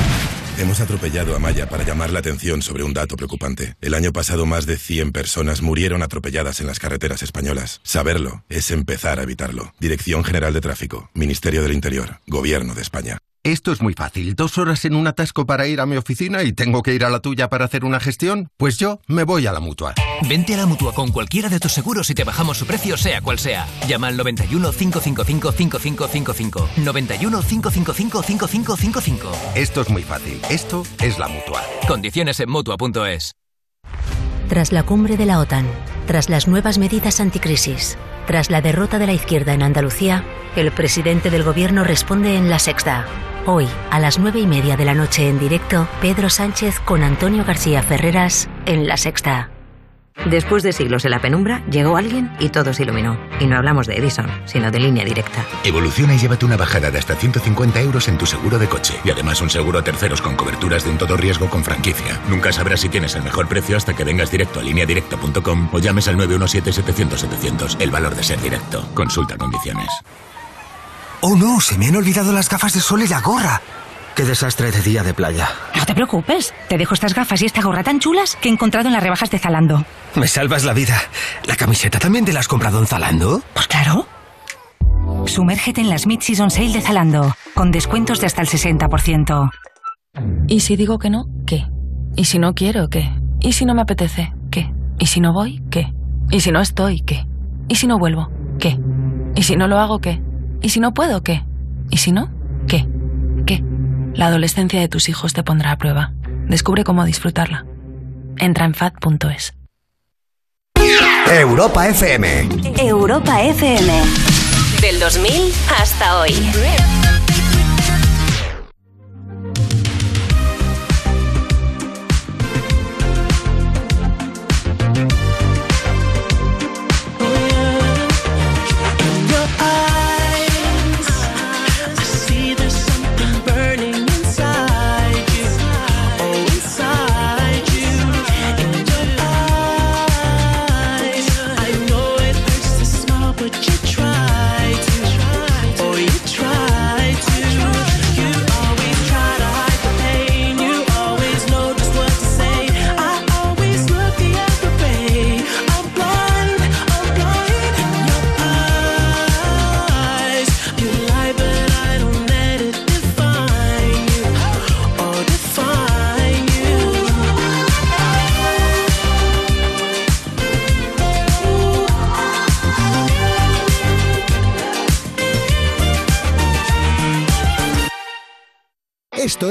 Speaker 21: Hemos atropellado a Maya para llamar la atención sobre un dato preocupante. El año pasado más de 100 personas murieron atropelladas en las carreteras españolas. Saberlo es empezar a evitarlo. Dirección General de Tráfico, Ministerio del Interior, Gobierno de España.
Speaker 28: Esto es muy fácil. Dos horas en un atasco para ir a mi oficina y tengo que ir a la tuya para hacer una gestión. Pues yo me voy a la mutua.
Speaker 18: Vente a la mutua con cualquiera de tus seguros y te bajamos su precio, sea cual sea. Llama al 91 555 5555. 91 555 5555.
Speaker 28: Esto es muy fácil. Esto es la mutua.
Speaker 18: Condiciones en mutua.es.
Speaker 11: Tras la cumbre de la OTAN, tras las nuevas medidas anticrisis, tras la derrota de la izquierda en Andalucía, el presidente del gobierno responde en La Sexta. Hoy, a las nueve y media de la noche en directo, Pedro Sánchez con Antonio García Ferreras en La Sexta.
Speaker 24: Después de siglos en la penumbra, llegó alguien y todo se iluminó. Y no hablamos de Edison, sino de línea directa.
Speaker 21: Evoluciona y llévate una bajada de hasta 150 euros en tu seguro de coche. Y además un seguro a terceros con coberturas de un todo riesgo con franquicia. Nunca sabrás si tienes el mejor precio hasta que vengas directo a lineadirecta.com o llames al 917-700-700. El valor de ser directo. Consulta condiciones.
Speaker 10: Oh no, se me han olvidado las gafas de sol y la gorra. Qué desastre de día de playa.
Speaker 24: No te preocupes, te dejo estas gafas y esta gorra tan chulas que he encontrado en las rebajas de Zalando.
Speaker 10: Me salvas la vida. ¿La camiseta también te la has comprado en Zalando?
Speaker 24: Pues claro. Sumérgete en las Mid-Season Sale de Zalando, con descuentos de hasta el 60%.
Speaker 13: ¿Y si digo que no? ¿Qué? ¿Y si no quiero? ¿Qué? ¿Y si no me apetece? ¿Qué? ¿Y si no voy? ¿Qué? ¿Y si no estoy? ¿Qué? ¿Y si no vuelvo? ¿Qué? ¿Y si no lo hago? ¿Qué? ¿Y si no puedo? ¿Qué? ¿Y si no? ¿Qué? ¿Qué? La adolescencia de tus hijos te pondrá a prueba. Descubre cómo disfrutarla. Entra en fad.es.
Speaker 10: Europa FM.
Speaker 11: Europa FM. Del 2000 hasta hoy.
Speaker 10: In your eyes, I see there's something burning inside you. Oh, inside you. In your eyes, I know it hurts to smile, but you try to. Oh, you try
Speaker 26: Esto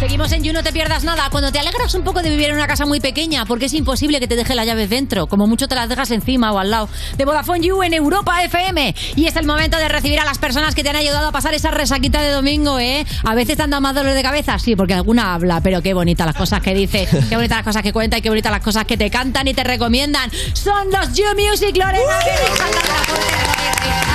Speaker 1: Seguimos en You, no te pierdas nada. Cuando te alegras un poco de vivir en una casa muy pequeña, porque es imposible que te deje la llave dentro, como mucho te las dejas encima o al lado. De Vodafone You en Europa FM. Y es el momento de recibir a las personas que te han ayudado a pasar esa resaquita de domingo, ¿eh? A veces te han dado más dolor de cabeza, sí, porque alguna habla, pero qué bonitas las cosas que dice, qué bonitas las cosas que cuenta y qué bonitas las cosas que te cantan y te recomiendan. Son los You Music, Lorena. que te cantan la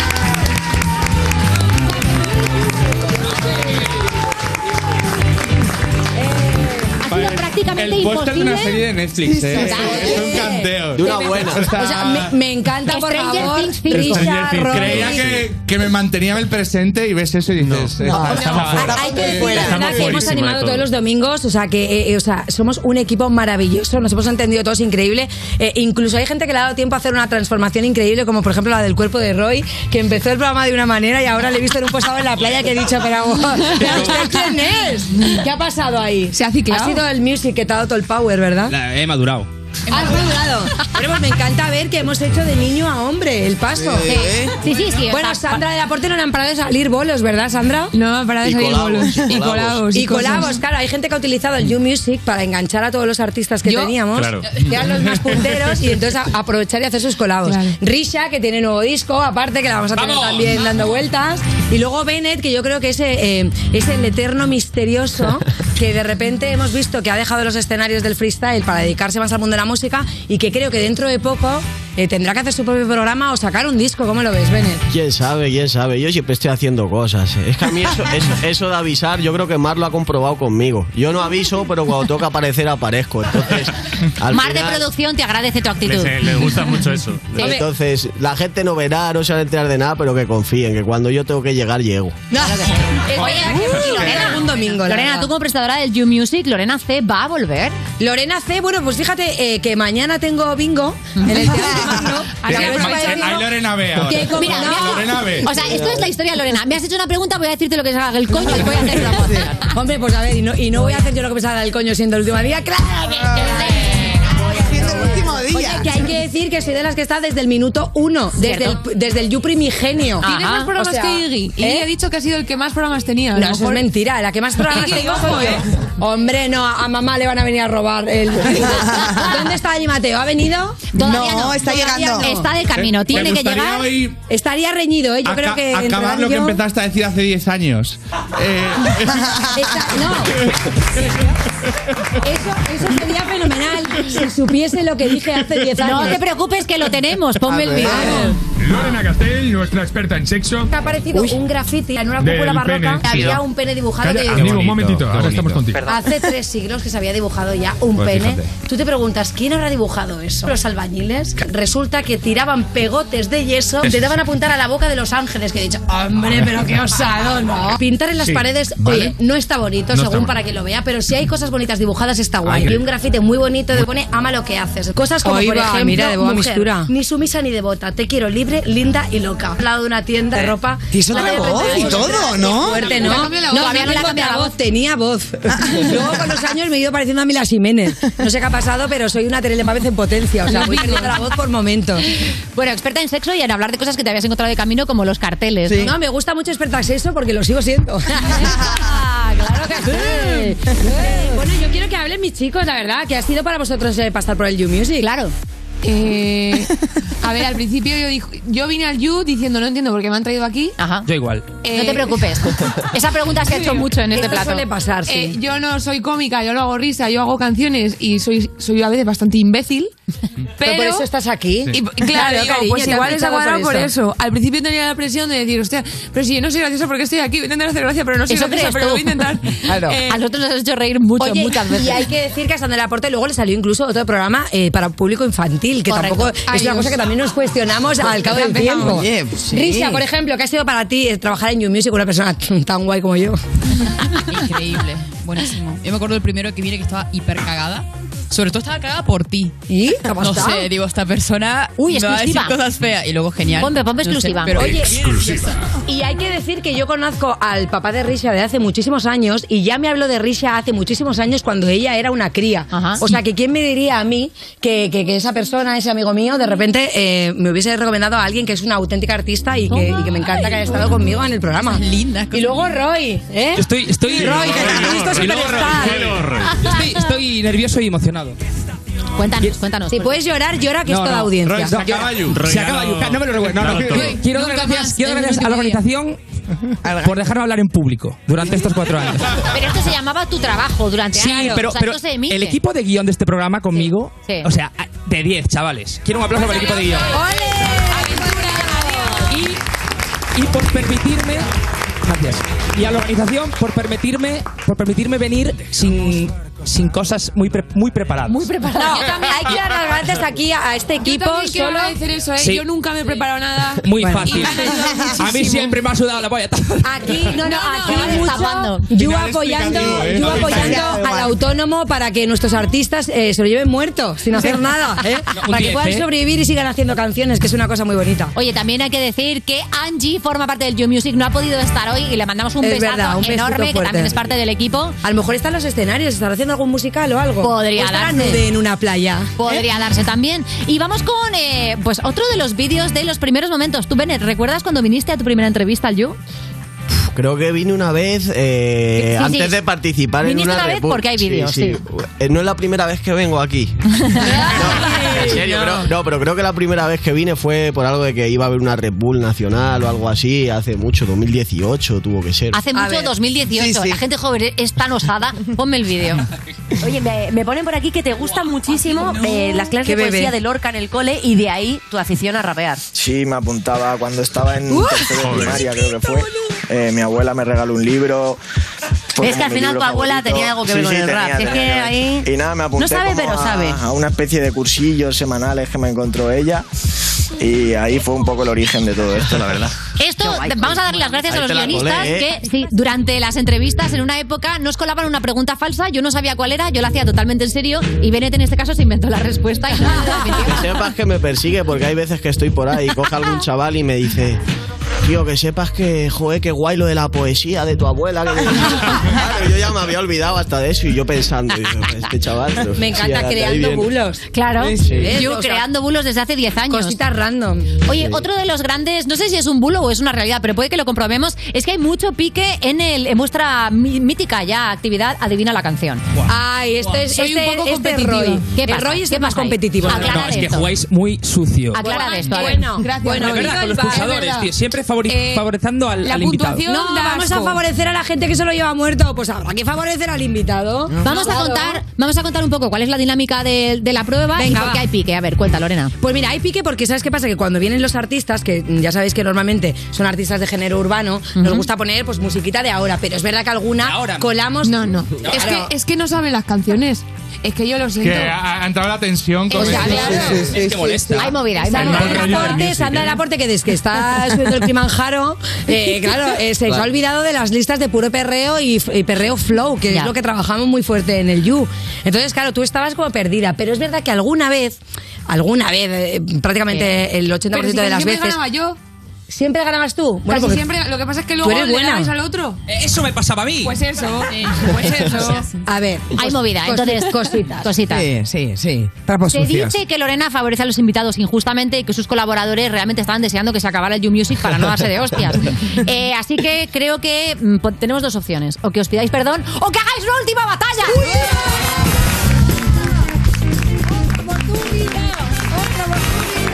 Speaker 1: Ha sido prácticamente
Speaker 3: El póster de
Speaker 1: imposible.
Speaker 3: una serie de Netflix, ¿eh?
Speaker 1: Sí,
Speaker 3: Es un canteo.
Speaker 13: De una buena.
Speaker 3: O sea,
Speaker 13: O sea, me, me encanta, por
Speaker 1: Stranger
Speaker 13: favor.
Speaker 1: Things, Felicia,
Speaker 3: Stranger Things.
Speaker 1: Rory.
Speaker 3: Creía que, que me mantenía en el presente y ves eso y dices... "Está- estamos fuera".
Speaker 13: Hay que decir la
Speaker 3: Estamos
Speaker 13: verdad que hemos
Speaker 3: fuerísima de
Speaker 13: animado
Speaker 3: todo.
Speaker 13: todos los domingos, o sea que eh, eh, o sea, somos un equipo maravilloso, nos hemos entendido todos increíble. Eh, incluso hay gente que le ha dado tiempo a hacer una transformación increíble, como por ejemplo la del cuerpo de Roy, que empezó el programa de una manera y ahora le he visto en un posado en la playa que he dicho, pero amor, ¿pero usted quién es? ¿Qué ha pasado ahí? Se ha
Speaker 42: ciclado.
Speaker 13: Ha sido el music que te ha dado todo el power, ¿verdad?
Speaker 15: La- he madurado.
Speaker 13: Has madurado. Pero pues me encanta ver que hemos hecho de niño a hombre el paso.
Speaker 15: Sí.
Speaker 1: Sí, sí, sí.
Speaker 13: Bueno, Sandra de la Porte no le han parado de salir bolos, ¿verdad, Sandra?
Speaker 42: No me han parado de Y salir colabos, bolos. y
Speaker 13: Y
Speaker 42: colabos,
Speaker 13: colabos.
Speaker 42: y
Speaker 13: Y colabos,
Speaker 42: cosas.
Speaker 13: claro. Hay gente que ha utilizado el You Music para enganchar a todos los artistas que teníamos.
Speaker 42: Claro.
Speaker 13: Que eran los más punteros y entonces a- aprovechar y hacer sus colabos. Risha, que tiene nuevo disco, aparte que la vamos a tener
Speaker 42: ¡Vamos!
Speaker 13: también dando vueltas. Y luego Bennett, que yo creo que ese, eh, es el eterno misterioso que de repente hemos visto que ha dejado los escenarios del freestyle para dedicarse más al mundo de la música y que creo que dentro de poco eh, tendrá que hacer su propio programa o sacar un disco. ¿Cómo lo ves, Bennett?
Speaker 45: Quién sabe, quién sabe. Yo siempre estoy haciendo cosas. Es que a mí eso, eso, eso de avisar, yo creo que Mar lo ha comprobado conmigo. Yo no aviso, pero cuando toca aparecer, aparezco. Entonces, al
Speaker 1: Mar de
Speaker 45: final,
Speaker 1: producción te agradece tu actitud.
Speaker 45: mucho eso.
Speaker 1: Sí.
Speaker 45: Entonces, la gente no verá, no se va a enterar de nada, pero que confíen, que cuando yo tengo que llegar, llego.
Speaker 1: Oye, y Lorena,
Speaker 13: un domingo. la
Speaker 1: Lorena,
Speaker 13: verdad.
Speaker 1: tú como prestadora del You Music, Lorena C va a volver.
Speaker 13: Lorena C, bueno, pues fíjate eh, que mañana tengo bingo en el Teatro Magno.
Speaker 3: Ahí
Speaker 13: Aprovecho para decirlo.
Speaker 3: Lorena B ahora.
Speaker 13: Que como-
Speaker 1: Mira,
Speaker 13: no.
Speaker 1: mira,
Speaker 3: Lorena B.
Speaker 1: O sea, esto es la historia, Lorena. Me has hecho una pregunta, voy a decirte lo que salga del coño y voy a hacer una
Speaker 13: Hombre, pues a ver, y no, y no voy a hacer yo lo que me salga del coño siendo el último día. ¡Claro que
Speaker 8: último día.
Speaker 13: Oye, que hay que decir que soy de las que está desde el minuto uno, desde el,
Speaker 42: Cierto.
Speaker 13: desde el You Primigenio.
Speaker 42: Tiene
Speaker 13: Ajá.
Speaker 42: más programas
Speaker 13: O sea,
Speaker 42: que Iggy. Iggy
Speaker 13: ¿eh?
Speaker 42: ha dicho que ha sido el que más programas tenía.
Speaker 13: No, eso es mentira. La que más programas
Speaker 42: Iggy,
Speaker 13: tengo
Speaker 42: ojo,
Speaker 13: soy yo.
Speaker 42: ¿eh?
Speaker 13: Hombre, no, a a mamá le van a venir a robar el. ¿Dónde está allí Mateo? ¿Ha venido? Todavía
Speaker 8: No, está
Speaker 13: todavía
Speaker 8: llegando.
Speaker 13: Está de
Speaker 3: Me-
Speaker 13: camino,
Speaker 3: me
Speaker 13: tiene que
Speaker 3: gustaría
Speaker 13: llegar.
Speaker 3: hoy
Speaker 13: Estaría reñido, ¿eh? Yo creo
Speaker 3: aca-
Speaker 13: que. entre
Speaker 3: acabar lo
Speaker 13: Dani
Speaker 3: que
Speaker 13: y yo-
Speaker 3: empezaste a decir hace 10 años. Eh,
Speaker 13: Esta- no. Eso, eso sería fenomenal si supiese lo que dije hace 10 años.
Speaker 1: No te preocupes que lo tenemos, ponme el vídeo.
Speaker 33: Lorena Castell, nuestra experta en sexo.
Speaker 13: Ha aparecido un graffiti en una
Speaker 33: Del
Speaker 13: cúpula barroca.
Speaker 33: pene.
Speaker 13: Había un pene dibujado
Speaker 33: Calla,
Speaker 13: que-
Speaker 33: amigo, un momentito, ahora estamos contigo.
Speaker 13: Hace tres siglos que se había dibujado ya un
Speaker 33: Pues
Speaker 13: pene.
Speaker 33: fíjate.
Speaker 13: Tú te preguntas, ¿quién habrá dibujado eso? Los albañiles. Resulta que tiraban pegotes de yeso,
Speaker 33: Eso
Speaker 13: te
Speaker 33: sí.
Speaker 13: daban a apuntar a la boca de los ángeles, que he dicho, hombre, pero qué osado, ¿no? Pintar en las
Speaker 33: Sí,
Speaker 13: paredes,
Speaker 33: vale.
Speaker 13: oye, no está bonito,
Speaker 33: No está
Speaker 13: según
Speaker 33: bonito.
Speaker 13: para quien lo vea, pero si hay cosas bonitas dibujadas, está guay.
Speaker 33: Ay,
Speaker 13: y un grafite muy bonito que pone, ama lo que haces. Cosas como,
Speaker 42: Ahí
Speaker 13: por
Speaker 42: va,
Speaker 13: ejemplo,
Speaker 42: mira, de boa
Speaker 13: mujer,
Speaker 42: mistura.
Speaker 13: ni sumisa ni devota, te quiero libre, linda y loca. Al lado de una tienda de ropa.
Speaker 8: Eh, Y eso
Speaker 13: la
Speaker 8: tiene
Speaker 13: de-
Speaker 8: voz y todo, ¿no?
Speaker 13: Fuerte, ¿no?
Speaker 8: Le ha cambiado la voz.
Speaker 13: todavía no le ha cambiado la voz. Tenía voz. Luego con los años me he ido pareciendo a Mila Jiménez. No sé qué ha pasado, pero soy una Terele Pávez en potencia. O sea, voy perdiendo la voz por momentos.
Speaker 1: Bueno, experta en sexo y en hablar de cosas que te habías encontrado de camino, como los carteles.
Speaker 13: No, me gusta mucho expertas eso porque lo sigo siendo. claro que sí. Eh, Bueno, yo quiero que hablen mis chicos, la verdad, que ha sido para vosotros eh, pasar por el You Music. Claro.
Speaker 42: Eh, a ver, al principio yo, dijo- yo vine al You diciendo, no entiendo por qué me han traído aquí.
Speaker 1: Ajá.
Speaker 15: Yo igual.
Speaker 1: No
Speaker 2: Eh,
Speaker 1: te preocupes. Esa pregunta se ha hecho mucho en este
Speaker 42: Esto
Speaker 1: plato.
Speaker 42: suele
Speaker 13: pasar,
Speaker 1: sí.
Speaker 42: Eh, yo no soy cómica, yo no hago risa, yo hago canciones y soy, soy a veces bastante imbécil. Pero,
Speaker 13: por eso estás aquí.
Speaker 42: Y-
Speaker 13: Sí.
Speaker 42: claro,
Speaker 13: Claro, cariño,
Speaker 42: digo, pues
Speaker 13: te han
Speaker 42: igual es
Speaker 13: fichado por
Speaker 42: cuadrado por
Speaker 13: eso.
Speaker 42: eso. Al principio tenía la presión de decir, hostia, pero si yo no soy graciosa, ¿por qué estoy aquí? Voy a intentar hacer gracia, pero no soy
Speaker 1: Eso
Speaker 42: graciosa,
Speaker 1: crees
Speaker 42: pero
Speaker 1: tú.
Speaker 42: voy a intentar.
Speaker 1: Claro.
Speaker 42: eh,
Speaker 1: A nosotros nos has hecho reír mucho,
Speaker 13: Oye,
Speaker 1: muchas veces.
Speaker 13: Y hay que decir que a Sandra Laporte luego le salió incluso otro programa eh, para público infantil, que
Speaker 42: Correcto.
Speaker 13: tampoco
Speaker 42: Ay,
Speaker 13: es una
Speaker 42: Dios.
Speaker 13: cosa que también nos cuestionamos
Speaker 1: Pues
Speaker 13: al cabo del
Speaker 42: Empezamos.
Speaker 13: tiempo.
Speaker 8: Oye, pues sí.
Speaker 13: Risha, por ejemplo, ¿qué ha sido para ti eh, trabajar en You Music con una persona tan guay como yo?
Speaker 42: Increíble, buenísimo. Yo me acuerdo el primero que vine que estaba hiper cagada.
Speaker 2: Sobre todo estaba cagada por ti.
Speaker 13: ¿Y?
Speaker 2: No
Speaker 13: ha pasado?
Speaker 2: sé, digo, esta persona
Speaker 1: Uy,
Speaker 2: me va a decir
Speaker 1: exclusiva.
Speaker 2: cosas feas. Y luego, genial.
Speaker 1: Ponme, ponme
Speaker 2: No sé,
Speaker 1: exclusiva.
Speaker 2: pero-
Speaker 1: Oye,
Speaker 13: Y hay que decir que yo conozco al papá de Risha de hace muchísimos años y ya me habló de Risha hace muchísimos años cuando ella era una cría. O sea, que quién me diría a mí que, que- que esa persona, ese amigo mío, de repente eh, me hubiese recomendado a alguien que es una auténtica artista y que, y que me encanta que haya estado conmigo en el programa.
Speaker 2: Linda.
Speaker 13: Y luego Roy, ¿eh?
Speaker 5: Estoy, estoy,
Speaker 13: Roy, que
Speaker 5: Roy,
Speaker 13: esto es
Speaker 5: Roy,
Speaker 13: superstar.
Speaker 5: Roy, Roy. Yo estoy, estoy nervioso y emocionado.
Speaker 1: Cuéntanos, cuéntanos.
Speaker 13: Si puedes llorar, llora que es
Speaker 5: No,
Speaker 13: toda
Speaker 5: no.
Speaker 13: audiencia.
Speaker 5: Roy, se acaba
Speaker 13: Llora.
Speaker 5: Yu. Roy, Se acaba
Speaker 13: ya
Speaker 5: Yu.
Speaker 13: lo-
Speaker 5: No me lo recuerdo. No, no,
Speaker 13: ya lo
Speaker 5: quiero-
Speaker 13: todo.
Speaker 5: Quiero dar
Speaker 13: Nunca
Speaker 5: gracias,
Speaker 13: más,
Speaker 5: quiero dar
Speaker 13: desde el
Speaker 5: gracias a la
Speaker 13: último
Speaker 5: organización por dejarme hablar en público durante estos cuatro años.
Speaker 1: Pero esto se llamaba tu trabajo durante
Speaker 5: Sí,
Speaker 1: años.
Speaker 5: pero,
Speaker 1: o sea,
Speaker 5: pero
Speaker 1: esto se emite.
Speaker 5: el equipo de guión de este programa conmigo,
Speaker 1: sí.
Speaker 5: o sea, de 10, chavales. Quiero un aplauso para el equipo de guión. Y por permitirme. Gracias. Y a la organización por permitirme, por permitirme venir sin, sin cosas muy, pre- muy preparadas. Muy
Speaker 13: No, hay que dar las gracias aquí a a este equipo.
Speaker 42: también quiero
Speaker 13: solo-
Speaker 42: agradecer eso, ¿eh?
Speaker 5: Sí.
Speaker 42: Yo nunca me he preparado nada.
Speaker 5: Muy
Speaker 42: Bueno. Y
Speaker 5: fácil.
Speaker 42: me han ayudado
Speaker 5: A mí
Speaker 42: muchísimo.
Speaker 5: siempre me ha sudado la polla.
Speaker 13: Aquí, no, no, aquí
Speaker 1: no,
Speaker 13: mucho.
Speaker 1: destapando.
Speaker 13: Yo
Speaker 5: Final
Speaker 13: apoyando,
Speaker 5: explicativo, ¿eh?
Speaker 13: yo
Speaker 5: No,
Speaker 13: apoyando
Speaker 5: final.
Speaker 13: al autónomo para que nuestros artistas eh, se lo lleven muerto, sin hacer nada, ¿eh?
Speaker 1: No, un
Speaker 13: para que
Speaker 1: 10,
Speaker 13: puedan
Speaker 1: ¿eh?
Speaker 13: sobrevivir y sigan haciendo canciones, que es una cosa muy bonita.
Speaker 1: Oye, también hay que decir que Angie forma parte del You Music, no ha podido estar hoy y le mandamos un
Speaker 13: Es
Speaker 1: besazo
Speaker 13: verdad, un besito
Speaker 1: enorme, que
Speaker 13: fuerte.
Speaker 1: también es parte del equipo.
Speaker 13: A lo mejor están los escenarios, estará haciendo algún musical o algo.
Speaker 1: Podría
Speaker 13: O estará
Speaker 1: darse.
Speaker 13: nude en una playa. ¿Eh?
Speaker 1: Podría darse también. Y vamos con eh, pues otro de los vídeos de los primeros momentos. Tú, Benet, ¿recuerdas cuando viniste a tu primera entrevista al You?
Speaker 45: Creo que vine una vez
Speaker 1: Sí,
Speaker 45: eh,
Speaker 1: sí.
Speaker 45: antes de participar en
Speaker 1: Viniste
Speaker 45: una
Speaker 1: una vez
Speaker 45: repu-
Speaker 1: porque hay vídeos, sí.
Speaker 45: Eh, No es la primera vez que vengo aquí. En serio, pero, no, pero creo que la primera vez que vine fue por algo de que iba a haber una Red Bull nacional o algo así, hace mucho, 2018 tuvo que ser.
Speaker 1: Hace mucho, 2018. La gente joven es tan osada. Ponme el vídeo.
Speaker 44: Oye, me, me ponen por aquí que te gustan muchísimo eh, las clases
Speaker 32: Qué
Speaker 44: de poesía
Speaker 32: bebé.
Speaker 44: de Lorca en el cole y de ahí tu afición a rapear.
Speaker 32: Sí, me apuntaba cuando estaba en
Speaker 44: ¡Uh!
Speaker 32: tercero de
Speaker 44: Joder.
Speaker 32: primaria, creo que fue. Eh, mi abuela me regaló un libro. Fue
Speaker 44: Es que
Speaker 32: como
Speaker 44: al
Speaker 32: mi
Speaker 44: final
Speaker 32: libro
Speaker 44: tu abuela
Speaker 32: favorito.
Speaker 44: tenía algo que ver
Speaker 32: Sí,
Speaker 44: con
Speaker 32: sí,
Speaker 44: el
Speaker 32: tenía,
Speaker 44: rap. Es
Speaker 32: tenía
Speaker 44: que
Speaker 32: que ver.
Speaker 44: ahí-
Speaker 32: Y nada, me
Speaker 44: No
Speaker 32: apunté
Speaker 44: sabe,
Speaker 32: como
Speaker 44: pero
Speaker 32: a,
Speaker 44: sabe.
Speaker 32: a una especie de cursillos semanales que me encontró ella. Y ahí fue un poco el origen de todo esto, la verdad.
Speaker 1: Esto, vamos a darle las gracias
Speaker 32: Ahí
Speaker 1: a los
Speaker 32: te la
Speaker 1: guionistas
Speaker 32: colé, ¿eh?
Speaker 1: que sí, durante las entrevistas en una época nos colaban una pregunta falsa, yo no sabía cuál era, yo la hacía totalmente en serio y Bennett en este caso se inventó la respuesta. Y
Speaker 45: Que sepas que me persigue porque hay veces que estoy por ahí y coge algún chaval y me dice, tío, que sepas que, joder, qué guay lo de la poesía de tu abuela. Que Claro, yo ya me había olvidado hasta de eso y yo pensando, digo, este chaval. pero
Speaker 13: Me
Speaker 45: sí,
Speaker 13: encanta
Speaker 45: ahora está ahí
Speaker 13: creando
Speaker 45: bien.
Speaker 13: bulos.
Speaker 1: Claro,
Speaker 45: Sí, sí.
Speaker 1: ¿eh? yo
Speaker 45: O sea,
Speaker 1: creando bulos desde hace 10 años. Cositas
Speaker 13: random.
Speaker 1: Oye,
Speaker 45: Sí.
Speaker 1: otro de los grandes, no sé si es un bulo o es una realidad, pero puede que lo comprobemos, es que hay mucho pique en, el, en vuestra mi- mítica ya actividad Adivina la canción.
Speaker 13: Ay, este
Speaker 1: Guau.
Speaker 13: es,
Speaker 1: Soy un
Speaker 13: este-
Speaker 1: poco
Speaker 13: este es
Speaker 1: competitiva.
Speaker 13: Roy.
Speaker 1: ¿Qué
Speaker 13: El
Speaker 1: pasa?
Speaker 13: Roy es
Speaker 1: ¿Qué
Speaker 13: el más
Speaker 1: pasa ahí?
Speaker 13: competitivo.
Speaker 1: Aclara
Speaker 5: no, es que
Speaker 1: esto.
Speaker 5: jugáis muy sucio.
Speaker 1: Aclara esto. a ver.
Speaker 13: Bueno, gracias.
Speaker 5: De verdad, con los pulsadores, tío. Siempre favori-
Speaker 13: Eh,
Speaker 5: favorizando al, al invitado.
Speaker 13: No, vamos a favorecer a la gente que se lo lleva muerto. Pues habrá que favorecer al invitado.
Speaker 1: Vamos a
Speaker 13: Claro.
Speaker 1: contar, vamos a contar un poco cuál es la dinámica de, de la prueba y
Speaker 13: Venga,
Speaker 1: por qué
Speaker 13: va.
Speaker 1: hay pique. A ver, cuenta Lorena.
Speaker 13: Pues mira, hay pique porque ¿sabes qué pasa? Que cuando vienen los artistas, que mm, ya sabéis que normalmente son artistas de género urbano, nos gusta poner pues musiquita de ahora, pero es verdad que alguna colamos... No, no.
Speaker 42: Es que, es que no saben las canciones. Es que yo lo siento.
Speaker 3: Que ha, ha entrado la tensión con
Speaker 42: O sea,
Speaker 3: esto.
Speaker 42: claro. Pues Sí, sí, sí,
Speaker 3: Pues Es que molesta.
Speaker 13: Hay movida, hay
Speaker 3: Sandra
Speaker 13: movida.
Speaker 3: del Aporte,
Speaker 13: Aporte, Sandra del Aporte, que desde que está subiendo el Kilimanjaro, eh, claro, eh, se
Speaker 32: Claro.
Speaker 13: ha olvidado de las listas de puro perreo y, f- y perreo flow, que
Speaker 1: Ya.
Speaker 13: es lo que trabajamos muy fuerte en el You. Entonces, claro, tú estabas como perdida, pero es verdad que alguna vez, alguna vez, eh, prácticamente el 80%
Speaker 42: Pero si
Speaker 13: de las
Speaker 42: siempre
Speaker 13: veces...
Speaker 42: ganaba yo.
Speaker 13: ¿Siempre ganabas tú? pues,
Speaker 42: Casi
Speaker 13: porque-
Speaker 42: siempre. Lo que pasa es que
Speaker 13: tú
Speaker 42: luego
Speaker 13: eres
Speaker 42: le
Speaker 13: buena.
Speaker 42: dabais al otro.
Speaker 5: Eh, Eso me pasaba a mí.
Speaker 42: Pues eso. Pues eso.
Speaker 13: A ver,
Speaker 1: Hay movida, entonces cositas. cositas.
Speaker 12: Sí, sí, sí. Trapos
Speaker 1: Se
Speaker 12: sucios.
Speaker 1: dice que Lorena favorece a los invitados injustamente y que sus colaboradores realmente estaban deseando que se acabara el You Music para no darse de hostias. Eh, así que creo que mm, po- tenemos dos opciones. O que os pidáis perdón o que hagáis la última batalla.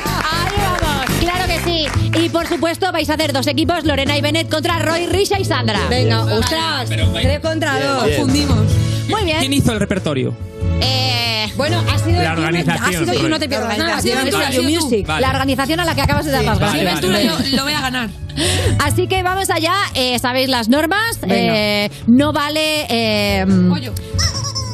Speaker 1: Ahí vamos, Claro que sí. Y por supuesto vais a hacer dos equipos, Lorena y Bennett contra Roy, Risha y Sandra.
Speaker 13: Venga, ostras, tres contra
Speaker 5: Bien,
Speaker 13: dos.
Speaker 5: bien.
Speaker 13: Confundimos. Muy bien.
Speaker 5: ¿Quién hizo el repertorio?
Speaker 1: Eh,
Speaker 13: Bueno, ha sido el que
Speaker 5: La
Speaker 13: no- ha
Speaker 5: organización,
Speaker 13: sido yo
Speaker 5: Roy.
Speaker 13: no te pierdas
Speaker 5: La
Speaker 13: nada. Ha sido
Speaker 5: organización,
Speaker 13: el You
Speaker 5: vale.
Speaker 13: Music.
Speaker 5: Vale. La
Speaker 1: organización a la que acabas de dar las
Speaker 5: Vale,
Speaker 1: gracias.
Speaker 5: vale, vale.
Speaker 42: Lo voy a ganar.
Speaker 1: Así que vamos allá, eh, sabéis las normas,
Speaker 42: Venga.
Speaker 1: eh, no vale... eh,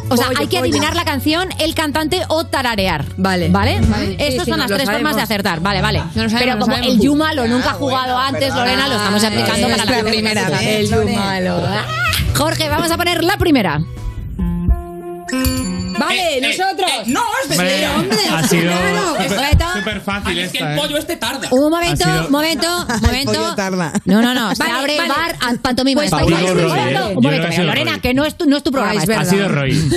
Speaker 1: O sea, hay que
Speaker 42: pues,
Speaker 13: pollo.
Speaker 1: adivinar la canción, el cantante o tararear.
Speaker 13: Vale.
Speaker 1: ¿Vale?
Speaker 13: Vale.
Speaker 1: Estas
Speaker 13: Sí, sí,
Speaker 1: son
Speaker 13: lo
Speaker 1: las tres
Speaker 13: sabemos.
Speaker 1: formas de acertar. Vale, vale.
Speaker 13: No lo sabemos,
Speaker 1: Pero
Speaker 13: lo
Speaker 1: como
Speaker 13: sabemos.
Speaker 1: el Yumalo nunca ha jugado antes, Lorena, lo estamos aplicando
Speaker 13: Es
Speaker 1: para la
Speaker 13: la primera vez,
Speaker 1: El
Speaker 13: Lorena.
Speaker 1: Yumalo. Jorge, vamos a poner la primera.
Speaker 13: Vale,
Speaker 42: eh,
Speaker 13: nosotros.
Speaker 15: no, es de
Speaker 3: Hombre,
Speaker 15: cero, hombre.
Speaker 3: ha sido
Speaker 15: Claro,
Speaker 3: súper-
Speaker 15: completo.
Speaker 3: súper fácil
Speaker 15: Es que
Speaker 3: esta,
Speaker 15: el
Speaker 3: ¿eh?
Speaker 15: pollo este tarda.
Speaker 1: Un momento,
Speaker 3: Ha sido-
Speaker 1: momento, momento.
Speaker 4: pollo tarda.
Speaker 1: No, no, no. Se
Speaker 4: Vale,
Speaker 1: abre el
Speaker 4: vale.
Speaker 1: bar a pantomima.
Speaker 4: Pues
Speaker 1: Está
Speaker 4: Paulina
Speaker 1: igual.
Speaker 4: Roy, ¿eh?
Speaker 1: Un momento,
Speaker 4: Yo creo que ha
Speaker 1: mira,
Speaker 4: sido
Speaker 1: Lorena,
Speaker 4: Roy.
Speaker 1: que no es tu, no es tu programa.
Speaker 4: es
Speaker 1: este.
Speaker 4: verdad.
Speaker 2: Ha sido Roy. El
Speaker 1: Ha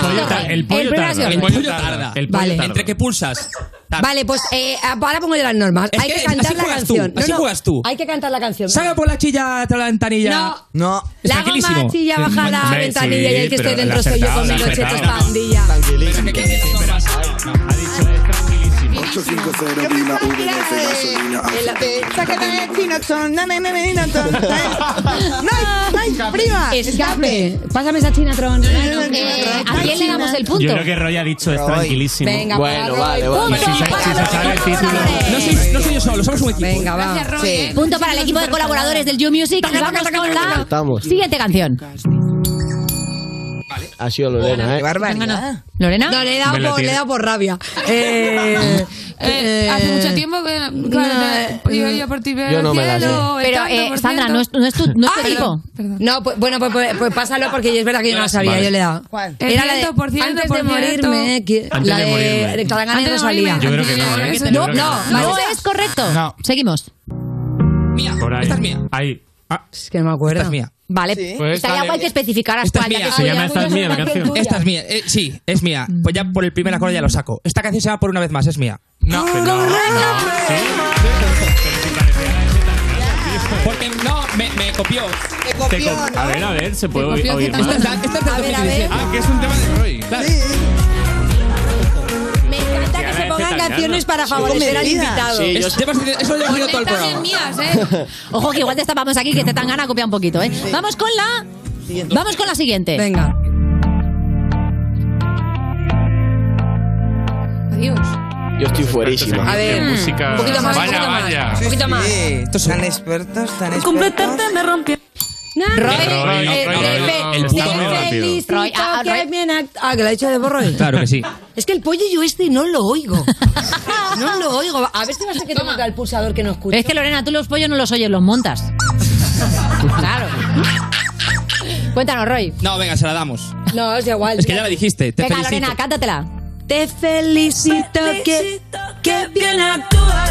Speaker 2: pollo,
Speaker 1: sido
Speaker 2: ta-
Speaker 1: Roy.
Speaker 2: el pollo
Speaker 1: El primero ha
Speaker 2: tarda.
Speaker 1: sido
Speaker 2: El
Speaker 1: Roy.
Speaker 2: pollo tarda. El pollo
Speaker 13: Vale.
Speaker 2: tarda.
Speaker 15: Entre que pulsas.
Speaker 13: Vale, pues eh, ahora pongo yo las normas.
Speaker 15: Es
Speaker 13: hay que,
Speaker 15: que
Speaker 13: cantar
Speaker 15: así
Speaker 13: la
Speaker 15: juegas tú,
Speaker 13: canción.
Speaker 15: así juegas tú.
Speaker 13: Hay que cantar la canción.
Speaker 15: Salga por la chilla tras la ventanilla. No.
Speaker 13: La goma chilla baja la
Speaker 15: Hombre, sí,
Speaker 13: ventanilla y el que estoy
Speaker 15: pero
Speaker 13: dentro
Speaker 15: la
Speaker 13: soy yo
Speaker 15: acertado,
Speaker 13: con
Speaker 15: la
Speaker 13: mi coche pues,
Speaker 15: acertado.
Speaker 13: pandilla.
Speaker 2: Ha dicho es tranquilísimo. 850 vila, VNF, gasolina,
Speaker 4: Sácate el chinoxon, dame, dame, dame, dame, dame. No hay, no hay, prima.
Speaker 13: Escape. Pásame esa chinatron.
Speaker 1: Eh, ¿A quién le damos el punto?
Speaker 2: Yo creo que Roy ha dicho es tranquilísimo.
Speaker 13: Venga, Bueno, va, vale, Roy.
Speaker 2: Si se, si se sabe el título.
Speaker 15: No soy, no soy yo solo, somos un equipo.
Speaker 13: Venga, va.
Speaker 1: Sí. Punto para el equipo de colaboradores del You Music. Y vamos con la
Speaker 45: Estamos.
Speaker 1: siguiente canción.
Speaker 45: Ha sido Lorena, ¿eh?
Speaker 1: ¿Lorena?
Speaker 13: No, le he dado,
Speaker 45: Me la
Speaker 13: por, le he
Speaker 45: tiene.
Speaker 13: dado por rabia. Eh,
Speaker 8: Eh, hace mucho tiempo que. claro,
Speaker 13: no, eh,
Speaker 8: yo, yo por ti veo
Speaker 45: yo
Speaker 8: el
Speaker 45: no me la sé.
Speaker 8: cielo, el
Speaker 1: Pero,
Speaker 8: tanto
Speaker 1: eh,
Speaker 8: por
Speaker 1: Sandra,
Speaker 8: ciento.
Speaker 1: no es, no es tu, no es tu
Speaker 13: Ay,
Speaker 1: equipo.
Speaker 13: No, pues, bueno, pues, pues, pues pásalo porque yo- es verdad que yo no la sabía,
Speaker 2: Vale.
Speaker 13: yo le he dado.
Speaker 8: El
Speaker 13: Era la de,
Speaker 8: 100%,
Speaker 13: antes de
Speaker 8: por cierto.
Speaker 13: morirme, que-
Speaker 2: Antes
Speaker 13: la
Speaker 2: de
Speaker 13: de,
Speaker 2: morirme.
Speaker 13: de Chalangane
Speaker 8: Antes
Speaker 13: no
Speaker 8: de morirme,
Speaker 13: salía.
Speaker 2: Yo creo que no, ¿eh? Yo creo
Speaker 13: No,
Speaker 2: que
Speaker 13: no,
Speaker 2: no.
Speaker 13: vale.
Speaker 1: No es correcto.
Speaker 2: No.
Speaker 1: Seguimos.
Speaker 2: Por ahí. Ahí. Ah.
Speaker 13: Es que no me acuerdo.
Speaker 15: Esta es mía.
Speaker 1: Vale.
Speaker 15: Pues
Speaker 1: Estaría
Speaker 15: dale.
Speaker 1: guay que especificaras
Speaker 15: Esta es
Speaker 1: cuál, ya
Speaker 15: mía.
Speaker 1: que
Speaker 15: Se llama
Speaker 1: hay
Speaker 15: Esta es
Speaker 1: algunas
Speaker 15: mía la
Speaker 1: que son
Speaker 15: canción.
Speaker 1: tuyas.
Speaker 15: Esta es mía. eh, sí, es mía. Pues ya por el primer acorde ya lo saco. Esta canción se llama por una vez más, es mía. No, no. Porque no, me, me copió.
Speaker 2: Te co- A ver, a ver, se puede oír, oír
Speaker 15: Esta es
Speaker 2: más.
Speaker 15: la- esta es la
Speaker 13: A ver, a ver.
Speaker 3: Ah, que es un tema de Roy.
Speaker 15: Claro.
Speaker 13: Me encanta que
Speaker 2: ahora
Speaker 13: se
Speaker 2: este
Speaker 13: pongan
Speaker 2: italiano.
Speaker 13: canciones para favorecer al
Speaker 4: medida.
Speaker 13: invitado.
Speaker 45: Sí, yo-
Speaker 15: Es- llevas- Eso lo he oído todo el programa.
Speaker 8: mías, ¿eh?
Speaker 1: Ojo que igual te estábamos aquí que te tan gana copia un poquito, ¿eh? Vamos con la Vamos con la siguiente.
Speaker 13: Venga.
Speaker 8: Adiós.
Speaker 45: Yo estoy fuerísimo.
Speaker 2: A ver, música.
Speaker 13: un poquito más, un
Speaker 2: vaya,
Speaker 13: poquito más.
Speaker 2: vaya.
Speaker 13: Un poquito más.
Speaker 4: Sí, estos son expertos, tan expertos.
Speaker 47: Completamente me rompió.
Speaker 1: Roy,
Speaker 2: Roy,
Speaker 1: eh,
Speaker 2: Roy,
Speaker 1: eh,
Speaker 2: Roy,
Speaker 1: eh,
Speaker 2: Roy.
Speaker 15: El puto
Speaker 2: Roy.
Speaker 15: Roy.
Speaker 1: Roy, ah,
Speaker 13: que
Speaker 1: Roy.
Speaker 13: bien act- Ah, que lo ha dicho de borroy.
Speaker 15: Claro que sí.
Speaker 13: Es que el pollo yo este no lo oigo. No lo oigo. A ver si vas a que tengo acá el pulsador que no escucho.
Speaker 1: Es que Lorena, tú los pollos no los oyes, los montas. Claro. Cuéntanos, Roy.
Speaker 15: No, venga, se la damos.
Speaker 13: No, es igual.
Speaker 15: Es que ya la dijiste. Te
Speaker 1: Venga,
Speaker 15: felicito.
Speaker 1: Lorena, cántatela.
Speaker 13: Te felicito que, que bien actúas.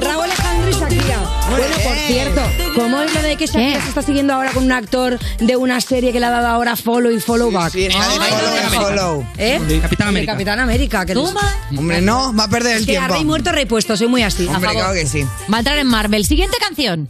Speaker 13: Raúl Alejandro y Shakira. Bueno, por cierto, ¿cómo es lo de que Shakira
Speaker 1: ¿Qué?
Speaker 13: se está siguiendo ahora con un actor de una serie que le ha dado ahora follow y follow back? Ah.
Speaker 4: Sí, está de
Speaker 13: Ay,
Speaker 4: follow,
Speaker 13: no,
Speaker 4: de
Speaker 13: no.
Speaker 4: follow.
Speaker 13: ¿Eh?
Speaker 15: De Capitán
Speaker 13: De
Speaker 15: América.
Speaker 13: Capitán América. Que
Speaker 1: Toma.
Speaker 4: Hombre, no, va a perder
Speaker 13: Es
Speaker 4: el
Speaker 13: que a
Speaker 4: tiempo.
Speaker 13: rey muerto, rey puesto. Soy muy así.
Speaker 4: Hombre,
Speaker 13: a favor.
Speaker 4: claro que sí.
Speaker 1: Va a entrar en Marvel. Siguiente canción.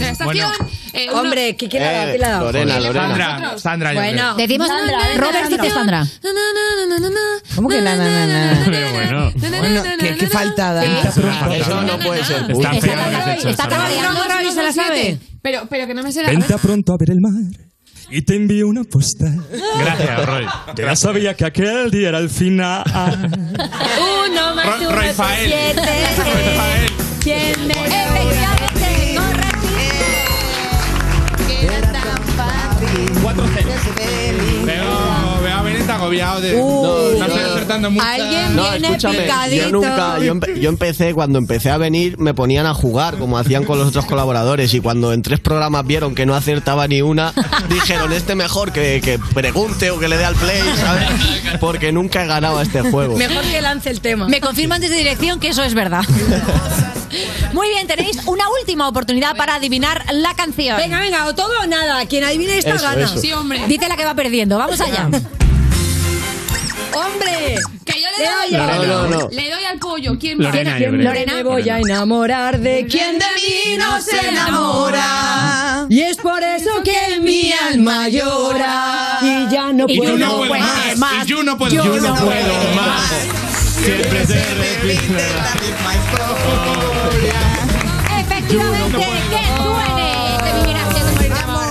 Speaker 8: La estación. eh, uno-
Speaker 13: Hombre, ¿qué, quién la ha dado?
Speaker 45: Eh,
Speaker 13: ¿Quién la ha dado?
Speaker 45: Lorena, Lorena.
Speaker 3: Sandra, Sandra, yo
Speaker 13: Bueno,
Speaker 1: Decimos
Speaker 13: Sandra,
Speaker 1: Sandra,
Speaker 13: Sandra,
Speaker 1: Robert,
Speaker 13: Sandra.
Speaker 1: ¿qué Sandra?
Speaker 8: Na, na, na, na, na, na.
Speaker 13: ¿Cómo que na, na, na, na?
Speaker 2: Pero bueno.
Speaker 8: Na, na, na,
Speaker 4: Bueno,
Speaker 8: na,
Speaker 4: qué,
Speaker 8: na,
Speaker 4: qué
Speaker 8: na.
Speaker 4: falta da.
Speaker 45: Eso no puede ser.
Speaker 2: Está
Speaker 1: Está
Speaker 2: feo lo que has hecho.
Speaker 1: tarde- está
Speaker 2: Sandra.
Speaker 1: tardeando,
Speaker 8: No, no,
Speaker 13: Ravi
Speaker 8: no,
Speaker 13: se la
Speaker 8: no, siete.
Speaker 13: sabe.
Speaker 8: Pero, pero que no me sé la.
Speaker 6: Vente pronto a ver el mar y te envío una postal.
Speaker 2: Gracias, Roy.
Speaker 6: Yo ya sabía que aquel día era el final.
Speaker 8: Uno más
Speaker 3: Ro-
Speaker 8: uno.
Speaker 3: Rafael. Rafael.
Speaker 13: ¿Quién me
Speaker 8: Efectivamente, correcto. Que era tan fácil.
Speaker 15: 4-0.
Speaker 3: Veo, veo a Benet agobiado de.
Speaker 13: Uh,
Speaker 3: no estoy
Speaker 45: yo-
Speaker 3: acertando mucho.
Speaker 13: Alguien
Speaker 45: No,
Speaker 13: viene
Speaker 45: escúchame,
Speaker 13: picadito.
Speaker 45: yo nunca, yo, empe- yo empecé, cuando empecé a venir, me ponían a jugar, como hacían con los otros colaboradores, y cuando en tres programas vieron que no acertaba ni una, dijeron, este mejor que, que pregunte o que le dé al play, ¿sabes? Porque nunca he ganado a este juego.
Speaker 13: Mejor que lance el tema.
Speaker 1: Me confirman desde dirección que eso es verdad. Muy bien, tenéis una última oportunidad para adivinar la canción.
Speaker 13: Venga, venga, o todo o nada. Quien adivine esta
Speaker 45: Eso,
Speaker 13: gana.
Speaker 45: eso.
Speaker 8: Sí, hombre.
Speaker 1: Dice la que va perdiendo. Vamos allá.
Speaker 13: ¡Hombre!
Speaker 8: Que yo
Speaker 13: Le doy
Speaker 8: le doy al
Speaker 45: No, no,
Speaker 8: pollo.
Speaker 45: no.
Speaker 8: Le doy al pollo. ¿Quién me
Speaker 2: Lorena, yo
Speaker 13: ¿Quién
Speaker 2: creo.
Speaker 13: Lorena, me voy a enamorar de quien de mí no se enamora. Y es por eso que mi alma llora. Y ya no
Speaker 1: Y
Speaker 13: puedo
Speaker 3: Yo no
Speaker 1: puedo
Speaker 3: puedo más.
Speaker 1: más.
Speaker 3: Y Yo no puedo
Speaker 13: Yo
Speaker 3: Yo
Speaker 13: no
Speaker 3: no
Speaker 13: puedo
Speaker 3: puedo más. Siempre se repite.
Speaker 1: Efectivamente, que suene. este Te vivirás siendo morir de amor.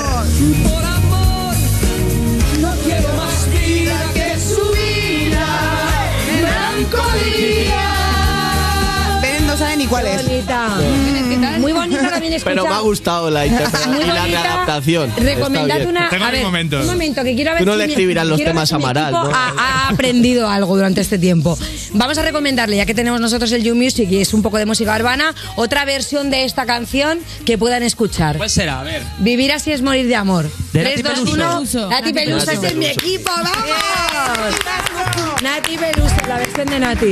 Speaker 4: Benet no sabe ni cuál es.
Speaker 13: Bonita.
Speaker 8: ¿Qué tal?
Speaker 13: Muy bonita también escuchar.
Speaker 45: Pero me ha gustado la interpretación
Speaker 13: Muy
Speaker 45: y la
Speaker 13: bonita.
Speaker 45: readaptación.
Speaker 13: Recomendad
Speaker 45: Está bien.
Speaker 13: una. a ver, Un momento, que quiero ver
Speaker 45: Tú no
Speaker 13: si
Speaker 45: le
Speaker 13: mi-
Speaker 45: escribirás los
Speaker 13: quiero ver
Speaker 45: temas
Speaker 13: si
Speaker 45: a
Speaker 13: mi
Speaker 45: Amaral,
Speaker 13: equipo
Speaker 45: ¿no?
Speaker 13: Ha, ha aprendido algo durante este tiempo. Vamos a recomendarle, ya que tenemos nosotros el You Music y es un poco de música urbana, otra versión de esta canción que puedan escuchar.
Speaker 15: ¿Cuál será? A ver.
Speaker 13: Vivir así es morir de amor.
Speaker 15: De
Speaker 13: 3,
Speaker 15: Nati
Speaker 13: 2, 1.
Speaker 15: Peluso.
Speaker 13: Nati
Speaker 15: Nati
Speaker 13: Peluso,
Speaker 15: Peluso.
Speaker 13: ese es mi equipo, vamos. Nati Peluso, la versión de Nati.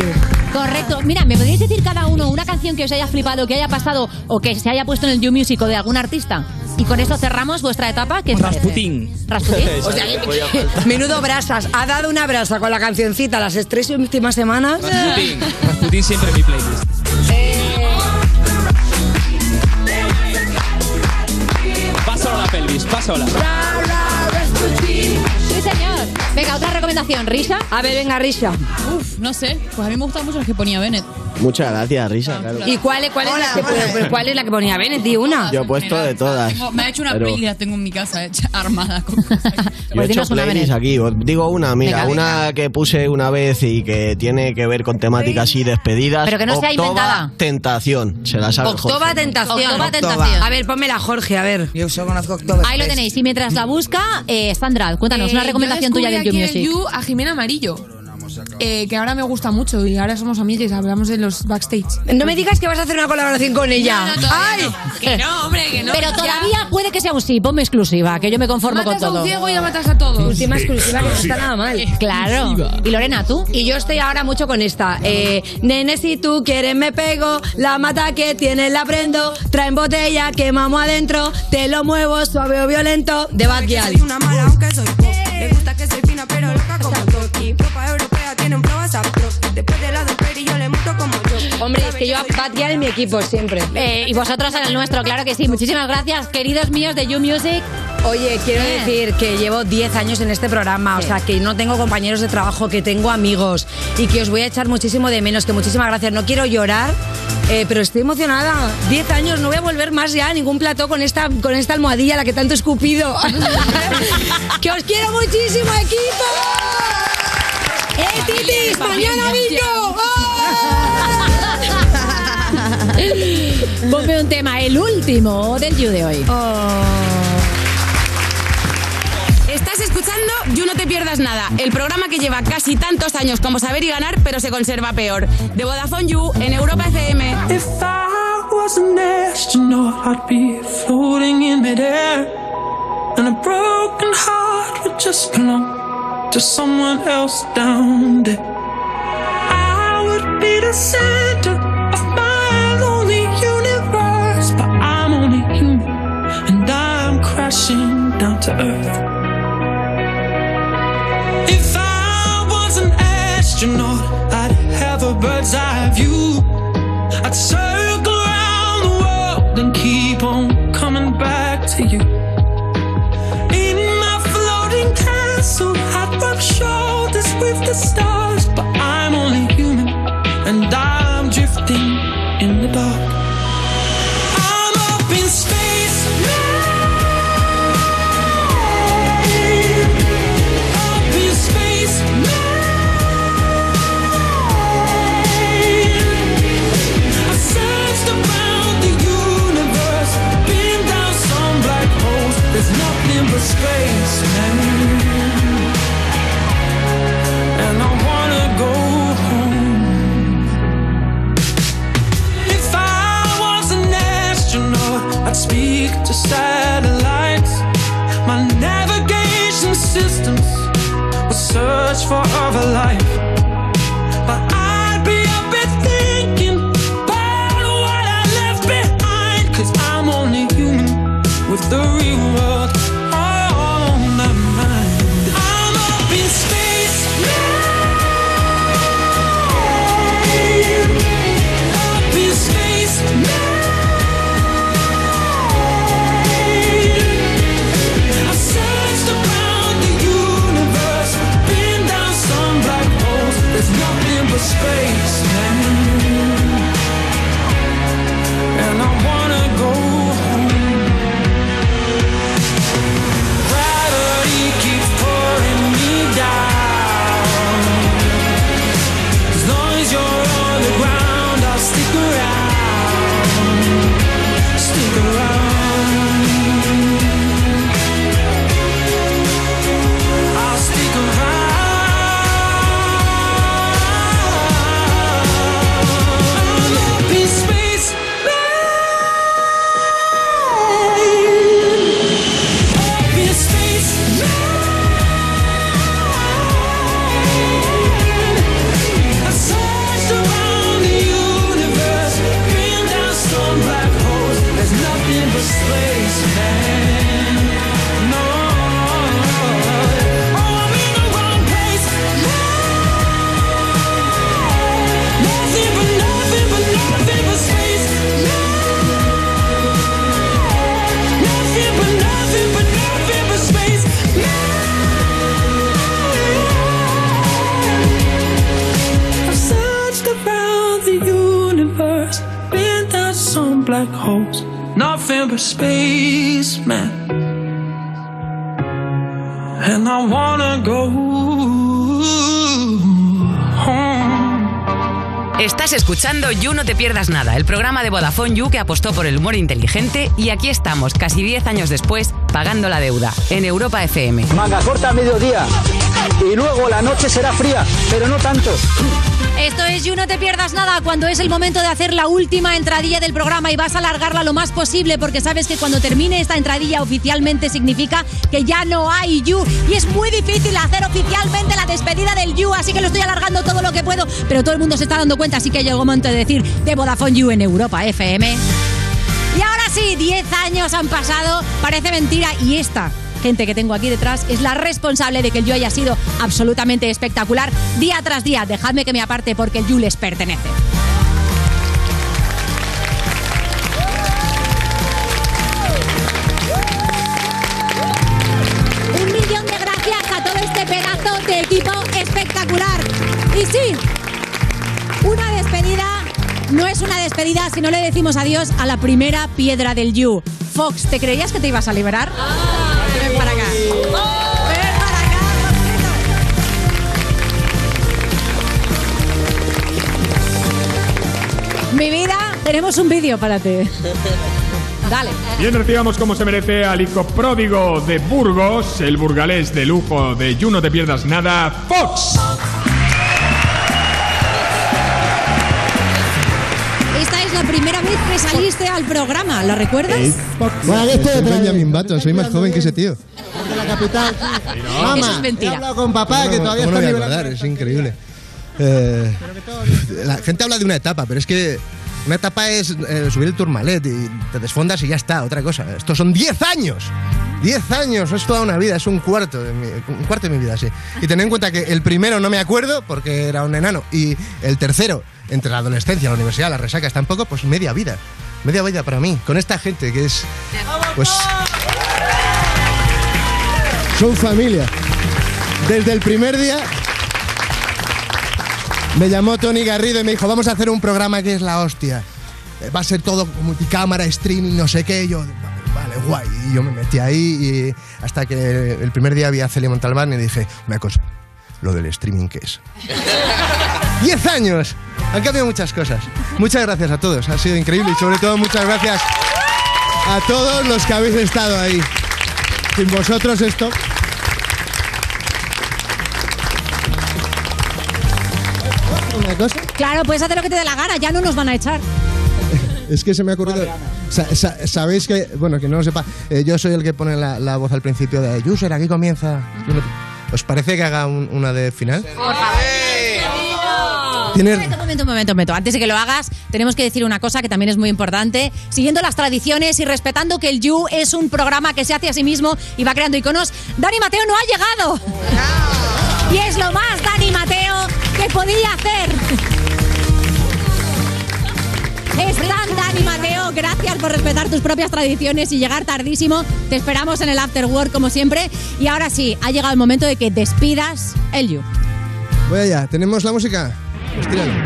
Speaker 1: Correcto. Mira, ¿me podéis decir cada uno una canción que os haya flipado, que haya pasado o que se haya puesto en el You Music o de algún artista? Y con esto cerramos vuestra etapa. ¿Qué os parece? Rasputín. O sea, que-
Speaker 13: Menudo brasas. Ha dado una brasa con la cancioncita las tres últimas semanas.
Speaker 5: Rasputin. Rasputin siempre en mi playlist. Pásalo la pelvis, pásalo
Speaker 1: Sí, señor. Venga, otra recomendación. ¿Risha?
Speaker 13: A ver, venga, Risha.
Speaker 2: Uf, no sé. Pues a mí me gustan mucho las que ponía Bennett.
Speaker 45: Muchas gracias, Risa. claro.
Speaker 13: ¿Y cuál, es- cuál, es, la que, pues, cuál es la que ponía Bennett? Di una.
Speaker 45: Yo he puesto de todas.
Speaker 2: Tengo- me ha hecho una
Speaker 45: Pero-
Speaker 2: peli, la tengo en mi casa hecha, armada. Con
Speaker 13: Pues
Speaker 45: Yo he hecho
Speaker 2: dinos una,
Speaker 45: playlists aquí. Os Digo una, mira,
Speaker 2: Venga,
Speaker 45: una que puse una vez y que tiene que ver con temáticas y despedidas.
Speaker 13: Pero que no sea
Speaker 45: Octava
Speaker 13: inventada.
Speaker 45: Tentación, se la sabe.
Speaker 13: Octava tentación.
Speaker 1: Octava tentación.
Speaker 13: A ver, pónmela, Jorge, a ver. Yo solo conozco Octava.
Speaker 1: Ahí lo tenéis. Y mientras la busca, eh, Sandra, cuéntanos
Speaker 42: Eh,
Speaker 1: una recomendación
Speaker 42: yo
Speaker 1: tuya del
Speaker 42: descubrí
Speaker 1: You
Speaker 42: aquí en el
Speaker 1: Music.
Speaker 42: You a Jimena Amarillo. eh, que ahora me gusta mucho y ahora somos amigas, hablamos de los backstage.
Speaker 13: No me digas que vas a hacer una colaboración con ella.
Speaker 42: No, no, todavía
Speaker 13: ¡Ay!
Speaker 42: no. Que no, hombre, que no.
Speaker 1: Pero
Speaker 42: Ya.
Speaker 1: todavía puede que sea un sí. Ponme exclusiva, que yo me conformo
Speaker 42: Matas
Speaker 1: con todo.
Speaker 42: a un ciego y ya matas a todos.
Speaker 13: Última exclusiva que no está nada mal.
Speaker 1: Claro. Y Lorena, tú.
Speaker 13: Y yo estoy ahora mucho con esta. Eh, Nene, si tú quieres me pego, la mata que tienes la prendo, traen botella, quemamos adentro, te lo muevo suave o violento, de Bad Gyal.
Speaker 48: Soy una mala aunque soy pop. Le gusta que soy fina pero loca como Toki. Ropa europea tiene un flow asapro. Después de la y yo le muto como yo.
Speaker 13: Hombre, es que yo a Bad Gyal en mi equipo siempre.
Speaker 1: Eh, y vosotros en el nuestro, claro que sí. Muchísimas gracias, queridos míos de You Music. Eh.
Speaker 13: Oye, quiero decir que llevo 10 años en este programa, o sea, que no tengo compañeros de trabajo, que tengo amigos y que os voy a echar muchísimo de menos, que muchísimas gracias. No quiero llorar, eh, pero estoy emocionada. 10 años, no voy a volver más ya a ningún plató con esta, con esta almohadilla, la que tanto he escupido. que os quiero muchísimo, equipo. ¡Eh, titis! ¡Mañana bingo!
Speaker 1: Ponme un tema, el último del You de hoy.
Speaker 13: Oh.
Speaker 23: Estás escuchando You No Te Pierdas Nada, el programa que lleva casi tantos años como saber y ganar, pero se conserva peor. De Vodafone You en Europa FM.
Speaker 10: If I was an astronaut, I'd be floating in midair. And a broken heart would just belong to someone else down there. I would be the center of my lonely universe. But I'm only human, and I'm crashing down to earth. If I was an astronaut, I'd have a bird's eye view. I'd circle around the world and keep on coming back to you. In my floating castle, I'd rub shoulders with the stars, but I'm only human and I'm drifting in the dark. I'm up in space now. Up in space now. I searched around the universe, been down some black holes. There's nothing but space now. And I wanna go home. If I was an astronaut, I'd speak to satellites. My navigation systems would search for other life. But I'd be up and thinking about what I left behind. Cause I'm only human with the real world on my mind. I'm up in space now. Up in space now. I searched around the universe, been down some black holes. black holes. Nothing but spacemen. And I wanna go home.
Speaker 49: Estás escuchando You No Te Pierdas Nada, el programa de Vodafone You que apostó por el humor inteligente y aquí estamos, casi 10 años después, pagando la deuda, en Europa FM.
Speaker 12: Manga corta a mediodía y luego la noche será fría, pero no tanto.
Speaker 1: Esto es You No Te Pierdas Nada, cuando es el momento de hacer la última entradilla del programa y vas a alargarla lo más posible porque sabes que cuando termine esta entradilla oficialmente significa que ya no hay You y es muy difícil hacer oficialmente la despedida del You, así que lo estoy alargando todo lo que puedo, pero todo el mundo se está dando cuenta, así que llegó el momento de decir de Vodafone You en Europa FM. Y ahora sí, 10 años han pasado, parece mentira, y esta gente que tengo aquí detrás es la responsable de que el yo haya sido absolutamente espectacular día tras día. Dejadme que me aparte porque el yo les pertenece. Un millón de gracias a todo este pedazo de equipo espectacular. Y sí, una despedida no es una despedida si no le decimos adiós a la primera piedra del You. Fox, ¿te creías que te ibas a liberar? Ven para acá. Ven para acá, Foxito. Mi vida, tenemos un vídeo para ti. Dale.
Speaker 6: Bien, recibamos como se merece al hijo pródigo de Burgos, el burgalés de lujo de You No Te Pierdas Nada, Fox.
Speaker 1: Esta es la primera vez que saliste al programa, ¿la recuerdas? este
Speaker 28: soy Benjamin Button, soy más joven que ese tío.
Speaker 1: Eso es
Speaker 28: He
Speaker 1: mentira.
Speaker 28: hablado con papá, que todavía ¿Cómo está no voy a librando. acordar? Es increíble. Eh, la gente habla de una etapa, pero es que una etapa es eh, subir el turmalet y te desfondas y ya está, otra cosa. Estos son 10 años. 10 años, es toda una vida, es un cuarto de mi, un cuarto de mi vida, sí. Y tened en cuenta que el primero no me acuerdo porque era un enano y el tercero, entre la adolescencia, la universidad, las resacas tampoco, pues media vida. Media vida para mí, con esta gente que es pues Son familia. Desde el primer día me llamó Tony Garrido y me dijo, vamos a hacer un programa que es la hostia. Eh, Va a ser todo multicámara, streaming, no sé qué. Y yo, vale, guay. Y yo me metí ahí y hasta que el primer día vi a Celia Montalbán y dije, una cosa, lo del streaming, ¿qué es? ¡Diez años! Han cambiado muchas cosas. Muchas gracias a todos, ha sido increíble y sobre todo muchas gracias a todos los que habéis estado ahí. Sin vosotros esto... ¿Una cosa?
Speaker 1: Claro, puedes hacer lo que te dé la gana, ya no nos van a echar.
Speaker 28: Es que se me ha ocurrido. Sa- sa- sabéis que, bueno, que no lo sepa, eh, yo soy el que pone la, la voz al principio de User, aquí comienza. ¿Os parece que haga un- una de final? Tiene-
Speaker 1: Un momento, un momento, un momento, un momento. Antes de que lo hagas, tenemos que decir una cosa que también es muy importante. Siguiendo las tradiciones y respetando que el You es un programa que se hace a sí mismo y va creando iconos, Dani Mateo no ha llegado. Y es lo más, Dani Mateo, que podía hacer. Están Dani Mateo, gracias por respetar tus propias tradiciones y llegar tardísimo. Te esperamos en el After Work como siempre. Y ahora sí, ha llegado el momento de que despidas el You.
Speaker 28: Voy allá, ¿tenemos la música? Pues tírala.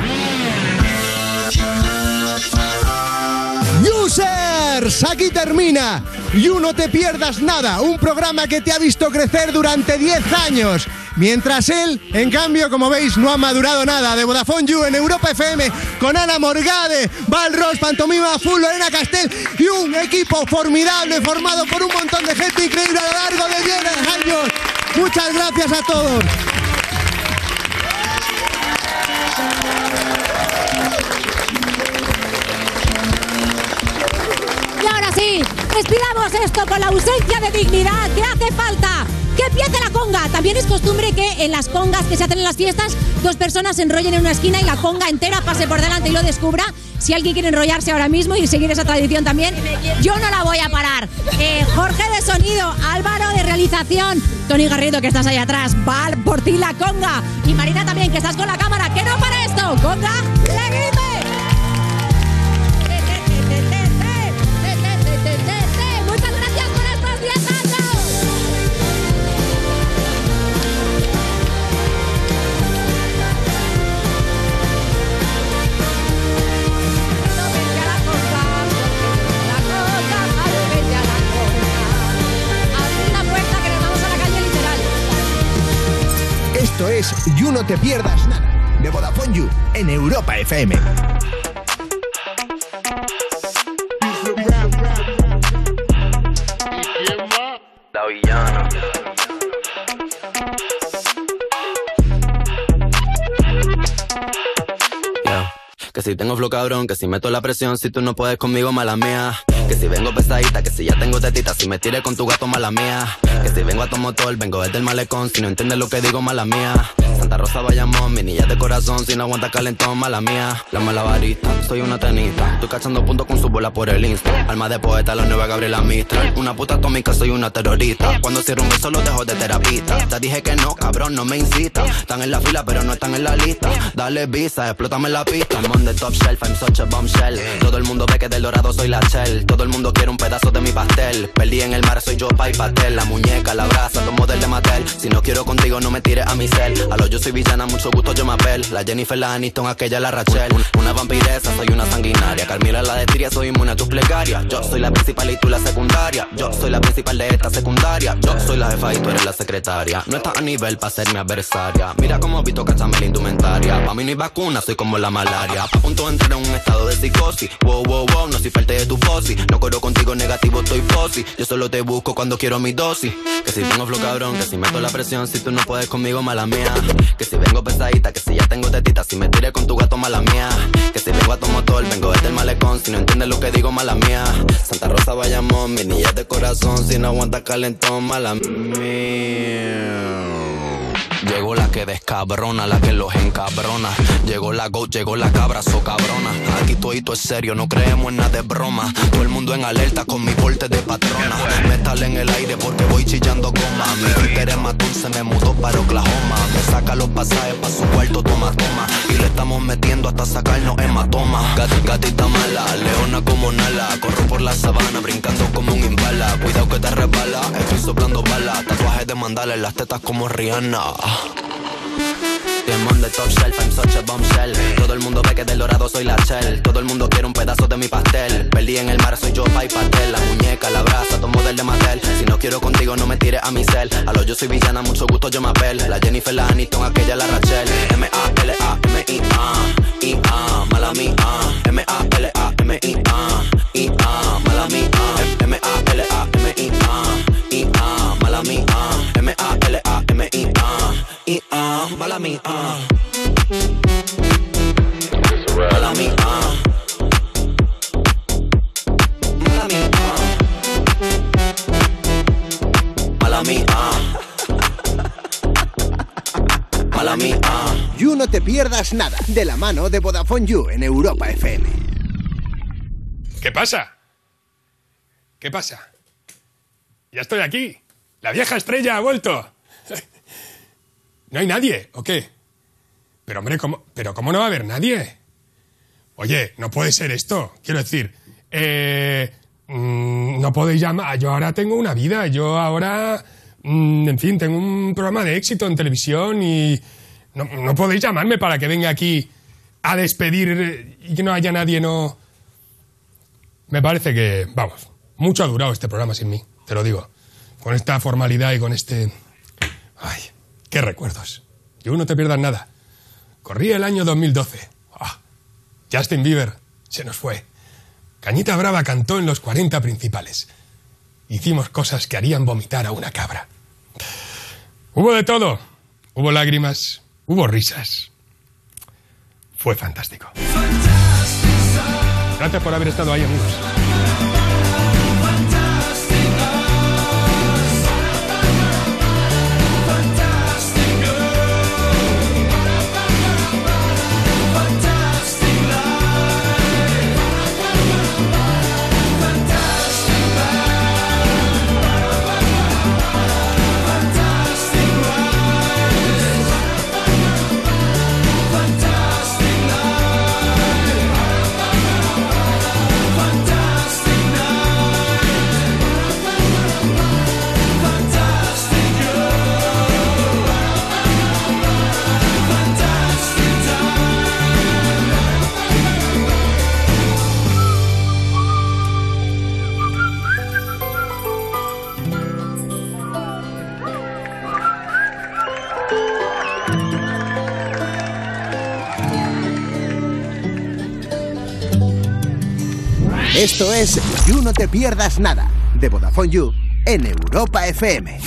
Speaker 28: Users, aquí termina. You no te pierdas nada, un programa que te ha visto crecer durante 10 años. Mientras él, en cambio, como veis, no ha madurado nada. De Vodafone You en Europa FM, con Ana Morgade, Val Ross, Pantomima Full, Lorena Castel y un equipo formidable formado por un montón de gente increíble a lo largo de 10 años. Muchas gracias a todos.
Speaker 1: Y ahora sí, despidamos esto con la ausencia de dignidad que hace falta. ¡Que empiece la conga! También es costumbre que en las congas que se hacen en las fiestas, dos personas se enrollen en una esquina y la conga entera pase por delante y lo descubra. Si alguien quiere enrollarse ahora mismo y seguir esa tradición también, yo no la voy a parar. Eh, Jorge de Sonido, Álvaro de Realización, Tony Garrido que estás ahí atrás, Val por ti la conga y Marina también que estás con la cámara. ¡Que no para esto! ¡Conga! ¡Seguidme! Muchas gracias por estos 10 años.
Speaker 26: es You No Te Pierdas Nada de Vodafone You en Europa FM.
Speaker 27: Que si tengo flow cabrón, que si meto la presión, si tú no puedes conmigo, mala mía. Que si vengo pesadita, que si ya tengo tetita, si me tiré con tu gato, mala mía. Que si vengo a tu motor, vengo desde el malecón, si no entiendes lo que digo, mala mía. Santa Rosa Bayamón, mi niña de corazón, si no aguanta calentón, mala mía. La mala varita, soy una tenista, estoy cachando puntos con su bola por el insta. Alma de poeta, la nueva Gabriela Mistral, una puta atómica, soy una terrorista. Cuando cierro un beso, lo dejo de terapista. Te dije que no, cabrón, no me incita. Están en la fila, pero no están en la lista. Dale visa, explótame la pista. I'm on the top shelf, I'm such a bombshell. Todo el mundo ve que del dorado soy la shell. Todo el mundo quiere un pedazo de mi pastel. Perdí en el mar, soy yo, pa' y pastel. La muñeca, la brasa, tomo del de Mattel. Si no quiero contigo, no me tires a mi cel. A lo yo soy villana, mucho gusto, yo me apel. La Jennifer, la Aniston, aquella, la Rachel. Un- Una vampiresa, soy una sanguinaria. Carmila, la de Tiria, soy inmune a tus plegarias. Yo soy la principal y tú la secundaria. Yo soy la principal de esta secundaria. Yo soy la jefa y tú eres la secretaria. No estás a nivel para ser mi adversaria. Mira cómo Vito cachame la indumentaria. Pa' mí no hay vacuna, soy como la malaria. A punto de entrar en un estado de psicosis. Wow, wow, wow, no soy parte de tu fosi. No corro contigo negativo, estoy fosi. Yo solo te busco cuando quiero mi dosis. Que si tengo flow cabrón, que si meto la presión, si tú no puedes conmigo, mala mía. Que si vengo pesadita, que si ya tengo tetita, si me tiré con tu gato, mala mía. Que si vengo a tu motor, vengo desde el malecón, si no entiendes lo que digo, mala mía. Santa Rosa Bayamón, mi niña de corazón, si no aguanta calentón, mala mía. Llegó la que descabrona, la que los encabrona. Llegó la go, llegó la cabra, so cabrona. Aquí todo es serio, no creemos en nada de broma. Todo el mundo en alerta con mi porte de patrona. Metal en el aire porque voy chillando goma. Mi títere matón se me mudó para Oklahoma. Me saca los pasajes para su cuarto, toma, toma. Y le estamos metiendo hasta sacarnos hematoma. Gat, gatita mala, leona como Nala. Corro por la sabana brincando como un imbala. Cuidado que te resbala, estoy soplando balas. Tatuajes de mandala en las tetas como Rihanna. I'm on the top shelf, I'm such a bombshell. Todo el mundo ve que del dorado soy la shell. Todo el mundo quiere un pedazo de mi pastel. Perdí en el mar, soy yo, pa' y pastel. La muñeca, la brasa, tomo del de Mattel. Si no quiero contigo, no me tires a mi cel. A lo yo soy villana, mucho gusto, yo me apel. La Jennifer, la Aniston, aquella, la Rachel. M-A-L-A-M-I-A, I-A, mala mía. M-A-L-A-M-I-A, I-A, mala mía. M-A-L-A-M-I-A, I-A, mala mía. M-A-L-A-M-I-A, I-A, mala mía. Mala mía. Mala mía. Mala mía. Mala mía.
Speaker 26: You No Te Pierdas Nada de la mano de Vodafone You en Europa FM.
Speaker 6: ¿Qué pasa? ¿Qué pasa? Ya estoy aquí. La vieja estrella ha vuelto. ¿No hay nadie o qué? Pero hombre, ¿cómo, pero ¿cómo no va a haber nadie? Oye, no puede ser esto. Quiero decir, eh, mm, no podéis llamar. Yo ahora tengo una vida. Yo ahora, mm, en fin, tengo un programa de éxito en televisión y no, no podéis llamarme para que venga aquí a despedir eh, y que no haya nadie, no... Me parece que, vamos, mucho ha durado este programa sin mí, te lo digo. Con esta formalidad y con este... Ay, qué recuerdos. Y uno te pierdas nada. Corría el año 2012. Ah, Justin Bieber se nos fue. Cañita Brava cantó en los 40 principales. Hicimos cosas que harían vomitar a una cabra. Hubo de todo. Hubo lágrimas, hubo risas. Fue fantástico. Gracias por haber estado ahí, amigos.
Speaker 10: Fantastic life. Fantastic
Speaker 5: Esto es You No Te Pierdas Nada de Vodafone You en Europa FM.